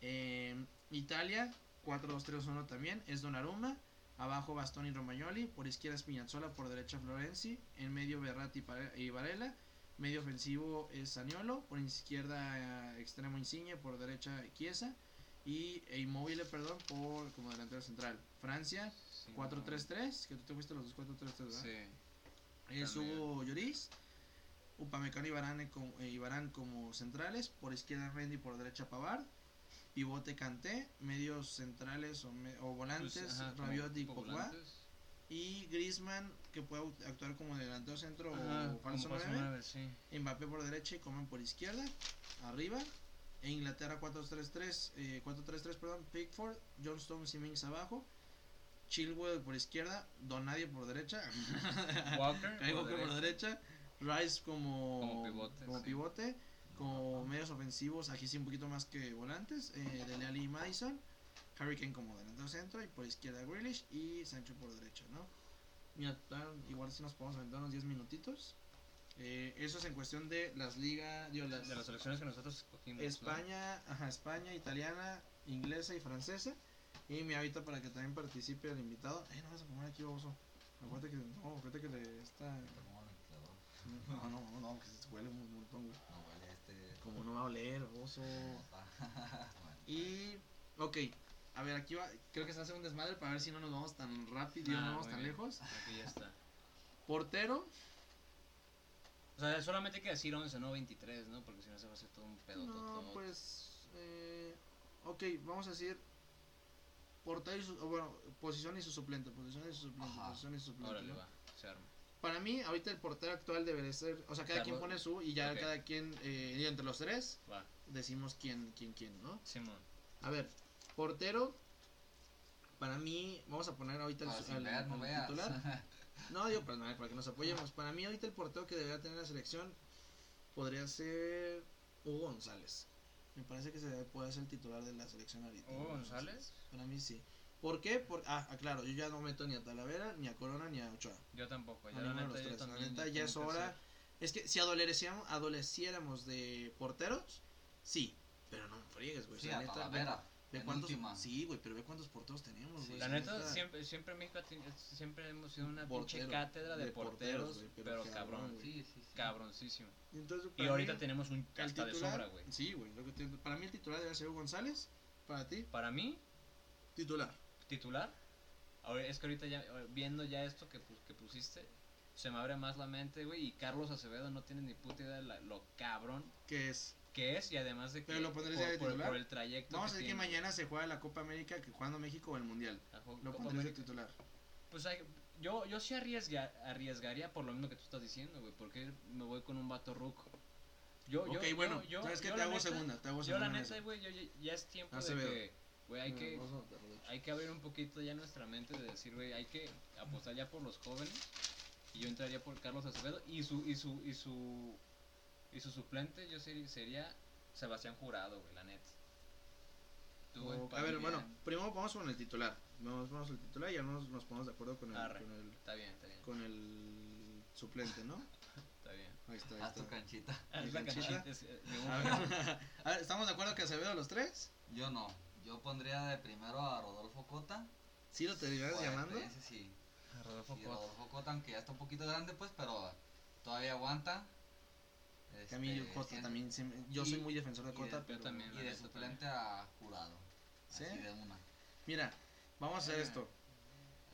Speaker 1: Eh, Italia, 4-2-3-1 también, es Donnarumma. Abajo Bastoni y Romagnoli. Por izquierda Spinazzola. Por derecha Florenzi. En medio Berratti y Pare- y Varela. Medio ofensivo es Saniolo. Por izquierda eh, extremo Insigne. Por derecha Chiesa. Y e Immobile, perdón, por como delantero central. Francia,
Speaker 2: Simón.
Speaker 1: 4-3-3. Que tú te fuiste los dos 4-3-3, ¿verdad?
Speaker 2: Sí.
Speaker 1: Es
Speaker 2: También.
Speaker 1: Hugo Lloris, Upamecano y Varane como, eh, y Varane como centrales, por izquierda Mendy, por derecha Pavard, pivote Kanté, medios centrales o, me- o volantes
Speaker 2: Pues, ajá, como
Speaker 1: Rabiot y
Speaker 2: tipo
Speaker 1: Pogba
Speaker 2: volantes.
Speaker 1: y Griezmann que puede aut- actuar como delantero centro
Speaker 2: Ajá,
Speaker 1: o
Speaker 2: como
Speaker 1: falso
Speaker 2: falso
Speaker 1: 9,
Speaker 2: nueve, sí.
Speaker 1: Mbappé por derecha y Coman por izquierda, arriba. E Inglaterra 4-3-3, eh, 4-3-3, perdón, Pickford, John Stones y Mings abajo, Chilwell por izquierda, Donadio por derecha,
Speaker 2: Walker.
Speaker 1: Kyle Walker por
Speaker 2: derecha.
Speaker 1: derecha, Rice como,
Speaker 2: Como pivote,
Speaker 1: como,
Speaker 2: sí.
Speaker 1: pivote, como medios ofensivos, aquí sí un poquito más que volantes, eh, Dele Alli y Madison, Harry Kane como delantero centro y por izquierda Grealish y Sancho por derecha, ¿no? Mira, tan- igual si nos podemos aventar unos 10 minutitos. Eh, eso es en cuestión de las ligas, digo, las-
Speaker 2: De las selecciones que nosotros escogimos. ¿no?
Speaker 1: España, ajá, España, italiana, inglesa y francesa. Y me ahorita para que también participe el invitado. Eh, no vas a comer aquí, baboso. Acuérdate que, no, acuérdate que le está...
Speaker 3: Como el clavo.
Speaker 1: No, no, no, no, que se huele un montón, güey.
Speaker 3: No huele a este.
Speaker 1: Como no va a oler, oso.
Speaker 3: Bueno.
Speaker 1: Y, ok, a ver, aquí va, creo que se hace un desmadre para ver si no nos vamos tan rápido y no
Speaker 2: Ah,
Speaker 1: nos vamos
Speaker 2: muy
Speaker 1: tan
Speaker 2: bien.
Speaker 1: lejos.
Speaker 2: Aquí ya está.
Speaker 1: Portero,
Speaker 2: O sea, solamente hay que decir 11, no 23, ¿no? Porque si no se va a hacer todo un pedo.
Speaker 1: No, pues. eh, ok, vamos a decir. Portero y su, o bueno, posición y su suplente. Posición y su suplente.
Speaker 3: Ajá.
Speaker 1: Posición y su suplente.
Speaker 2: Órale,
Speaker 1: ¿no?
Speaker 2: va, se arma.
Speaker 1: Para mí, ahorita el portero actual debería ser. O sea, cada quien
Speaker 2: Carlos-
Speaker 1: pone su y ya
Speaker 2: ok.
Speaker 1: cada quien. eh, y entre los tres
Speaker 2: Va,
Speaker 1: decimos quién, quién, quién, ¿no?
Speaker 2: Simón.
Speaker 1: A ver, portero. Para mí, vamos a poner ahorita el,
Speaker 3: Ah,
Speaker 1: su-
Speaker 3: sin
Speaker 1: al-
Speaker 3: ver, no
Speaker 1: al
Speaker 3: veas.
Speaker 1: titular. No, digo, para, nada, para que nos apoyemos. Para mí, ahorita el portero que debería tener la selección podría ser Hugo González. Me parece que se debe- puede ser el titular de la selección ahorita.
Speaker 2: Hugo González.
Speaker 1: Para mí sí. ¿Por qué? Por, ah, aclaro, yo ya no meto ni a Talavera, ni a Corona, ni a Ochoa.
Speaker 2: Yo tampoco.
Speaker 1: A
Speaker 2: Pues Ya la
Speaker 1: ninguno de
Speaker 2: neta,
Speaker 1: los
Speaker 2: yo
Speaker 1: tres. La
Speaker 2: también
Speaker 1: neta,
Speaker 2: como
Speaker 1: ya es
Speaker 2: que
Speaker 1: hora.
Speaker 2: sí.
Speaker 1: Es que si adoleciéramos, adoleciéramos de porteros, sí. Pero no friegues, güey.
Speaker 3: Sí,
Speaker 1: pues la
Speaker 3: a
Speaker 1: neta,
Speaker 3: Talavera.
Speaker 1: Ve
Speaker 3: en
Speaker 1: cuántos,
Speaker 3: última.
Speaker 1: sí, güey, pero ve cuántos porteros tenemos,
Speaker 3: Sí.
Speaker 1: güey.
Speaker 2: La
Speaker 1: Sí,
Speaker 2: neta, siempre, siempre México ha tenido- siempre hemos sido una pinche
Speaker 1: Portero,
Speaker 2: cátedra de,
Speaker 1: de porteros,
Speaker 2: porteros,
Speaker 1: güey, pero
Speaker 2: pero,
Speaker 1: cabrón,
Speaker 2: cabrón,
Speaker 1: güey.
Speaker 3: Sí, sí, sí.
Speaker 2: cabroncísimo.
Speaker 1: Entonces,
Speaker 2: Y
Speaker 1: para
Speaker 2: ahorita
Speaker 1: mí,
Speaker 2: tenemos un
Speaker 1: el
Speaker 2: hasta de
Speaker 1: titular-
Speaker 2: sobra, güey.
Speaker 1: Sí, güey. lo que te- Para mí el titular debe ser Hugo González. Para ti,
Speaker 2: Para mí,
Speaker 1: titular.
Speaker 2: titular, ahora- es que ahorita ya, ahora, viendo ya esto que, pu- que pusiste, se me abre más la mente, güey, y Carlos Acevedo no tiene ni puta idea de la- lo cabrón
Speaker 1: Que es.
Speaker 2: que es, y además de que
Speaker 1: Pero lo pondrías
Speaker 2: por,
Speaker 1: ya de
Speaker 2: por-
Speaker 1: titular.
Speaker 2: por el trayecto
Speaker 1: Vamos a
Speaker 2: que
Speaker 1: decir que
Speaker 2: tiene,
Speaker 1: mañana se juega la Copa América que jugando México o el Mundial.
Speaker 2: la jo-
Speaker 1: Lo
Speaker 2: Copa
Speaker 1: pondrías de
Speaker 2: América.
Speaker 1: titular.
Speaker 2: Pues hay- yo, yo sí arriesga- arriesgaría por lo mismo que tú estás diciendo, güey, porque me voy con un vato ruco. Yo, yo-
Speaker 1: ok,
Speaker 2: yo-
Speaker 1: bueno.
Speaker 2: yo-
Speaker 1: ¿Sabes qué?
Speaker 2: yo
Speaker 1: Te
Speaker 2: la
Speaker 1: hago
Speaker 2: neta-
Speaker 1: segunda. Te hago
Speaker 2: Yo
Speaker 1: segunda.
Speaker 2: la
Speaker 1: en
Speaker 2: neta,
Speaker 1: esa.
Speaker 2: güey, yo- yo- ya es tiempo
Speaker 1: Acevedo.
Speaker 2: de que, güey, hay que...
Speaker 1: No, vamos a anotarlo, de hecho.
Speaker 2: Hay que abrir un poquito ya nuestra mente de decir, güey, hay que apostar ya por los jóvenes. Y yo entraría por Carlos Acevedo y su y su y su y su suplente yo sería, sería Sebastián Jurado, güey, la neta. Tú, güey,
Speaker 1: a
Speaker 2: para
Speaker 1: ver,
Speaker 2: mí,
Speaker 1: bueno,
Speaker 2: bien.
Speaker 1: primero vamos con el titular. Vamos, vamos al titular y ya nos, nos ponemos de acuerdo con el,
Speaker 2: Arre.
Speaker 1: con el,
Speaker 2: Está bien, está bien.
Speaker 1: con el suplente, ¿no?
Speaker 2: Está bien.
Speaker 1: Ahí está, ahí
Speaker 3: Haz Ah, tu
Speaker 1: está.
Speaker 3: canchita.
Speaker 1: Mi
Speaker 2: Ah, Es la
Speaker 1: canchita.
Speaker 2: canchita, es- eh, de un-
Speaker 1: A ver, a ver, ¿estamos de acuerdo que Acevedo los tres?
Speaker 3: Yo no. Yo pondría de primero a Rodolfo Cota.
Speaker 1: ¿Sí lo terminarás
Speaker 3: Fuerte,
Speaker 1: llamando?
Speaker 3: Ese sí.
Speaker 2: Rodolfo
Speaker 3: Sí,
Speaker 2: Cota.
Speaker 3: Rodolfo Cota, aunque ya está un poquito grande, pues, pero todavía aguanta.
Speaker 1: Que a mí
Speaker 3: Este,
Speaker 1: Cota
Speaker 3: siento-
Speaker 1: también, se me- yo soy
Speaker 3: Y-
Speaker 1: muy defensor de
Speaker 3: y
Speaker 1: Cota,
Speaker 3: de-
Speaker 1: pero...
Speaker 2: yo también.
Speaker 3: Y de suplente a Jurado.
Speaker 1: ¿Sí?
Speaker 3: Así de una.
Speaker 1: Mira, vamos a hacer esto.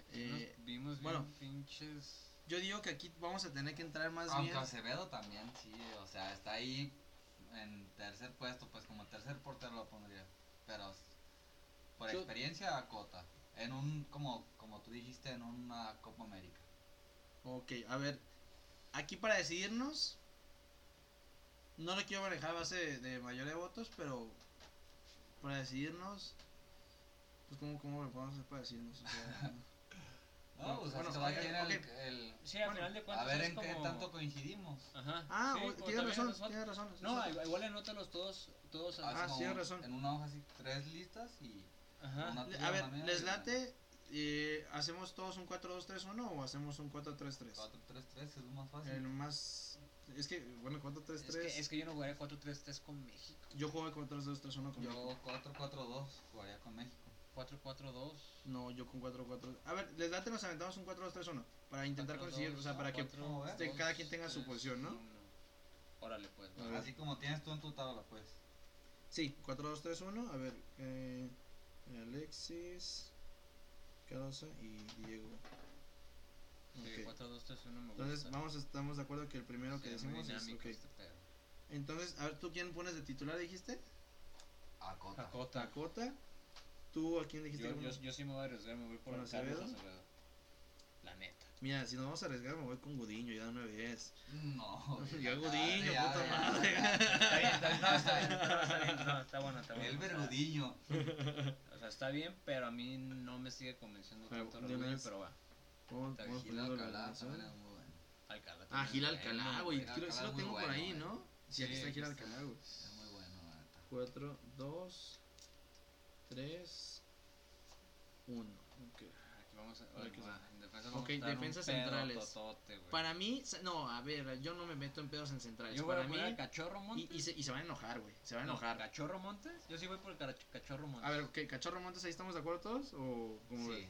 Speaker 2: Aquí nos
Speaker 1: Eh,
Speaker 2: vimos bien
Speaker 1: bueno.
Speaker 2: pinches.
Speaker 1: Yo digo que aquí vamos a tener que entrar más
Speaker 3: Aunque
Speaker 1: bien...
Speaker 3: Acevedo también, sí, o sea, está ahí en tercer puesto, pues como tercer portero lo pondría. Pero s- por
Speaker 1: Yo-
Speaker 3: experiencia a Cota. En un, como, como tú dijiste, en una Copa América.
Speaker 1: Ok, a ver, aquí para decidirnos, no lo quiero manejar a base de, de mayoría de votos, pero para decidirnos, pues ¿cómo, cómo lo podemos hacer para decidirnos? O sea,
Speaker 3: No,
Speaker 1: No,
Speaker 3: pues
Speaker 1: bueno,
Speaker 3: hasta va a
Speaker 1: ok,
Speaker 3: quedar el-
Speaker 1: ok.
Speaker 3: el-
Speaker 2: Sí, al
Speaker 1: Bueno,
Speaker 2: final de
Speaker 3: A
Speaker 2: cuentas
Speaker 3: ver
Speaker 2: es
Speaker 3: en qué
Speaker 2: como-
Speaker 3: tanto coincidimos.
Speaker 2: Ajá.
Speaker 1: ah,
Speaker 2: sí,
Speaker 1: o-
Speaker 2: o
Speaker 1: tienes
Speaker 2: también
Speaker 1: razón,
Speaker 2: nosotros.
Speaker 1: tienes razón. sí,
Speaker 2: No,
Speaker 1: sí, sí.
Speaker 2: igual anótalos todos todos
Speaker 1: Ah,
Speaker 3: Así
Speaker 1: sí,
Speaker 3: como
Speaker 1: tienes razón.
Speaker 3: En una hoja así, tres listas y
Speaker 2: Ajá.
Speaker 3: una
Speaker 1: a
Speaker 3: tuya,
Speaker 1: ver,
Speaker 3: una mía y
Speaker 1: ¿les
Speaker 3: una-
Speaker 1: late? eh, ¿Hacemos todos un 4-2-3-1 o hacemos un 4-3-3?
Speaker 3: Cuatro, tres, tres, es lo más fácil.
Speaker 1: El más... Eh, Es que, bueno, 4-3-3...
Speaker 2: Ah, Es que, es que yo no jugaría 4-3-3 con México.
Speaker 1: Yo jugué 4-3-2-3-1 con México.
Speaker 3: Yo 4-4-2 jugaría con México.
Speaker 2: 4-4-2.
Speaker 1: No, yo con 4-4... A ver, ¿les late? Nos aventamos un 4-2-3-1 para intentar conseguir,
Speaker 2: ah,
Speaker 1: o sea, para que este, cada quien tenga su posición, ¿no? Ah,
Speaker 2: Órale, pues.
Speaker 1: A
Speaker 2: va.
Speaker 1: ver.
Speaker 3: Así como tienes tú en tu tabla, pues.
Speaker 1: Sí, 4-2-3-1. A ver, eh, Alexis, Carosa y Diego.
Speaker 2: Sí,
Speaker 1: Ok.
Speaker 2: 4-2-3-1 me gusta.
Speaker 1: Entonces, vamos, estamos de acuerdo que el primero que
Speaker 2: Sí, es muy
Speaker 1: decimos es.
Speaker 2: dinámico
Speaker 1: ok.
Speaker 2: este pedo.
Speaker 1: Entonces, a ver, ¿tú quién pones de titular, dijiste?
Speaker 3: A Cota.
Speaker 2: Jacota.
Speaker 1: Tacota. ¿Tú a quién dijiste? que
Speaker 2: Yo, yo,
Speaker 1: pones?
Speaker 2: yo sí me voy a arriesgar, me voy
Speaker 1: ¿Con
Speaker 2: por el Carlos
Speaker 1: Acevedo?
Speaker 2: Acevedo. La neta.
Speaker 1: Mira, si nos vamos a arriesgar, me voy con Gudiño, ya de una vez.
Speaker 3: No.
Speaker 1: Ya Gudiño,
Speaker 3: Ah, ya,
Speaker 1: puta
Speaker 3: ya,
Speaker 1: madre.
Speaker 2: Está bien, está bien, no, está bien, no, está bien, no, está bueno, está
Speaker 3: ya.
Speaker 2: bueno.
Speaker 3: El
Speaker 2: O sea,
Speaker 3: Vergudiño.
Speaker 2: O sea, está bien, pero a mí no me sigue convenciendo
Speaker 1: Pero,
Speaker 2: tanto
Speaker 1: de
Speaker 2: Rodríguez,
Speaker 1: vez-
Speaker 2: pero va.
Speaker 1: Vamos, vamos
Speaker 3: Gil
Speaker 1: poniendo la
Speaker 3: Alcalá
Speaker 1: alineación.
Speaker 3: también es muy bueno.
Speaker 2: Alcalá.
Speaker 1: Ah,
Speaker 2: también
Speaker 1: Gil
Speaker 2: es bueno,
Speaker 1: Alcalá, güey.
Speaker 3: Gil
Speaker 1: Creo que sí
Speaker 3: Alcalá
Speaker 1: lo
Speaker 3: es muy
Speaker 1: tengo por
Speaker 3: bueno,
Speaker 1: ahí,
Speaker 3: güey.
Speaker 1: ¿no? Sí, aquí está Gil Alcalá, güey.
Speaker 3: Es muy bueno, la neta.
Speaker 1: 4, 2, 3, 1.
Speaker 2: Aquí vamos a,
Speaker 1: Ahora que
Speaker 2: va,
Speaker 1: se-
Speaker 2: en defensa vamos
Speaker 1: Ok,
Speaker 2: a estar un
Speaker 1: defensas
Speaker 2: pedo
Speaker 1: centrales.
Speaker 2: totote, güey.
Speaker 1: Para mí, se- no, a ver, yo no me meto en pedos en centrales.
Speaker 2: Yo voy
Speaker 1: para
Speaker 2: a
Speaker 1: mí,
Speaker 2: poner al Cachorro Montes.
Speaker 1: y, y se, y se van a enojar, güey. Se van a
Speaker 2: No,
Speaker 1: enojar.
Speaker 2: ¿Cachorro Montes? Yo sí voy por el cara- Cachorro Montes.
Speaker 1: a ver, ok, Cachorro Montes, ahí estamos de acuerdo todos. ¿O cómo
Speaker 3: Sí.
Speaker 1: ves?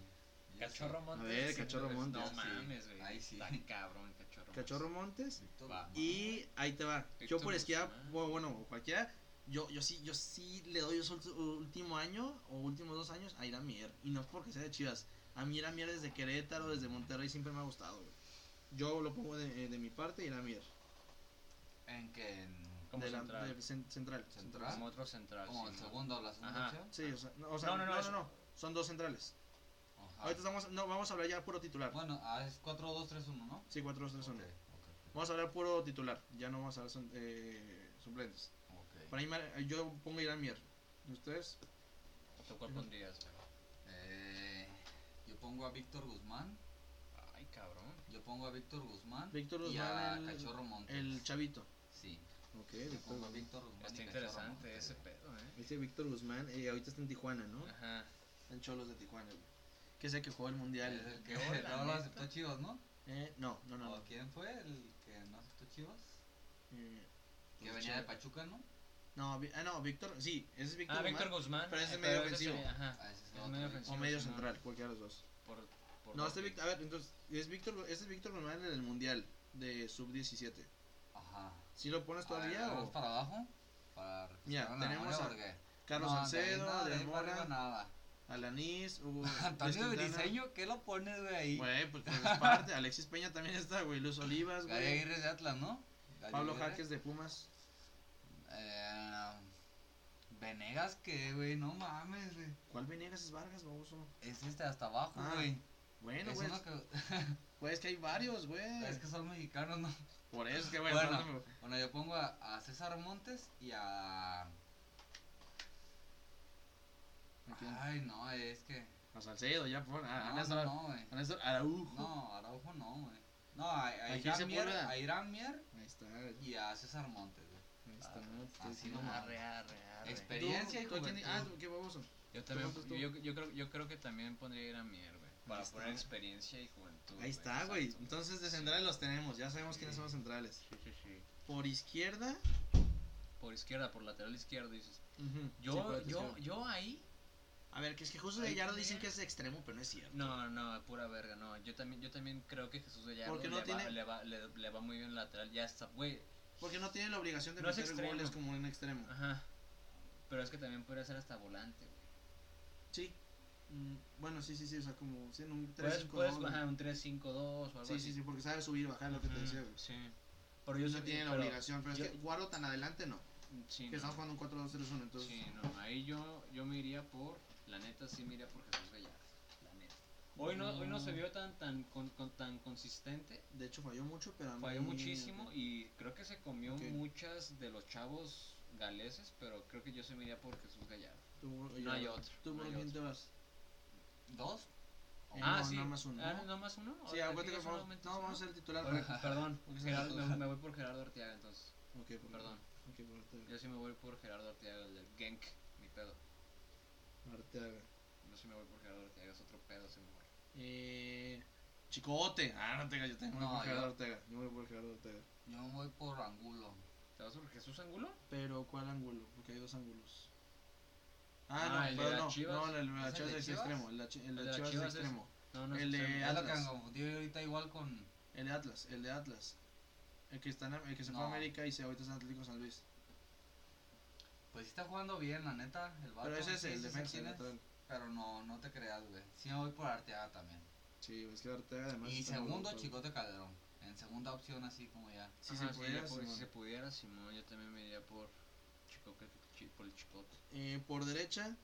Speaker 3: Yo
Speaker 2: Cachorro Montes.
Speaker 1: A ver,
Speaker 2: sí,
Speaker 1: Cachorro
Speaker 2: no,
Speaker 1: Montes,
Speaker 2: No
Speaker 3: sí.
Speaker 2: mames, güey.
Speaker 3: Ahí sí.
Speaker 2: Está cabrón el Cachorro
Speaker 1: Cachorro
Speaker 2: Montes.
Speaker 1: Montes.
Speaker 3: sí. Víctor
Speaker 2: Va.
Speaker 3: Guzmán.
Speaker 1: Y ahí te va. Yo
Speaker 2: Víctor
Speaker 1: por izquierda,
Speaker 2: Guzmán.
Speaker 1: o bueno, cualquiera. Yo, yo sí, yo sí le doy su ulti- último año o últimos dos años a Irán Mier. Y no es porque sea de Chivas. A mí Irán Mier desde eh, Querétaro, desde Monterrey siempre me ha gustado, güey. Yo lo pongo de, de mi parte, Irán Mier.
Speaker 3: que en-
Speaker 2: Como
Speaker 1: de la-
Speaker 2: central.
Speaker 1: de cen- central.
Speaker 3: Central.
Speaker 2: Como otro central.
Speaker 3: como
Speaker 2: sí,
Speaker 3: el
Speaker 2: ¿no?
Speaker 3: segundo, la segunda
Speaker 2: Ajá.
Speaker 3: opción.
Speaker 1: Sí, o sea, no, o sea,
Speaker 2: No,
Speaker 1: no,
Speaker 2: no,
Speaker 1: no,
Speaker 2: no,
Speaker 1: no,
Speaker 2: es-
Speaker 1: Son dos centrales.
Speaker 3: Ajá.
Speaker 1: Ahorita estamos, no, vamos a hablar ya puro titular.
Speaker 3: Ah. Bueno, ah, es 4-2-3-1, ¿no?
Speaker 1: Sí, 4, 2, 3, 1.
Speaker 3: Ok,
Speaker 1: Vamos a hablar puro titular. Ya no vamos a hablar son- eh, suplentes.
Speaker 3: ok, ok.
Speaker 1: Para mí, Mar- yo pongo a Irán Mier. ¿Y ustedes?
Speaker 2: ¿Tú cuál pondrías, güey?
Speaker 3: Eh, yo pongo a Víctor Guzmán.
Speaker 2: Ay, cabrón.
Speaker 3: Yo pongo a Víctor Guzmán.
Speaker 1: Víctor
Speaker 3: y a
Speaker 1: Guzmán, el-
Speaker 3: Cachorro Montes.
Speaker 1: El chavito.
Speaker 3: Sí,
Speaker 1: Ok,
Speaker 3: yo
Speaker 1: Víctor
Speaker 3: pongo a
Speaker 1: Guzmán.
Speaker 3: Víctor Guzmán.
Speaker 2: Está
Speaker 3: y Cachorro
Speaker 2: interesante
Speaker 3: Montes,
Speaker 2: ese
Speaker 3: güey.
Speaker 2: pedo, ¿eh?
Speaker 1: Este Víctor Guzmán, eh, ahorita está en Tijuana, ¿no?
Speaker 2: Ajá.
Speaker 1: Ah, En Cholos de Tijuana, güey. Que es el que jugó el mundial.
Speaker 3: Es el
Speaker 2: Yo,
Speaker 3: que
Speaker 2: la
Speaker 3: no lo
Speaker 2: neta.
Speaker 3: aceptó Chivas, ¿no?
Speaker 1: Eh, no, no, no.
Speaker 3: ¿O quién fue el que no aceptó Chivas?
Speaker 1: Eh,
Speaker 3: Que
Speaker 1: pues,
Speaker 3: venía de
Speaker 1: Chivas.
Speaker 3: Pachuca, ¿no?
Speaker 1: No, Vi- ah, no, Víctor, sí, ese es Víctor
Speaker 2: Ah,
Speaker 1: Guzmán,
Speaker 2: Víctor Guzmán.
Speaker 1: pero ese
Speaker 2: eh,
Speaker 1: medio
Speaker 2: ese
Speaker 1: ofensivo.
Speaker 2: sería- Ajá.
Speaker 3: Ah, ese es
Speaker 2: Es
Speaker 3: otro,
Speaker 2: medio
Speaker 3: güey.
Speaker 2: ofensivo.
Speaker 1: O medio
Speaker 2: sí, no.
Speaker 1: central, cualquiera de los dos.
Speaker 2: Por, por
Speaker 1: No,
Speaker 2: lo
Speaker 1: este
Speaker 2: que-
Speaker 1: Víctor, a ver, entonces, es Víctor, ese es Víctor Guzmán en el mundial de sub-17.
Speaker 3: Ajá.
Speaker 1: ¿Sí lo pones
Speaker 3: A ver,
Speaker 1: todavía
Speaker 3: vamos
Speaker 1: o?
Speaker 3: para abajo? Para
Speaker 1: Mira,
Speaker 3: refrescar la
Speaker 1: tenemos
Speaker 3: memoria,
Speaker 1: a
Speaker 3: porque-
Speaker 1: Carlos
Speaker 3: No, de ahí
Speaker 1: Salcedo,
Speaker 3: nada, de
Speaker 1: Del
Speaker 3: ahí para arriba
Speaker 1: Mora,
Speaker 3: nada.
Speaker 1: Alanis, Hugo.
Speaker 3: Antonio
Speaker 1: Luis Quintana.
Speaker 3: Briseño, ¿qué lo pones, güey, ahí?
Speaker 1: Güey, pues, pues, es parte. Alexis Peña también está, güey. Luz Olivas,
Speaker 3: Gary
Speaker 1: güey.
Speaker 3: Aguirre de Atlas, ¿no? Gary
Speaker 1: Pablo
Speaker 3: Aguirre.
Speaker 1: Jaques de Pumas.
Speaker 3: Eh, Venegas, que, güey, no mames, güey.
Speaker 1: ¿Cuál Venegas es Vargas, baboso?
Speaker 3: Es este hasta abajo,
Speaker 1: Ah,
Speaker 3: güey.
Speaker 1: Bueno,
Speaker 3: es,
Speaker 1: güey.
Speaker 3: uno que-
Speaker 1: Güey, es que hay varios, güey.
Speaker 3: es que son mexicanos, ¿no?
Speaker 1: Por eso es que, güey,
Speaker 3: Bueno.
Speaker 1: no, no,
Speaker 3: Bueno, yo pongo a, a César Montes y a.
Speaker 1: ¿A quién?
Speaker 3: Ay, no, es que.
Speaker 1: a Salcedo, ya, por A, a
Speaker 3: No,
Speaker 1: Néstor,
Speaker 3: no, no, güey.
Speaker 1: a Néstor Araujo.
Speaker 3: No, Araujo no, güey. No, a, a
Speaker 1: Aquí
Speaker 3: Irán
Speaker 1: se
Speaker 3: Mier-
Speaker 1: pone-
Speaker 3: a Irán Mier
Speaker 1: Ahí está, ahí
Speaker 3: y a César Montes, güey.
Speaker 1: está.
Speaker 3: así
Speaker 1: sí,
Speaker 3: nomás.
Speaker 2: Arre, arre, arre.
Speaker 1: ¿Tú-
Speaker 3: Experiencia y
Speaker 1: tú a quién-
Speaker 3: juventud.
Speaker 1: Ah, qué baboso.
Speaker 2: Yo también,
Speaker 1: ¿Tú?
Speaker 2: yo, yo creo, yo creo que también pondría ir a Mier, güey. Para
Speaker 1: está.
Speaker 2: poner experiencia y juventud.
Speaker 1: Ahí está, güey.
Speaker 2: exacto.
Speaker 1: Entonces, de centrales los tenemos. Ya sabemos quiénes son los centrales.
Speaker 2: Sí, sí, sí.
Speaker 1: Por izquierda.
Speaker 2: Por izquierda, por lateral izquierdo, dices.
Speaker 1: ujú, sí, por
Speaker 2: Yo,
Speaker 1: la
Speaker 2: yo,
Speaker 1: izquierda.
Speaker 2: yo ahí.
Speaker 1: A ver, que es que Jesús
Speaker 2: Ahí
Speaker 1: Gallardo
Speaker 2: también.
Speaker 1: dicen que es extremo, pero no es cierto.
Speaker 2: No, no, pura verga, no. Yo también, yo también creo que Jesús Gallardo
Speaker 1: Porque no
Speaker 2: le, va,
Speaker 1: tiene-
Speaker 2: le, va, le, le va muy bien lateral. Ya está, güey.
Speaker 1: Porque no tiene la obligación de
Speaker 2: No es
Speaker 1: meter
Speaker 2: extremo.
Speaker 1: goles como un extremo.
Speaker 2: Ajá. Pero es que también podría ser hasta volante, güey.
Speaker 1: Sí. Mm, bueno, sí, sí, sí. O sea, como sí, en un
Speaker 2: Puedes,
Speaker 1: 3-5-2.
Speaker 2: puedes
Speaker 1: güey.
Speaker 2: bajar un 3-5-2 o algo
Speaker 1: Sí,
Speaker 2: así.
Speaker 1: sí, sí, porque sabe subir y bajar lo que te
Speaker 2: Ujú,
Speaker 1: decía. güey.
Speaker 2: Sí. Pero yo
Speaker 1: no
Speaker 2: sé-
Speaker 1: tiene la
Speaker 2: pero-
Speaker 1: obligación. Pero es
Speaker 2: yo-
Speaker 1: que Guaro tan adelante no.
Speaker 2: Sí,
Speaker 1: que
Speaker 2: no.
Speaker 1: estamos jugando un 4-2-3-1. Entonces,
Speaker 2: Sí, no, ahí yo, yo me iría por, la neta sí me iría por Jesús Gallardo, la neta. Hoy no, hoy no se vio tan tan con- con- tan consistente,
Speaker 1: de hecho falló mucho, pero. a mí-
Speaker 2: falló muchísimo y creo que se
Speaker 1: Mm.
Speaker 2: comió
Speaker 1: Ok.
Speaker 2: muchas de los chavos galeses, pero creo que yo se me iría por Jesús Gallardo.
Speaker 1: Tú,
Speaker 2: No hay otro,
Speaker 1: ¿Tú
Speaker 2: no
Speaker 1: por
Speaker 2: hay
Speaker 1: quién
Speaker 2: otro.
Speaker 1: te vas?
Speaker 3: ¿Dos?
Speaker 1: Eh,
Speaker 2: ah,
Speaker 1: no,
Speaker 2: sí.
Speaker 1: nada más uno.
Speaker 2: Ah, nada más uno.
Speaker 1: Sí,
Speaker 2: Ahorita
Speaker 1: acuérdate que
Speaker 2: digas uno,
Speaker 1: vamos,
Speaker 2: aumentas
Speaker 1: no,
Speaker 2: uno.
Speaker 1: vamos a ser el titular.
Speaker 2: Oye, perdón,
Speaker 1: Porque se me
Speaker 2: Gerardo-
Speaker 1: pasó.
Speaker 2: me, me voy por Gerardo Arteaga entonces.
Speaker 1: Ok, por-
Speaker 2: Perdón,
Speaker 1: ok, por Arteaga.
Speaker 2: yo sí me voy por Gerardo Arteaga, el del Genk, mi pedo.
Speaker 1: Arteaga.
Speaker 2: Yo sí me voy por Gerardo Arteaga, es otro pedo, se me voy.
Speaker 1: Eh, Chicote. Ah, no tengas, yo tengo.
Speaker 3: No,
Speaker 1: No, por Gerardo
Speaker 3: yo-
Speaker 1: Ortega. Yo voy por Gerardo Ortega.
Speaker 3: Yo me voy por Angulo.
Speaker 2: ¿Te vas por Jesús Angulo?
Speaker 1: Pero, ¿cuál ángulo? Porque hay dos ángulos. Ah,
Speaker 2: Ah,
Speaker 1: no,
Speaker 2: el de
Speaker 1: pero
Speaker 2: las
Speaker 1: no.
Speaker 2: Chivas.
Speaker 1: No, el de
Speaker 3: ¿Es el
Speaker 1: las Chivas
Speaker 3: de
Speaker 1: es
Speaker 3: Chivas?
Speaker 1: extremo. El de, Chi- el de
Speaker 2: El de las
Speaker 1: Chivas es
Speaker 2: Chivas es-
Speaker 1: extremo.
Speaker 2: No, no
Speaker 1: El de
Speaker 2: extremo.
Speaker 3: Ya lo que
Speaker 1: Atlas.
Speaker 3: me confundí ahorita igual con.
Speaker 1: El de Atlas, el de Atlas. El que, está en- el que se fue a
Speaker 3: No.
Speaker 1: América y se ahorita es Atlético San Luis.
Speaker 3: Pues sí está jugando bien, la neta. El vato,
Speaker 1: Pero ese es
Speaker 3: sí,
Speaker 1: el
Speaker 3: sí sé
Speaker 1: defensa,
Speaker 3: quién
Speaker 1: el
Speaker 3: es,
Speaker 1: lateral.
Speaker 3: Pero no, no te creas, güey. Sí me voy por Arteaga también.
Speaker 1: Sí, es que Ortega además.
Speaker 3: y
Speaker 1: está muy
Speaker 3: segundo,
Speaker 1: ocupado.
Speaker 3: Chicote Calderón. En segunda opción, así como ya.
Speaker 1: Si
Speaker 2: Ajá,
Speaker 1: se pudiera.
Speaker 2: por- si
Speaker 1: Simón.
Speaker 2: se pudiera, Simón, yo también me iría por Chicote, chi- por el Chicote.
Speaker 1: Eh, por derecha,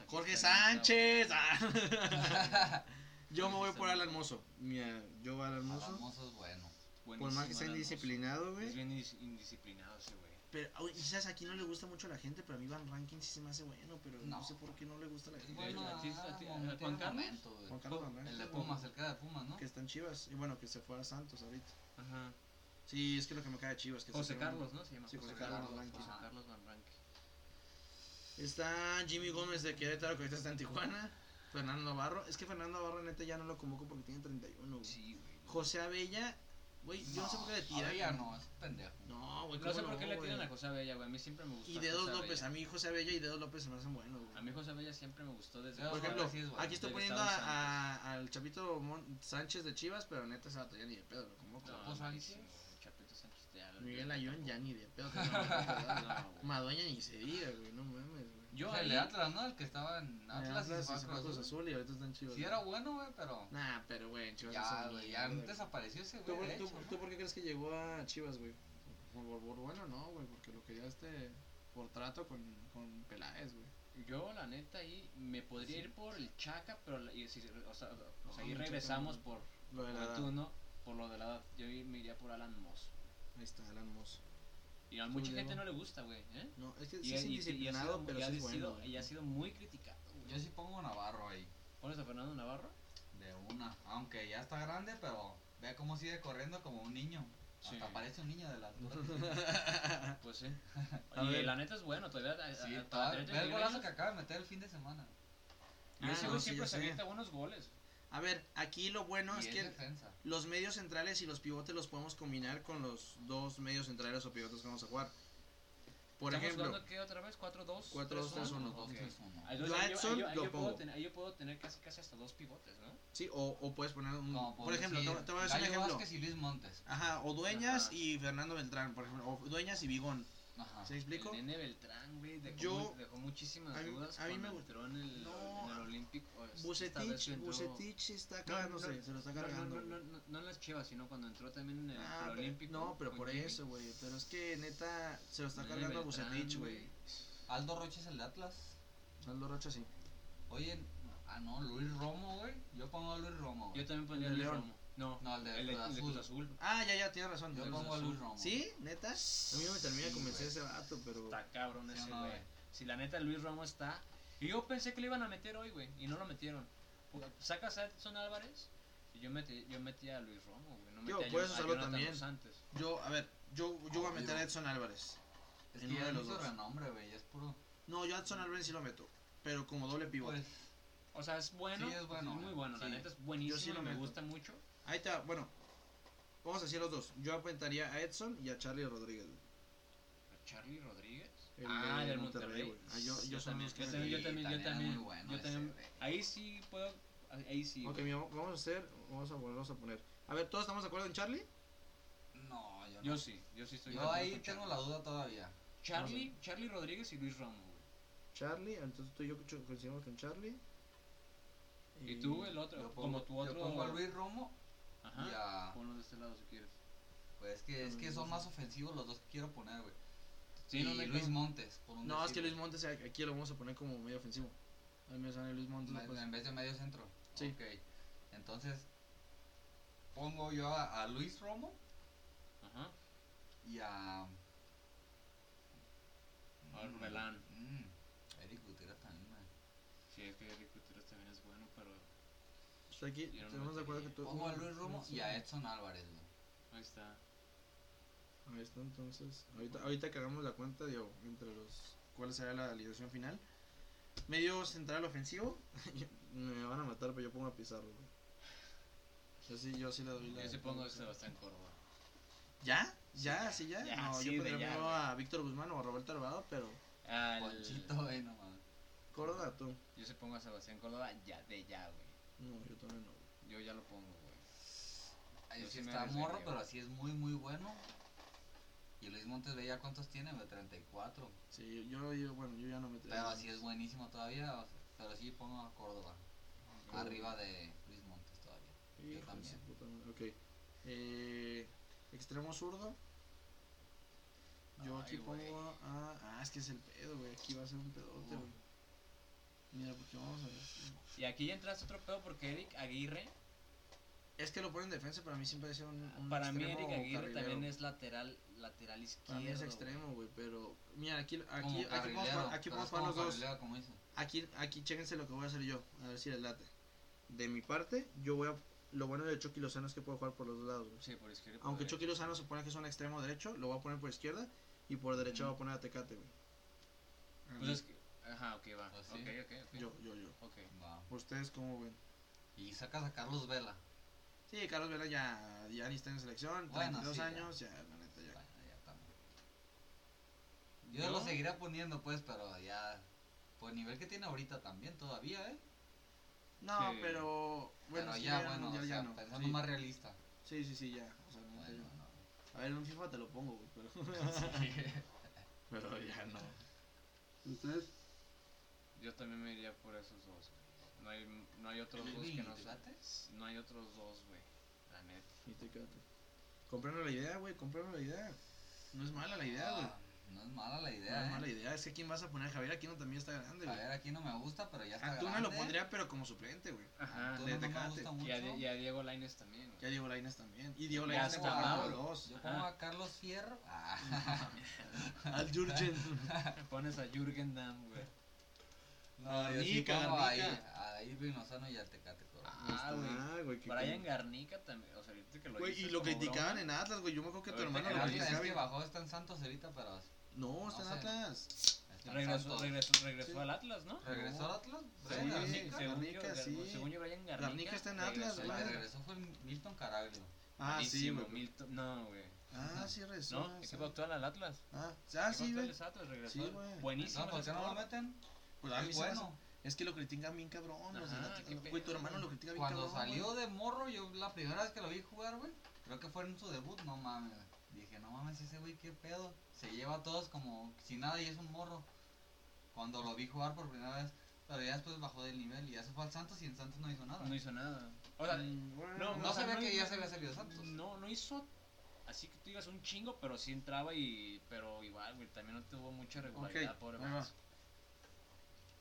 Speaker 2: Aquí
Speaker 1: Jorge
Speaker 2: está bien,
Speaker 1: Sánchez. Ah. yo me voy por
Speaker 2: Está
Speaker 1: Alan
Speaker 2: bien.
Speaker 1: Mozo. Mira, yo voy a Alan Mozo.
Speaker 3: Famoso es bueno.
Speaker 2: está buenísimo,
Speaker 1: Por más que sea
Speaker 2: Alan Mozo.
Speaker 1: indisciplinado,
Speaker 2: Es
Speaker 1: güey.
Speaker 2: bien indis- indisciplinado ese güey.
Speaker 1: Pero ah, güey, quizás aquí no le gusta mucho a la gente, pero a mí Van Ranking sí se me hace bueno, pero no,
Speaker 3: No.
Speaker 1: sé por qué no le gusta a la
Speaker 3: Es
Speaker 1: gente.
Speaker 3: bueno.
Speaker 2: a ti- a ti-
Speaker 3: ah, momento,
Speaker 2: ¿Juan Carlos?
Speaker 3: momento, güey.
Speaker 1: Juan Carlos
Speaker 2: Pu-
Speaker 1: Van Ranking,
Speaker 3: El de
Speaker 1: ¿no?
Speaker 3: Pumas, el que era de Pumas, ¿no?
Speaker 1: Que están chivas. Y bueno, que se fue a Santos ahorita.
Speaker 2: Ajá.
Speaker 1: Sí, es que lo que me cae de chivas. Que se
Speaker 2: José
Speaker 1: fue a un-
Speaker 2: Carlos, ¿no? Se llama
Speaker 1: Sí, José
Speaker 3: Carlos
Speaker 1: Carlos Van
Speaker 3: Ranking.
Speaker 2: José
Speaker 3: Ajá.
Speaker 2: Carlos Van Ranking.
Speaker 1: Está Jimmy Gómez de Querétaro, que ahorita está en Tijuana. Fernando Navarro. Es que Fernando Navarro, neta, ya no lo convoco porque tiene 31, güey.
Speaker 2: Sí, güey.
Speaker 1: José Abella, güey, yo no sé por qué le tiran.
Speaker 3: todavía no, es un pendejo.
Speaker 1: No, güey,
Speaker 2: No sé
Speaker 1: cómo
Speaker 2: por qué le
Speaker 1: güey.
Speaker 2: tiran a José Abella, güey. A mí siempre me gustó.
Speaker 1: Y Dedos
Speaker 2: José
Speaker 1: López, a
Speaker 2: Abella.
Speaker 1: mí José Abella y Dedos López se me hacen buenos,
Speaker 2: A
Speaker 1: güey.
Speaker 2: mí José Abella siempre me gustó desde.
Speaker 3: Por
Speaker 1: Por
Speaker 3: Dedos
Speaker 1: ejemplo,
Speaker 3: López sí es bueno.
Speaker 1: aquí estoy
Speaker 2: Del
Speaker 1: poniendo
Speaker 2: Estado
Speaker 1: a- a- al Chapito Mon- Sánchez de Chivas, pero neta se batalla ni de pedo, lo convoco.
Speaker 2: No,
Speaker 3: Pues,
Speaker 2: malísimo,
Speaker 3: ahí sí.
Speaker 2: güey. Chapito Sánchez te habla.
Speaker 1: Miguel Ayón ya ni de pedo.
Speaker 2: No, no, güey.
Speaker 1: Madoña ni se diga, güey, no mames, güey.
Speaker 2: Yo
Speaker 3: O sea, el
Speaker 2: ahí.
Speaker 3: de Atlas, ¿no? El que estaba en
Speaker 1: Eh,
Speaker 3: Atlas,
Speaker 1: Atlas
Speaker 3: y
Speaker 1: y
Speaker 3: se
Speaker 1: se
Speaker 3: fue a Cruz Azul.
Speaker 1: Azul y ahorita están Chivas.
Speaker 3: Sí era bueno, güey, pero...
Speaker 1: Nah, pero güey, en Chivas
Speaker 3: Ya,
Speaker 1: hacen
Speaker 3: güey, ya
Speaker 1: mierda, güey.
Speaker 3: desapareció ese
Speaker 1: ¿Tú,
Speaker 3: güey,
Speaker 1: por-
Speaker 3: de
Speaker 1: tú-
Speaker 3: hecho, ¿no?
Speaker 1: tú por qué crees que llegó a Chivas, güey? por Borbuena no, güey, porque lo quería este por trato con, con Peláez, güey.
Speaker 2: Yo, la neta, ahí me podría
Speaker 1: Sí.
Speaker 2: ir por el Chaca, pero la- y si- o sea, o sea, ahí
Speaker 1: Chaca,
Speaker 2: regresamos
Speaker 1: no.
Speaker 2: por,
Speaker 1: Lo de la
Speaker 2: por
Speaker 1: edad.
Speaker 2: tú, ¿no? Por lo de la edad. Yo ahí me iría por Alan Moss.
Speaker 1: Ahí está, Alan Moss.
Speaker 2: Y a
Speaker 1: Sí,
Speaker 2: mucha
Speaker 1: Diego.
Speaker 2: gente no le gusta, güey. ¿eh?
Speaker 1: No, es que
Speaker 2: Y-
Speaker 1: sí es
Speaker 2: y- y- y ha sido-
Speaker 1: indisciplinado, pero
Speaker 2: y ha
Speaker 1: sí es
Speaker 2: sido-
Speaker 1: bueno. güey.
Speaker 2: Y ha sido muy criticado, güey.
Speaker 3: Yo sí pongo a Navarro ahí,
Speaker 2: ¿Pones a Fernando Navarro?
Speaker 3: de una. Aunque ya está grande, pero vea cómo sigue corriendo como un niño.
Speaker 2: Sí.
Speaker 3: Hasta parece un niño de la altura.
Speaker 2: Pues sí.
Speaker 1: Ah, A
Speaker 2: y
Speaker 1: ver.
Speaker 2: la neta es bueno, todavía. eh, a- a-
Speaker 3: Sí,
Speaker 2: a-
Speaker 3: está-
Speaker 2: para tener
Speaker 3: ve el
Speaker 2: 39
Speaker 3: golazo
Speaker 2: años.
Speaker 3: que acaba de meter el fin de semana.
Speaker 2: Y ese
Speaker 1: Ah,
Speaker 2: güey
Speaker 1: no, sí,
Speaker 2: siempre
Speaker 1: ya sé.
Speaker 2: se avienta buenos goles.
Speaker 1: A ver, aquí lo bueno
Speaker 3: y
Speaker 1: es
Speaker 3: es
Speaker 1: que
Speaker 3: defensa.
Speaker 1: los medios centrales y los pivotes los podemos combinar con los dos medios centrales o pivotes que vamos a jugar. Por
Speaker 2: Estamos
Speaker 1: ejemplo,
Speaker 2: jugando, ¿qué otra vez? 4-2.
Speaker 1: 4-2, 3-1.
Speaker 3: Dos,
Speaker 2: Ok.
Speaker 3: tres, uno.
Speaker 2: Ah, entonces
Speaker 1: Yo a
Speaker 2: ahí yo-
Speaker 1: Edson
Speaker 2: ahí yo- ahí
Speaker 1: lo
Speaker 2: yo puedo
Speaker 1: pongo.
Speaker 2: tener- ahí yo puedo tener casi casi hasta dos pivotes, ¿no?
Speaker 1: sí, o, o puedes poner un.
Speaker 3: Como
Speaker 1: Por ejemplo,
Speaker 3: decir,
Speaker 1: te, te voy a dar un
Speaker 3: Gallo
Speaker 1: ejemplo.
Speaker 3: Vázquez y Luis Montes.
Speaker 1: Ajá, o Dueñas
Speaker 2: Ajá. Ah,
Speaker 1: y Fernando Beltrán, por ejemplo, o Dueñas y Bigón.
Speaker 3: Ajá.
Speaker 1: ¿Se me explico?
Speaker 2: El nene Beltrán, güey, dejó,
Speaker 1: Yo-
Speaker 2: mu- dejó muchísimas
Speaker 1: a mí-
Speaker 2: dudas
Speaker 1: a mí
Speaker 2: cuando
Speaker 1: me-
Speaker 2: entró en el,
Speaker 1: No,
Speaker 2: en el
Speaker 1: a-
Speaker 2: Olímpico. este, pues, esta vez que
Speaker 1: Bucetich,
Speaker 2: entró-
Speaker 1: Bucetich está
Speaker 2: No, no,
Speaker 1: cargándose, se lo está
Speaker 2: No, no,
Speaker 1: cargando.
Speaker 2: no,
Speaker 1: güey.
Speaker 2: no, no, no en las chivas, sino cuando entró también en el
Speaker 1: Ah, pero-
Speaker 2: Olímpico.
Speaker 1: no, pero por eso, güey. Pero es que neta se lo está cargando a Bucetich, güey.
Speaker 3: Aldo Roche es el de Atlas.
Speaker 1: Aldo Rocha sí.
Speaker 3: Oye, ah no, Luis Romo, güey. Yo pongo a Luis Romo.
Speaker 2: Yo
Speaker 3: güey.
Speaker 2: también pondría
Speaker 1: El
Speaker 2: el
Speaker 1: de
Speaker 2: Luis
Speaker 1: León.
Speaker 2: Romo. No,
Speaker 3: No, el de
Speaker 2: el de
Speaker 3: Cruz
Speaker 2: el de Cruz Azul.
Speaker 1: Ah, ya, ya, tienes razón.
Speaker 3: Yo
Speaker 2: Cruz
Speaker 3: pongo a Luis
Speaker 2: Azul.
Speaker 3: Romo.
Speaker 1: ¿Sí? ¿Neta? A mí me termina de
Speaker 3: Sí,
Speaker 1: convencer
Speaker 3: güey.
Speaker 1: ese vato, pero.
Speaker 2: Está cabrón
Speaker 3: Sí,
Speaker 2: ese,
Speaker 3: no,
Speaker 2: güey.
Speaker 3: güey.
Speaker 2: Si la neta Luis Romo está. Y yo pensé que le iban a meter hoy, güey. Y no lo metieron. Porque Sacas a Edson Álvarez. Y yo metí, yo metí a Luis Romo, güey. No metí
Speaker 1: Digo,
Speaker 2: a,
Speaker 1: puedes
Speaker 2: Jon- a
Speaker 1: usarlo
Speaker 2: Jonathan
Speaker 1: también.
Speaker 2: Dos Santos.
Speaker 1: Yo, a ver, yo, yo voy a meter a
Speaker 3: Obvio.
Speaker 1: Edson Álvarez.
Speaker 3: Es
Speaker 1: En
Speaker 3: que
Speaker 1: uno
Speaker 3: ya
Speaker 1: de
Speaker 3: no
Speaker 1: los
Speaker 3: hizo
Speaker 1: dos.
Speaker 3: renombre, güey. ya Es puro.
Speaker 1: No, yo a Edson Álvarez sí lo meto. Pero como doble pivote.
Speaker 3: Pues,
Speaker 2: O sea, es bueno.
Speaker 3: Sí, es bueno,
Speaker 2: muy
Speaker 3: güey.
Speaker 2: bueno. La
Speaker 3: Sí.
Speaker 2: neta es buenísimo.
Speaker 1: Yo sí lo
Speaker 2: y me
Speaker 1: meto.
Speaker 2: gusta mucho.
Speaker 1: Ahí está, bueno. Vamos a decir los dos. Yo apuntaría a Edson y a Charlie Rodríguez. güey.
Speaker 2: A Charlie Rodríguez.
Speaker 1: El
Speaker 2: ah,
Speaker 1: de
Speaker 2: del
Speaker 1: Monterrey,
Speaker 2: Monterrey.
Speaker 1: güey. Ah, yo- yo son
Speaker 2: también,
Speaker 1: los que
Speaker 2: yo
Speaker 1: me
Speaker 2: también, yo también, yo
Speaker 3: vi, también era muy
Speaker 2: también.
Speaker 3: bueno
Speaker 2: yo
Speaker 3: ese,
Speaker 2: también.
Speaker 3: güey.
Speaker 2: Ahí sí puedo. Ahí sí.
Speaker 1: Ok,
Speaker 2: güey.
Speaker 1: mira, vamos a hacer. Vamos a volverlos a poner. A ver, ¿todos estamos de acuerdo en Charlie?
Speaker 3: no, yo no.
Speaker 2: Yo sí. Yo sí estoy. de
Speaker 3: Yo
Speaker 2: acuerdo
Speaker 3: ahí
Speaker 2: con
Speaker 3: tengo
Speaker 2: Charlie.
Speaker 3: la duda todavía.
Speaker 2: Charlie, Charlie Rodríguez y Luis Romo, güey.
Speaker 1: Charlie, entonces tú y yo cho- coincidimos con Charlie.
Speaker 2: Y tú el otro,
Speaker 3: Yo
Speaker 2: como
Speaker 3: pongo-
Speaker 2: tu otro.
Speaker 3: Yo pongo a Luis Romo
Speaker 1: Ah,
Speaker 3: y
Speaker 2: Ajá.
Speaker 3: a.
Speaker 2: Ponlo de este lado si quieres.
Speaker 3: Pues es que, es que son más ofensivos los dos que quiero poner, güey.
Speaker 2: Sí,
Speaker 3: y
Speaker 2: no, no hay
Speaker 3: Luis
Speaker 2: como-
Speaker 3: Montes. Por un
Speaker 1: No, es que
Speaker 3: decir,
Speaker 1: Luis Montes a- aquí lo vamos a poner como medio ofensivo. A mí me sale Luis Montes.
Speaker 3: Me-
Speaker 1: pues.
Speaker 3: En vez de medio centro.
Speaker 1: Sí.
Speaker 3: Ok. Entonces, pongo yo a, a Luis Romo
Speaker 2: Ajá.
Speaker 3: y a.
Speaker 2: A ver, Belán.
Speaker 3: Mm, Eric Gutiérrez también, güey.
Speaker 2: Sí, es que Eric Gutiérrez también es bueno, pero
Speaker 1: Está Pues aquí,
Speaker 2: Yo no me
Speaker 1: tenemos de acuerdo que tú.
Speaker 3: Pongo a Luis Romo y a
Speaker 1: Edson.
Speaker 3: Edson Álvarez, güey.
Speaker 2: ahí está.
Speaker 1: Ahí está, entonces. Ahorita, ahorita que hagamos la cuenta, digo, entre los. ¿Cuál será la alineación final? Medio central ofensivo. me van a matar, pero yo pongo a Pizarro, güey. Yo sí, yo sí le doy la.
Speaker 2: Yo sí pongo a Sebastián Córdoba.
Speaker 1: ¿Ya? ¿Ya? ¿Sí ya?
Speaker 2: Ya,
Speaker 1: no,
Speaker 2: sí,
Speaker 1: yo
Speaker 2: de
Speaker 1: pondría
Speaker 2: ya,
Speaker 1: primero
Speaker 2: güey.
Speaker 1: a Víctor Guzmán o a Roberto Alvarado, pero.
Speaker 2: Al...
Speaker 3: Ponchito, güey, no mames.
Speaker 1: Córdoba, tú.
Speaker 2: Yo sí pongo a Sebastián Córdoba ya, de ya, güey.
Speaker 1: No, yo también no. güey.
Speaker 2: Yo ya lo pongo, güey.
Speaker 3: Ahí
Speaker 2: Yo
Speaker 3: sí
Speaker 2: sí me
Speaker 3: está
Speaker 2: arriesgaría,
Speaker 3: morro,
Speaker 2: güey.
Speaker 3: pero así es muy, muy bueno. Y Luis Montes, ve ya cuántos tiene, güey, 34.
Speaker 1: Sí, yo, yo, yo, bueno, yo ya no me
Speaker 3: Pero así es buenísimo todavía. o sea, pero sí pongo a Córdoba.
Speaker 1: Córdoba.
Speaker 3: Arriba de Luis Montes todavía.
Speaker 1: Hijo de
Speaker 3: también.
Speaker 1: su puta madre, Ok. Eh, extremo zurdo. Yo
Speaker 2: Ay,
Speaker 1: aquí
Speaker 2: güey.
Speaker 1: pongo a. Ah, es que es el pedo, güey. Aquí va a ser un pedote,
Speaker 3: Uh.
Speaker 1: güey. Mira, porque vamos a ver.
Speaker 2: Y aquí ya entras otro pedo porque Eric Aguirre,
Speaker 1: Es que lo ponen en defensa, para mí siempre ha sido un. un
Speaker 2: para mí
Speaker 1: extremo
Speaker 2: Eric Aguirre
Speaker 1: carrilero.
Speaker 2: también es lateral, lateral izquierdo.
Speaker 1: Para mí es
Speaker 2: güey.
Speaker 1: extremo, güey, pero. Mira, aquí, aquí, aquí
Speaker 3: Como
Speaker 1: podemos
Speaker 3: carrilero,
Speaker 1: jugar- aquí
Speaker 3: pero
Speaker 1: podemos
Speaker 3: es
Speaker 1: jugar
Speaker 3: como
Speaker 1: los dos.
Speaker 3: carrilero, como dice.
Speaker 1: Aquí, aquí, chéquense lo que voy a hacer yo. A ver si les late. De mi parte, yo voy a. Lo bueno de Chucky Lozano es que puedo jugar por los dos lados, güey.
Speaker 2: Sí, por izquierda. y por
Speaker 1: Aunque
Speaker 2: derecha.
Speaker 1: Chucky Lozano se supone que es un extremo derecho, lo voy a poner por izquierda y por derecha
Speaker 2: Ujú.
Speaker 1: voy a poner a Tecate, güey.
Speaker 3: Ah,
Speaker 2: Pues es que... Ajá, ok, va.
Speaker 3: Pues sí.
Speaker 2: Ok, ok, ok.
Speaker 1: Yo, yo, yo.
Speaker 2: Ok.
Speaker 3: Va.
Speaker 1: ¿Ustedes cómo ven?
Speaker 3: Y sacas a Carlos Vela.
Speaker 1: Sí, Carlos Vela ya, ya ni está en selección,
Speaker 3: Bueno,
Speaker 1: 32
Speaker 3: sí, ya.
Speaker 1: años, ya, la neta, ya.
Speaker 3: Bueno, ya también. Yo,
Speaker 2: ¿Yo?
Speaker 3: lo seguiré poniendo, pues, pero ya. Por el nivel que tiene ahorita también, todavía, ¿eh?
Speaker 1: No,
Speaker 2: Sí.
Speaker 1: pero. Bueno,
Speaker 3: pero
Speaker 1: sí,
Speaker 3: ya,
Speaker 1: no,
Speaker 3: bueno,
Speaker 1: ya,
Speaker 3: o
Speaker 1: ya
Speaker 3: sea,
Speaker 1: no.
Speaker 3: pensando
Speaker 1: sí.
Speaker 3: más realista.
Speaker 1: sí, sí, sí, ya. O sea, la neta,
Speaker 3: Bueno,
Speaker 1: ya. A
Speaker 3: no.
Speaker 1: ver, en un FIFA te lo pongo, güey, pero. pero ya no. ¿Ustedes?
Speaker 2: Yo también me iría por esos dos. güey. No hay, no hay otros
Speaker 3: ¿El
Speaker 2: dos que
Speaker 3: Elvin
Speaker 2: no
Speaker 3: te
Speaker 2: se-
Speaker 3: late?
Speaker 2: No hay otros dos, güey. La neta.
Speaker 1: Y Tecate. Compraron la idea, güey, compraron la idea. No es mala la idea, güey.
Speaker 3: Ah, no es mala la
Speaker 1: no
Speaker 3: idea.
Speaker 1: es
Speaker 3: eh.
Speaker 1: mala idea. Es que ¿quién vas a poner? Javier Aquino también está grande,
Speaker 3: A
Speaker 1: güey.
Speaker 2: Ah,
Speaker 3: ver, aquí no me gusta, pero ya está.
Speaker 1: Antuna lo Ah,
Speaker 3: grande.
Speaker 1: pondría, pero como suplente, güey.
Speaker 2: Ajá.
Speaker 3: Antuna
Speaker 1: de
Speaker 3: no me
Speaker 1: Tecate.
Speaker 3: gusta
Speaker 2: Ah, Y
Speaker 3: mucho.
Speaker 2: a, Di- y a Diego Laines también. güey.
Speaker 1: Ya Diego Lainez también. Y Diego
Speaker 2: Ya
Speaker 1: Lainez
Speaker 2: está
Speaker 1: está jugando
Speaker 2: mal.
Speaker 1: los dos.
Speaker 3: Yo pongo
Speaker 2: Ajá.
Speaker 3: a Carlos Fierro. Ah,
Speaker 1: Al Jurgen.
Speaker 2: Pones a Jürgen Damm, güey.
Speaker 1: Ah,
Speaker 3: yo sí
Speaker 1: Garnica,
Speaker 3: pongo ahí
Speaker 1: Garnica.
Speaker 3: a Irving Lozano y al Tecate Corona.
Speaker 2: Ah, güey.
Speaker 1: Este, güey. qué
Speaker 2: Brian
Speaker 1: con-
Speaker 2: Garnica también. O sea, ahorita que lo
Speaker 1: Güey, y
Speaker 2: dices
Speaker 1: lo
Speaker 2: como
Speaker 1: criticaban
Speaker 2: broma.
Speaker 1: en Atlas, güey. Yo me acuerdo que tu
Speaker 2: Ahorita
Speaker 1: hermano
Speaker 2: que
Speaker 1: lo
Speaker 2: hablas,
Speaker 3: Carlos, es
Speaker 1: criticaba.
Speaker 3: que
Speaker 1: bien.
Speaker 3: bajó, está en Santos ahorita, pero
Speaker 1: No, está en
Speaker 3: No sé.
Speaker 1: Atlas.
Speaker 3: está en
Speaker 2: Regresó,
Speaker 3: Santos.
Speaker 2: regresó, regresó
Speaker 1: Sí.
Speaker 2: al Atlas, ¿no?
Speaker 3: ¿Regresó al Atlas?
Speaker 1: Sí,
Speaker 2: Según-
Speaker 3: Bueno,
Speaker 1: sí,
Speaker 2: según yo,
Speaker 1: Garnica,
Speaker 2: Gar-
Speaker 1: sí.
Speaker 2: Según yo, Brian Garnica.
Speaker 1: Garnica está en Atlas,
Speaker 2: regresó
Speaker 3: El
Speaker 2: al
Speaker 1: güey.
Speaker 3: que
Speaker 2: Atlas.
Speaker 3: regresó fue Milton Caraglio.
Speaker 1: Ah, sí,
Speaker 2: Malísimo,
Speaker 1: güey.
Speaker 2: Milton- No, güey.
Speaker 1: Ah, sí, regresó.
Speaker 2: No, equipo actual al Atlas.
Speaker 1: Ah, ah, sí,
Speaker 2: Equipo
Speaker 1: güey.
Speaker 2: actual al Atlas, regresó.
Speaker 1: Sí, güey.
Speaker 2: Buenísimo.
Speaker 3: Entonces, ¿Por qué
Speaker 2: ese
Speaker 3: no lo
Speaker 2: jugador.
Speaker 3: meten?
Speaker 1: Pues a mí
Speaker 3: es
Speaker 1: se me hace-
Speaker 3: bueno.
Speaker 1: Es que lo critican bien cabrón. o sea,
Speaker 2: Ajá,
Speaker 1: la-
Speaker 2: qué
Speaker 1: güey, tu
Speaker 2: pedo.
Speaker 1: hermano lo critica bien
Speaker 3: Cuando
Speaker 1: cabrón. Mm,
Speaker 3: salió
Speaker 1: güey.
Speaker 3: de morro, yo la primera vez que lo vi jugar, güey, creo que fue en su debut, no mames. güey. Dije, no mames, ese güey, qué pedo. Se lleva a todos como sin nada y es un morro. Cuando lo vi jugar por primera vez, pero ya después bajó del nivel y ya se fue al Santos y en Santos no hizo nada.
Speaker 2: No hizo nada. O sea,
Speaker 1: Mm, bueno,
Speaker 2: no,
Speaker 3: No
Speaker 2: o sea,
Speaker 3: se ve que
Speaker 2: hizo-
Speaker 3: ya se había salido Santos.
Speaker 2: No, no hizo. Así que tú digas un chingo, pero sí entraba y. Pero igual, güey, también no tuvo mucha regularidad,
Speaker 1: Ok,
Speaker 2: pobre
Speaker 1: ahí va.
Speaker 2: Max.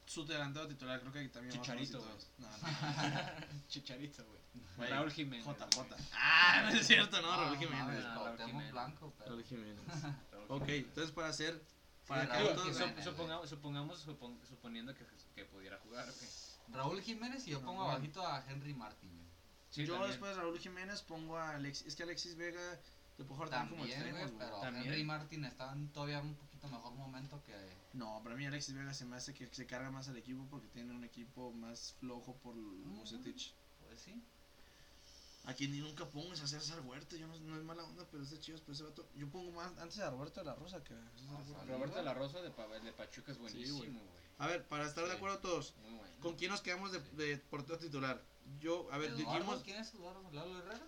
Speaker 1: Su delantero titular, creo que aquí también. va a jugar
Speaker 2: Chicharito,
Speaker 1: sin todos. No, no,
Speaker 2: Chicharito, güey.
Speaker 1: güey.
Speaker 2: Raúl Jiménez.
Speaker 1: JJ.
Speaker 2: güey.
Speaker 1: Ah, no es cierto, no,
Speaker 3: Ah,
Speaker 1: Raúl Jiménez.
Speaker 2: No,
Speaker 3: mames,
Speaker 2: Raúl
Speaker 3: Cuauhtémoc
Speaker 2: Jiménez.
Speaker 3: Blanco, pero...
Speaker 1: Raúl Jiménez.
Speaker 2: Raúl
Speaker 1: Ok,
Speaker 2: Jiménez.
Speaker 1: entonces para hacer.
Speaker 3: Sí,
Speaker 1: Para que
Speaker 3: Raúl
Speaker 1: todos-
Speaker 3: Jiménez,
Speaker 2: Sup-
Speaker 3: güey.
Speaker 2: Supongamos, supongamos, supon- suponiendo que, que pudiera jugar, güey.
Speaker 3: Raúl Jiménez y yo
Speaker 1: No,
Speaker 3: pongo
Speaker 1: bueno.
Speaker 3: abajito a Henry Martín.
Speaker 2: Sí,
Speaker 1: yo
Speaker 2: también.
Speaker 1: después de Raúl Jiménez pongo a Alexis. Es que Alexis Vega te puedo jugar también como
Speaker 3: También,
Speaker 1: extremo,
Speaker 3: güey,
Speaker 1: güey.
Speaker 3: pero
Speaker 2: También.
Speaker 3: Henry Martín está en todavía un poquito mejor momento que...
Speaker 1: No, para mí Alexis Vega se me hace que se carga más al equipo porque tiene un equipo más flojo por Musetich.
Speaker 3: Pues sí.
Speaker 1: A quien ni nunca pongo es a César Huerta. Yo no, no es mala onda, pero este chido, pero ese vato. Yo pongo más antes a Roberto de la Rosa que a César
Speaker 3: Ah,
Speaker 1: Huerta.
Speaker 2: Roberto Pues, de la Rosa de, Pa- de Pachuca es buenísimo,
Speaker 1: Sí,
Speaker 2: güey.
Speaker 1: A ver, para estar de
Speaker 2: Sí. Mm.
Speaker 1: acuerdo todos,
Speaker 2: Muy bueno.
Speaker 1: ¿con quién nos quedamos de,
Speaker 3: Sí.
Speaker 1: de portero titular? Yo, a ver,
Speaker 3: Eduardo,
Speaker 1: dijimos.
Speaker 3: ¿Quién es Eduardo? ¿Lalo Herrera?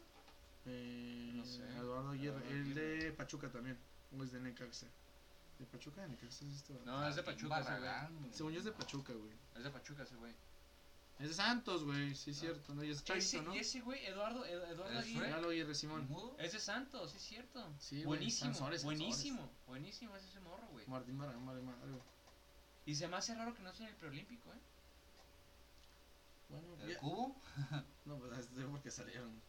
Speaker 1: Eh,
Speaker 2: No sé.
Speaker 1: Eduardo Aguirre,
Speaker 2: Eduardo
Speaker 1: el
Speaker 2: Aguirre.
Speaker 1: de Pachuca también. O es de Necaxa. ¿De Pachuca? ¿De Necaxa es este? vato?
Speaker 2: No, es de Pachuca ese, güey.
Speaker 3: Barragán, güey.
Speaker 1: Según yo es de Pachuca, güey.
Speaker 2: Es de Pachuca ese, güey.
Speaker 1: Es de Santos, güey. Sí, es
Speaker 3: Ah.
Speaker 1: cierto. ¿no? Y es
Speaker 2: Ese-
Speaker 1: Chavito, ¿no?
Speaker 2: Y ese, güey, Eduardo, Ed- Eduardo
Speaker 3: ¿Es
Speaker 2: Aguirre.
Speaker 1: Eduardo Aguirre,
Speaker 3: ¿El
Speaker 1: Simón.
Speaker 3: mudo?
Speaker 2: Es de Santos, sí es cierto.
Speaker 1: Sí, güey,
Speaker 2: buenísimo,
Speaker 1: Sansores,
Speaker 2: buenísimo, buenísimo es ese morro, güey.
Speaker 1: Martín Barragán, vale madre, güey.
Speaker 2: Y se me hace raro que no sea en el preolímpico, eh.
Speaker 1: Bueno,
Speaker 3: ¿El
Speaker 1: ya-
Speaker 3: cubo?
Speaker 1: No, pues es de porque salieron.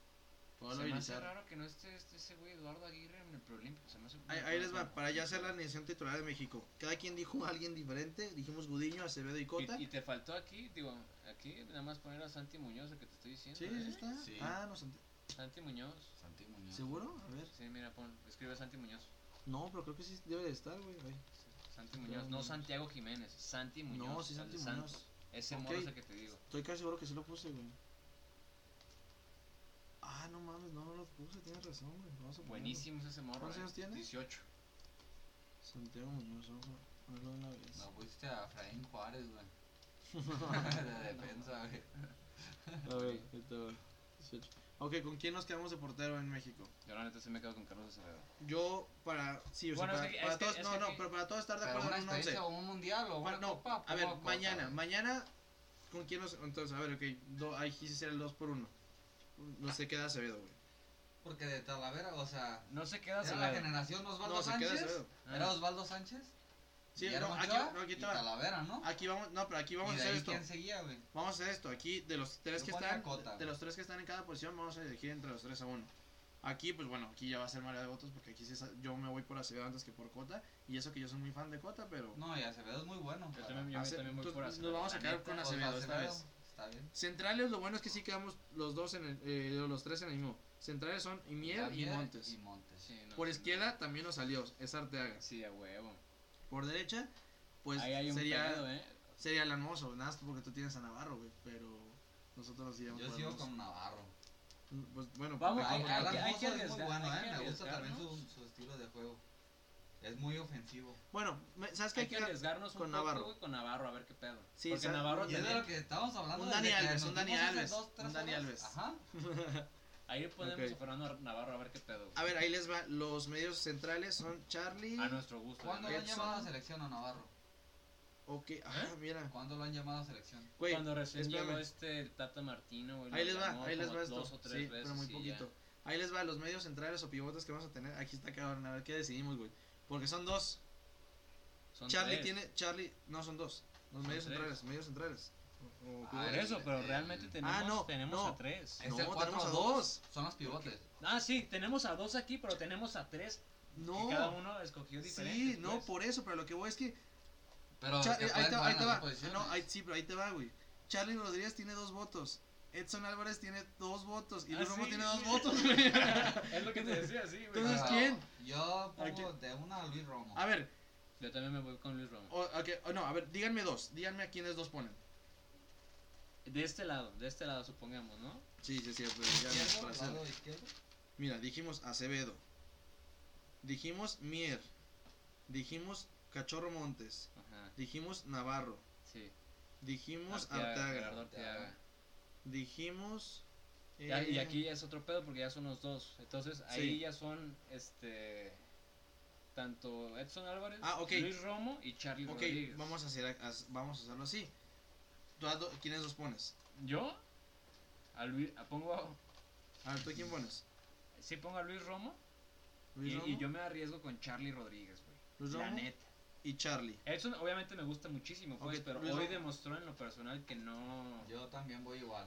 Speaker 1: Puedo
Speaker 2: se me hace
Speaker 1: habilitar.
Speaker 2: raro que no esté este- ese güey Eduardo Aguirre en el preolímpico. Se me hace
Speaker 1: Ahí, ahí les va, para ya hacer la alineación titular de México. Cada quien dijo a alguien diferente. Dijimos Gudiño, Acevedo y Cota.
Speaker 2: Y, y te faltó aquí, digo, aquí nada más poner a Santi Muñoz, el que te estoy diciendo.
Speaker 1: Sí,
Speaker 2: ¿eh?
Speaker 1: sí está.
Speaker 3: Sí.
Speaker 1: Ah, no, Santi-
Speaker 2: Santi Muñoz.
Speaker 3: Santi Muñoz.
Speaker 1: ¿seguro? A ver.
Speaker 2: Sí, mira, pon, escribe Santi Muñoz.
Speaker 1: No, pero creo que sí debe de estar, güey. ahí.
Speaker 2: Santi Muñoz, no Santiago Jiménez, Santi Muñoz.
Speaker 1: No, sí,
Speaker 2: el
Speaker 1: Santi
Speaker 2: San-
Speaker 1: Muñoz.
Speaker 2: Ese
Speaker 1: Ok.
Speaker 2: morro es el que te digo.
Speaker 1: Estoy casi seguro que sí lo puse, güey. Ah, no mames, no, no lo puse, tienes razón, güey. Vamos a ponerlo.
Speaker 2: Buenísimo es ese morro.
Speaker 1: ¿Cuántos
Speaker 2: eh.
Speaker 1: años tiene?
Speaker 2: 18.
Speaker 1: Santiago Muñoz, vamos a ponerlo de una vez.
Speaker 3: No pusiste a Efraín Juárez, güey. de defensa, güey.
Speaker 1: A ver, ahí te va. 18. Ok, ¿con quién nos quedamos de portero en México?
Speaker 2: Yo la neta sí me quedo con Carlos Acevedo.
Speaker 1: Yo, para. Sí, o sea,
Speaker 2: Bueno, es
Speaker 1: para,
Speaker 2: que-
Speaker 1: para
Speaker 2: es que-
Speaker 1: todos.
Speaker 2: es
Speaker 1: no,
Speaker 2: que
Speaker 1: no,
Speaker 2: aquí-
Speaker 1: pero para todos estar de
Speaker 3: Pero
Speaker 1: acuerdo
Speaker 3: una
Speaker 1: en un 11.
Speaker 3: experiencia o un mundial o una
Speaker 1: no,
Speaker 3: copa.
Speaker 1: a ver,
Speaker 3: pongo Cota,
Speaker 1: mañana,
Speaker 3: güey.
Speaker 1: mañana, ¿con quién nos.? Entonces, a ver, ok, do, ahí quise ser el 2 por 1. No se queda Acevedo, güey.
Speaker 3: Porque de Talavera, o sea,
Speaker 2: No se queda
Speaker 3: era la
Speaker 2: Acevedo.
Speaker 3: generación Osvaldo
Speaker 1: No, se queda
Speaker 3: Sánchez.
Speaker 1: Acevedo.
Speaker 3: Era Osvaldo Sánchez.
Speaker 1: Sí,
Speaker 3: Guillermo
Speaker 1: no, aquí,
Speaker 3: Ochoa
Speaker 1: no, aquí
Speaker 3: y
Speaker 1: te va.
Speaker 3: Talavera, ¿no?
Speaker 1: Aquí vamos, no, pero aquí vamos
Speaker 3: y
Speaker 1: a
Speaker 3: de
Speaker 1: hacer
Speaker 3: ahí,
Speaker 1: esto.
Speaker 3: ¿quién seguía, güey?
Speaker 1: Vamos a hacer esto. Aquí de los tres
Speaker 3: Yo
Speaker 1: que
Speaker 3: ponía
Speaker 1: están,
Speaker 3: Cota,
Speaker 1: de
Speaker 3: güey.
Speaker 1: los tres que están en cada posición, vamos a elegir entre los tres a uno. Aquí, pues bueno, aquí ya va a ser marea de votos porque aquí sí es- yo me voy por Acevedo antes que por Cota y eso que yo soy muy fan de Cota, pero
Speaker 3: No, y Acevedo es muy bueno.
Speaker 2: Yo
Speaker 3: para-
Speaker 2: también, yo
Speaker 1: Ace-
Speaker 2: también voy
Speaker 1: tú-
Speaker 2: por
Speaker 1: nos
Speaker 2: Acevedo.
Speaker 1: vamos a
Speaker 2: la
Speaker 1: quedar
Speaker 2: neta.
Speaker 1: con
Speaker 3: o sea,
Speaker 1: Acevedo esta vez.
Speaker 3: Está bien.
Speaker 1: centrales, lo bueno es que sí quedamos los dos en el, eh, los tres en el mismo. Centrales son Imier y
Speaker 3: Damier
Speaker 1: Montes.
Speaker 3: Y Montes.
Speaker 2: Sí, no,
Speaker 1: por
Speaker 2: sí,
Speaker 1: izquierda también nos salió, es Arteaga.
Speaker 2: no. Sí, a huevo.
Speaker 1: Por derecha, pues
Speaker 2: Ahí hay un
Speaker 1: sería
Speaker 2: pedo, ¿eh?
Speaker 1: sería Alan Mozo, nada más porque tú tienes a Navarro, güey, pero nosotros nos íbamos
Speaker 3: Yo
Speaker 1: por
Speaker 3: sigo
Speaker 1: Alonso.
Speaker 3: con Navarro.
Speaker 1: Pues bueno,
Speaker 2: Vamos,
Speaker 1: porque-
Speaker 2: hay-
Speaker 3: Ay,
Speaker 2: hay
Speaker 3: Alan
Speaker 2: que- hay
Speaker 3: Mozo
Speaker 2: que
Speaker 3: es muy
Speaker 2: arriesgar,
Speaker 3: bueno,
Speaker 2: hay
Speaker 3: eh.
Speaker 2: que
Speaker 3: Me gusta también
Speaker 2: arriesgarnos.
Speaker 3: su, su estilo de juego. Es muy ofensivo.
Speaker 1: bueno, me- ¿sabes qué?
Speaker 2: Hay que arriesgarnos
Speaker 1: con
Speaker 2: un
Speaker 1: Navarro.
Speaker 2: poco, güey, con Navarro, a ver qué pedo.
Speaker 1: Sí,
Speaker 2: Porque
Speaker 1: o sea,
Speaker 2: Navarro
Speaker 3: Y es de
Speaker 2: también.
Speaker 3: lo que estábamos hablando.
Speaker 1: Un
Speaker 3: desde
Speaker 1: Dani
Speaker 3: que
Speaker 1: Alves,
Speaker 3: nos
Speaker 1: un Dani
Speaker 3: vimos hace
Speaker 1: Alves,
Speaker 3: dos, tres
Speaker 1: un Dani
Speaker 3: horas.
Speaker 1: Alves.
Speaker 3: Ajá.
Speaker 2: Ahí ponemos
Speaker 1: Ok.
Speaker 2: a Fernando Navarro a ver qué pedo. güey.
Speaker 1: A ver, ahí les va. Los medios centrales son Charlie.
Speaker 2: A nuestro gusto.
Speaker 3: ¿Cuándo
Speaker 2: ¿eh?
Speaker 3: lo han
Speaker 1: Edson.
Speaker 3: llamado a selección a Navarro?
Speaker 1: Ok, ah, mira.
Speaker 3: ¿Cuándo lo han llamado a selección?
Speaker 1: Güey,
Speaker 2: Cuando recién
Speaker 1: espérame.
Speaker 2: llegó este el Tata Martino, güey. lo
Speaker 1: Ahí les va,
Speaker 2: llamó
Speaker 1: ahí les
Speaker 2: como
Speaker 1: va esto.
Speaker 2: Dos o tres
Speaker 1: Sí,
Speaker 2: veces
Speaker 1: pero muy
Speaker 2: y
Speaker 1: poquito.
Speaker 2: ya.
Speaker 1: Ahí les va los medios centrales o pivotes que vamos a tener. Aquí está cabrón, a ver qué decidimos, güey. Porque son dos.
Speaker 2: Son
Speaker 1: Charlie
Speaker 2: tres.
Speaker 1: tiene. Charlie. No, son dos. Los
Speaker 2: Son
Speaker 1: medios
Speaker 2: tres.
Speaker 1: centrales, medios centrales. O- o
Speaker 3: Ah,
Speaker 2: Por
Speaker 1: pivotes.
Speaker 2: eso, pero
Speaker 3: el-
Speaker 2: realmente
Speaker 3: ah,
Speaker 2: tenemos,
Speaker 1: no,
Speaker 2: tenemos
Speaker 1: no.
Speaker 2: a tres.
Speaker 3: Es
Speaker 1: No,
Speaker 3: el
Speaker 1: tenemos
Speaker 3: 4
Speaker 1: a
Speaker 3: a
Speaker 1: dos.
Speaker 3: 2. Son los pivotes.
Speaker 2: Ah, sí, tenemos a dos aquí, pero tenemos a tres.
Speaker 1: No.
Speaker 2: Que cada uno escogió diferente. pues.
Speaker 1: Sí, no, pues, por eso, pero lo que voy es que.
Speaker 3: Pero
Speaker 1: Cha- eh, ahí
Speaker 3: se pueden
Speaker 1: te,
Speaker 3: jugar
Speaker 1: ahí
Speaker 3: en
Speaker 1: te
Speaker 3: las
Speaker 1: va.
Speaker 3: dos
Speaker 1: Ah, no, ahí,
Speaker 3: posiciones.
Speaker 1: sí, pero ahí te va, güey. Charlie Rodríguez tiene dos votos. Edson Álvarez tiene dos votos. Y
Speaker 2: Ah,
Speaker 1: Luis Romo
Speaker 2: sí.
Speaker 1: tiene dos votos, güey.
Speaker 2: es lo que te decía, sí, güey. Ah.
Speaker 1: Entonces,
Speaker 3: Pero
Speaker 1: ¿quién?
Speaker 3: Yo
Speaker 1: ¿A
Speaker 3: pongo
Speaker 1: quién?
Speaker 3: de una a Luis Romo.
Speaker 1: A ver,
Speaker 2: Yo también me voy con Luis Romo.
Speaker 1: o- ok, o no, a ver, díganme dos. Díganme a quiénes dos ponen.
Speaker 2: De este lado, de este lado, supongamos, ¿no?
Speaker 1: Sí, sí, sí, ya no es para
Speaker 3: Izquierdo,
Speaker 1: hacer.
Speaker 3: lado izquierdo.
Speaker 1: Mira, dijimos Acevedo. Dijimos Mier. Dijimos Cachorro Montes.
Speaker 2: Ajá,
Speaker 1: Dijimos Navarro.
Speaker 2: sí.
Speaker 1: Dijimos
Speaker 2: Arteaga,
Speaker 1: Arteaga.
Speaker 2: Gerardo Arteaga.
Speaker 1: Dijimos.
Speaker 2: Ya- y
Speaker 1: eh,
Speaker 2: aquí ya es otro pedo porque ya son los dos. Entonces ahí
Speaker 1: Sí.
Speaker 2: ya son este tanto Edson Álvarez,
Speaker 1: Ah, ok.
Speaker 2: Luis Romo y Charlie
Speaker 1: Ok,
Speaker 2: Rodríguez.
Speaker 1: vamos a, hacer, as- vamos a hacerlo así. ¿Tú a do- ¿Quiénes los pones?
Speaker 2: Yo a Luis a pongo a-
Speaker 1: A ver, ¿tú a quién pones?
Speaker 2: sí pongo a Luis Romo,
Speaker 1: Luis
Speaker 2: y, y
Speaker 1: Romo
Speaker 2: yo me arriesgo con Charlie Rodríguez, güey.
Speaker 1: Luis
Speaker 2: La
Speaker 1: Romo.
Speaker 2: neta.
Speaker 1: y Charlie.
Speaker 2: Edson obviamente me gusta muchísimo, pues,
Speaker 1: Ok,
Speaker 2: pero
Speaker 1: Luis
Speaker 2: hoy
Speaker 1: Romo.
Speaker 2: demostró en lo personal que no
Speaker 3: Yo también voy igual.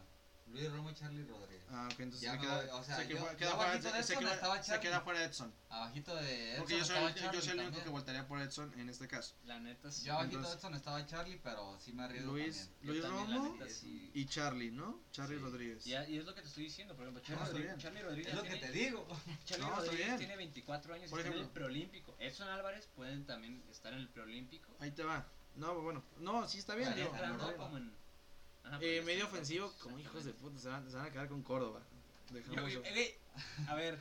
Speaker 3: Luis Romo y Charlie Rodríguez.
Speaker 1: Ah, ok, entonces
Speaker 3: Ya
Speaker 1: se
Speaker 3: me voy,
Speaker 1: queda,
Speaker 3: o sea,
Speaker 1: se que-
Speaker 3: yo-
Speaker 1: queda
Speaker 3: yo
Speaker 1: fuera,
Speaker 3: abajito de
Speaker 1: se, se
Speaker 3: Edson
Speaker 1: queda-
Speaker 3: estaba
Speaker 1: se queda
Speaker 3: Charlie.
Speaker 1: fuera Edson.
Speaker 3: Abajito de Edson
Speaker 1: Porque yo soy,
Speaker 3: estaba
Speaker 1: el- yo
Speaker 3: Charlie
Speaker 1: soy el único que
Speaker 3: también.
Speaker 1: voltaría por Edson en este caso.
Speaker 2: la neta sí.
Speaker 3: Yo abajito
Speaker 1: Entonces-
Speaker 3: de Edson estaba Charlie, pero sí me arriesgo
Speaker 1: Luis,
Speaker 2: Yo
Speaker 1: Luis
Speaker 2: también, la
Speaker 1: Romo pues,
Speaker 2: neta, sí.
Speaker 1: y Charlie, ¿no? Charlie
Speaker 2: Sí.
Speaker 1: Rodríguez.
Speaker 2: Y, a- y es lo que te estoy diciendo, por ejemplo,
Speaker 1: No,
Speaker 2: Charlie,
Speaker 1: está
Speaker 2: Rodríguez,
Speaker 1: bien.
Speaker 2: Charlie
Speaker 3: también.
Speaker 2: Rodríguez
Speaker 3: Es lo que
Speaker 2: tiene-
Speaker 3: te digo.
Speaker 2: Charlie
Speaker 1: No, está
Speaker 2: Rodríguez
Speaker 1: bien.
Speaker 2: tiene 24 años y
Speaker 1: Por
Speaker 2: está en el
Speaker 1: ejemplo.
Speaker 2: preolímpico. Edson Álvarez pueden también estar en el preolímpico.
Speaker 1: Ahí te va. No, bueno, no, sí está bien.
Speaker 2: Están
Speaker 3: Ahí
Speaker 1: digo,
Speaker 3: está,
Speaker 2: entrando
Speaker 1: está bien.
Speaker 2: como en- Ajá,
Speaker 1: Eh,
Speaker 2: porque
Speaker 1: medio
Speaker 2: sí,
Speaker 1: ofensivo,
Speaker 2: pues,
Speaker 1: como hijos de
Speaker 2: exactamente.
Speaker 1: puta, se van, se van a quedar con Córdoba. Dejamos
Speaker 2: Yo- yo-
Speaker 1: eso.
Speaker 2: eh, A ver,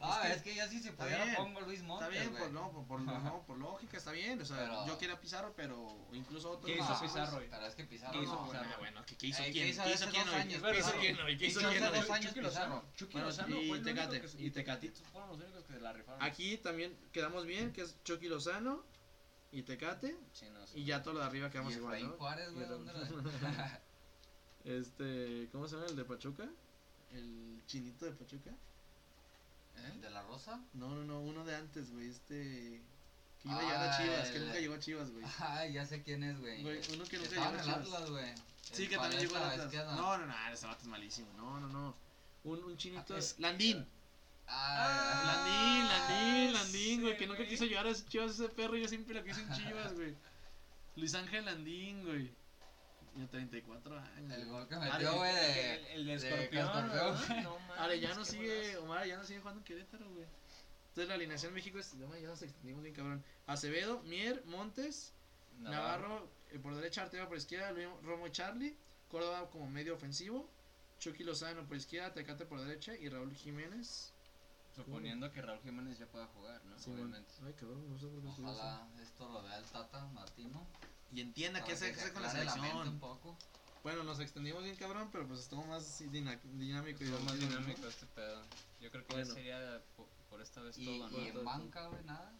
Speaker 3: Ah, es que yo sí se
Speaker 1: Está
Speaker 3: pudiera
Speaker 1: bien.
Speaker 3: pongo Luis Montes.
Speaker 1: Está bien,
Speaker 3: güey.
Speaker 1: pues no, por, por- no, por lógica, está bien. O sea,
Speaker 3: Pero-
Speaker 1: yo quería Pizarro, pero incluso otro.
Speaker 2: ¿Qué
Speaker 3: No,
Speaker 2: hizo
Speaker 3: pues,
Speaker 2: Pizarro, güey?
Speaker 3: Pero es que
Speaker 1: No,
Speaker 3: Pizarro.
Speaker 2: ¿Qué hizo
Speaker 1: no,
Speaker 3: no,
Speaker 2: Pizarro?
Speaker 1: bueno, bueno, ¿qué, qué hizo
Speaker 3: Eh, ¿qué
Speaker 1: quién?
Speaker 3: hizo
Speaker 1: ¿Qué
Speaker 3: hace
Speaker 1: hizo quién
Speaker 3: dos
Speaker 1: hoy?
Speaker 3: años?
Speaker 1: ¿Qué hizo
Speaker 2: Pizarro.
Speaker 1: quién hoy? ¿Qué hizo
Speaker 3: Hizo
Speaker 1: quién
Speaker 3: hace
Speaker 1: hoy?
Speaker 3: dos años
Speaker 2: Chucky
Speaker 3: Pizarro.
Speaker 2: Lozano. Chucky
Speaker 1: Bueno,
Speaker 2: Lozano
Speaker 1: y
Speaker 2: fue el único
Speaker 1: Tecate,
Speaker 2: que se-
Speaker 1: y
Speaker 2: y
Speaker 1: Tecate.
Speaker 2: Tecatito fueron los únicos que se la rifaron.
Speaker 1: Aquí también quedamos bien, que es Chucky Lozano y Tecate.
Speaker 2: Sí, no, sí.
Speaker 1: Y ya todo lo de arriba quedamos
Speaker 3: Y
Speaker 1: igual,
Speaker 3: Efraín
Speaker 1: ¿no?
Speaker 3: Juárez, güey,
Speaker 1: Ya todo-
Speaker 3: ¿dónde era?
Speaker 1: Este, ¿cómo se llama el de Pachuca? ¿El chinito de Pachuca?
Speaker 3: ¿El ¿De la Rosa?
Speaker 1: No, no, no, uno de antes, güey, este... Que iba a llegar
Speaker 3: Ah,
Speaker 1: a Chivas, que
Speaker 3: el-
Speaker 1: nunca llegó a Chivas, güey.
Speaker 3: Ay, ya sé quién es, güey.
Speaker 1: Güey, uno que nunca llegó
Speaker 3: Estaba
Speaker 1: a
Speaker 3: en el
Speaker 1: Chivas.
Speaker 3: Atlas, güey.
Speaker 1: Sí,
Speaker 3: El
Speaker 1: que también llegó a
Speaker 3: paleta
Speaker 1: Atlas.
Speaker 3: izquierda.
Speaker 1: No, no, no, ese vato es malísimo. No, no, no. Un, un chinito... Landín.
Speaker 3: Ah,
Speaker 1: Landín, Landín, Landín, güey,
Speaker 2: ese
Speaker 1: que nunca
Speaker 2: güey.
Speaker 1: quiso llevar a Chivas ese perro. Yo siempre lo quise en Chivas, güey. Luis Ángel Landín, güey. Ya 34 años.
Speaker 3: el
Speaker 1: güey.
Speaker 3: gol que
Speaker 2: Ale-
Speaker 3: metió, güey, de-
Speaker 2: Ah, el- el de
Speaker 3: de
Speaker 2: escorpión. Ah,
Speaker 3: Escorpión.
Speaker 2: ¿no? No mames,
Speaker 1: Arellano
Speaker 2: qué
Speaker 1: sigue,
Speaker 2: golazo.
Speaker 1: Omar Arellano sigue jugando en Querétaro, güey. Entonces la alineación México es, no, ya nos extendimos bien cabrón. Acevedo, Mier, Montes, Navarro, eh, por derecha, Arteaga por izquierda, Luis Romo y Charlie, Córdoba como medio ofensivo, Chucky Lozano por izquierda, Tecate por derecha y Raúl Jiménez.
Speaker 2: Suponiendo que Raúl Jiménez ya pueda jugar, ¿no?
Speaker 1: Simón.
Speaker 2: Obviamente.
Speaker 1: Ay, cabrón, no sé por qué estoy así.
Speaker 3: Ojalá esto lo vea el Tata Martino.
Speaker 1: Y entienda
Speaker 3: para
Speaker 1: qué hace,
Speaker 3: que
Speaker 1: qué
Speaker 3: se
Speaker 1: hace con la
Speaker 3: aclare mente un
Speaker 1: selección.
Speaker 3: poco.
Speaker 1: Bueno, nos extendimos bien cabrón, pero pues estuvo más dina- dinámico. y
Speaker 2: Estuvo más
Speaker 1: divertido, ¿no?
Speaker 2: dinámico este pedo. Yo creo que
Speaker 1: Bueno.
Speaker 2: ya sería po- por esta vez
Speaker 3: Y,
Speaker 2: todo, ¿no?
Speaker 3: y
Speaker 1: Todo, todo.
Speaker 3: en banca, güey, nada.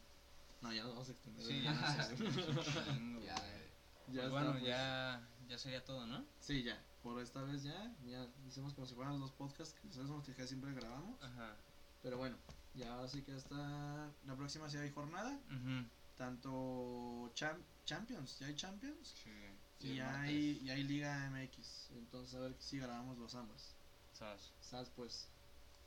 Speaker 1: No, ya nos vamos a extender.
Speaker 2: Sí, ya
Speaker 1: ¿verdad?
Speaker 2: no sé, es un chingo,
Speaker 3: Ya,
Speaker 2: güey.
Speaker 3: eh.
Speaker 1: Ya
Speaker 2: Pues
Speaker 1: está,
Speaker 2: bueno,
Speaker 1: pues.
Speaker 2: ya, ya sería todo, ¿no?
Speaker 1: Sí, ya. Por esta vez ya. Ya hicimos como si fueran los dos podcasts que sabemos que casi siempre grabamos.
Speaker 2: Ajá.
Speaker 1: Pero bueno, ya ahora sí que hasta la próxima si hay jornada. Tanto cham- Champions, ya hay Champions.
Speaker 2: Sí.
Speaker 3: Sí,
Speaker 1: y,
Speaker 3: el
Speaker 1: hay, y hay Liga MX. Entonces a ver si grabamos los ambos.
Speaker 2: Sas.
Speaker 1: ¿Sabes? Pues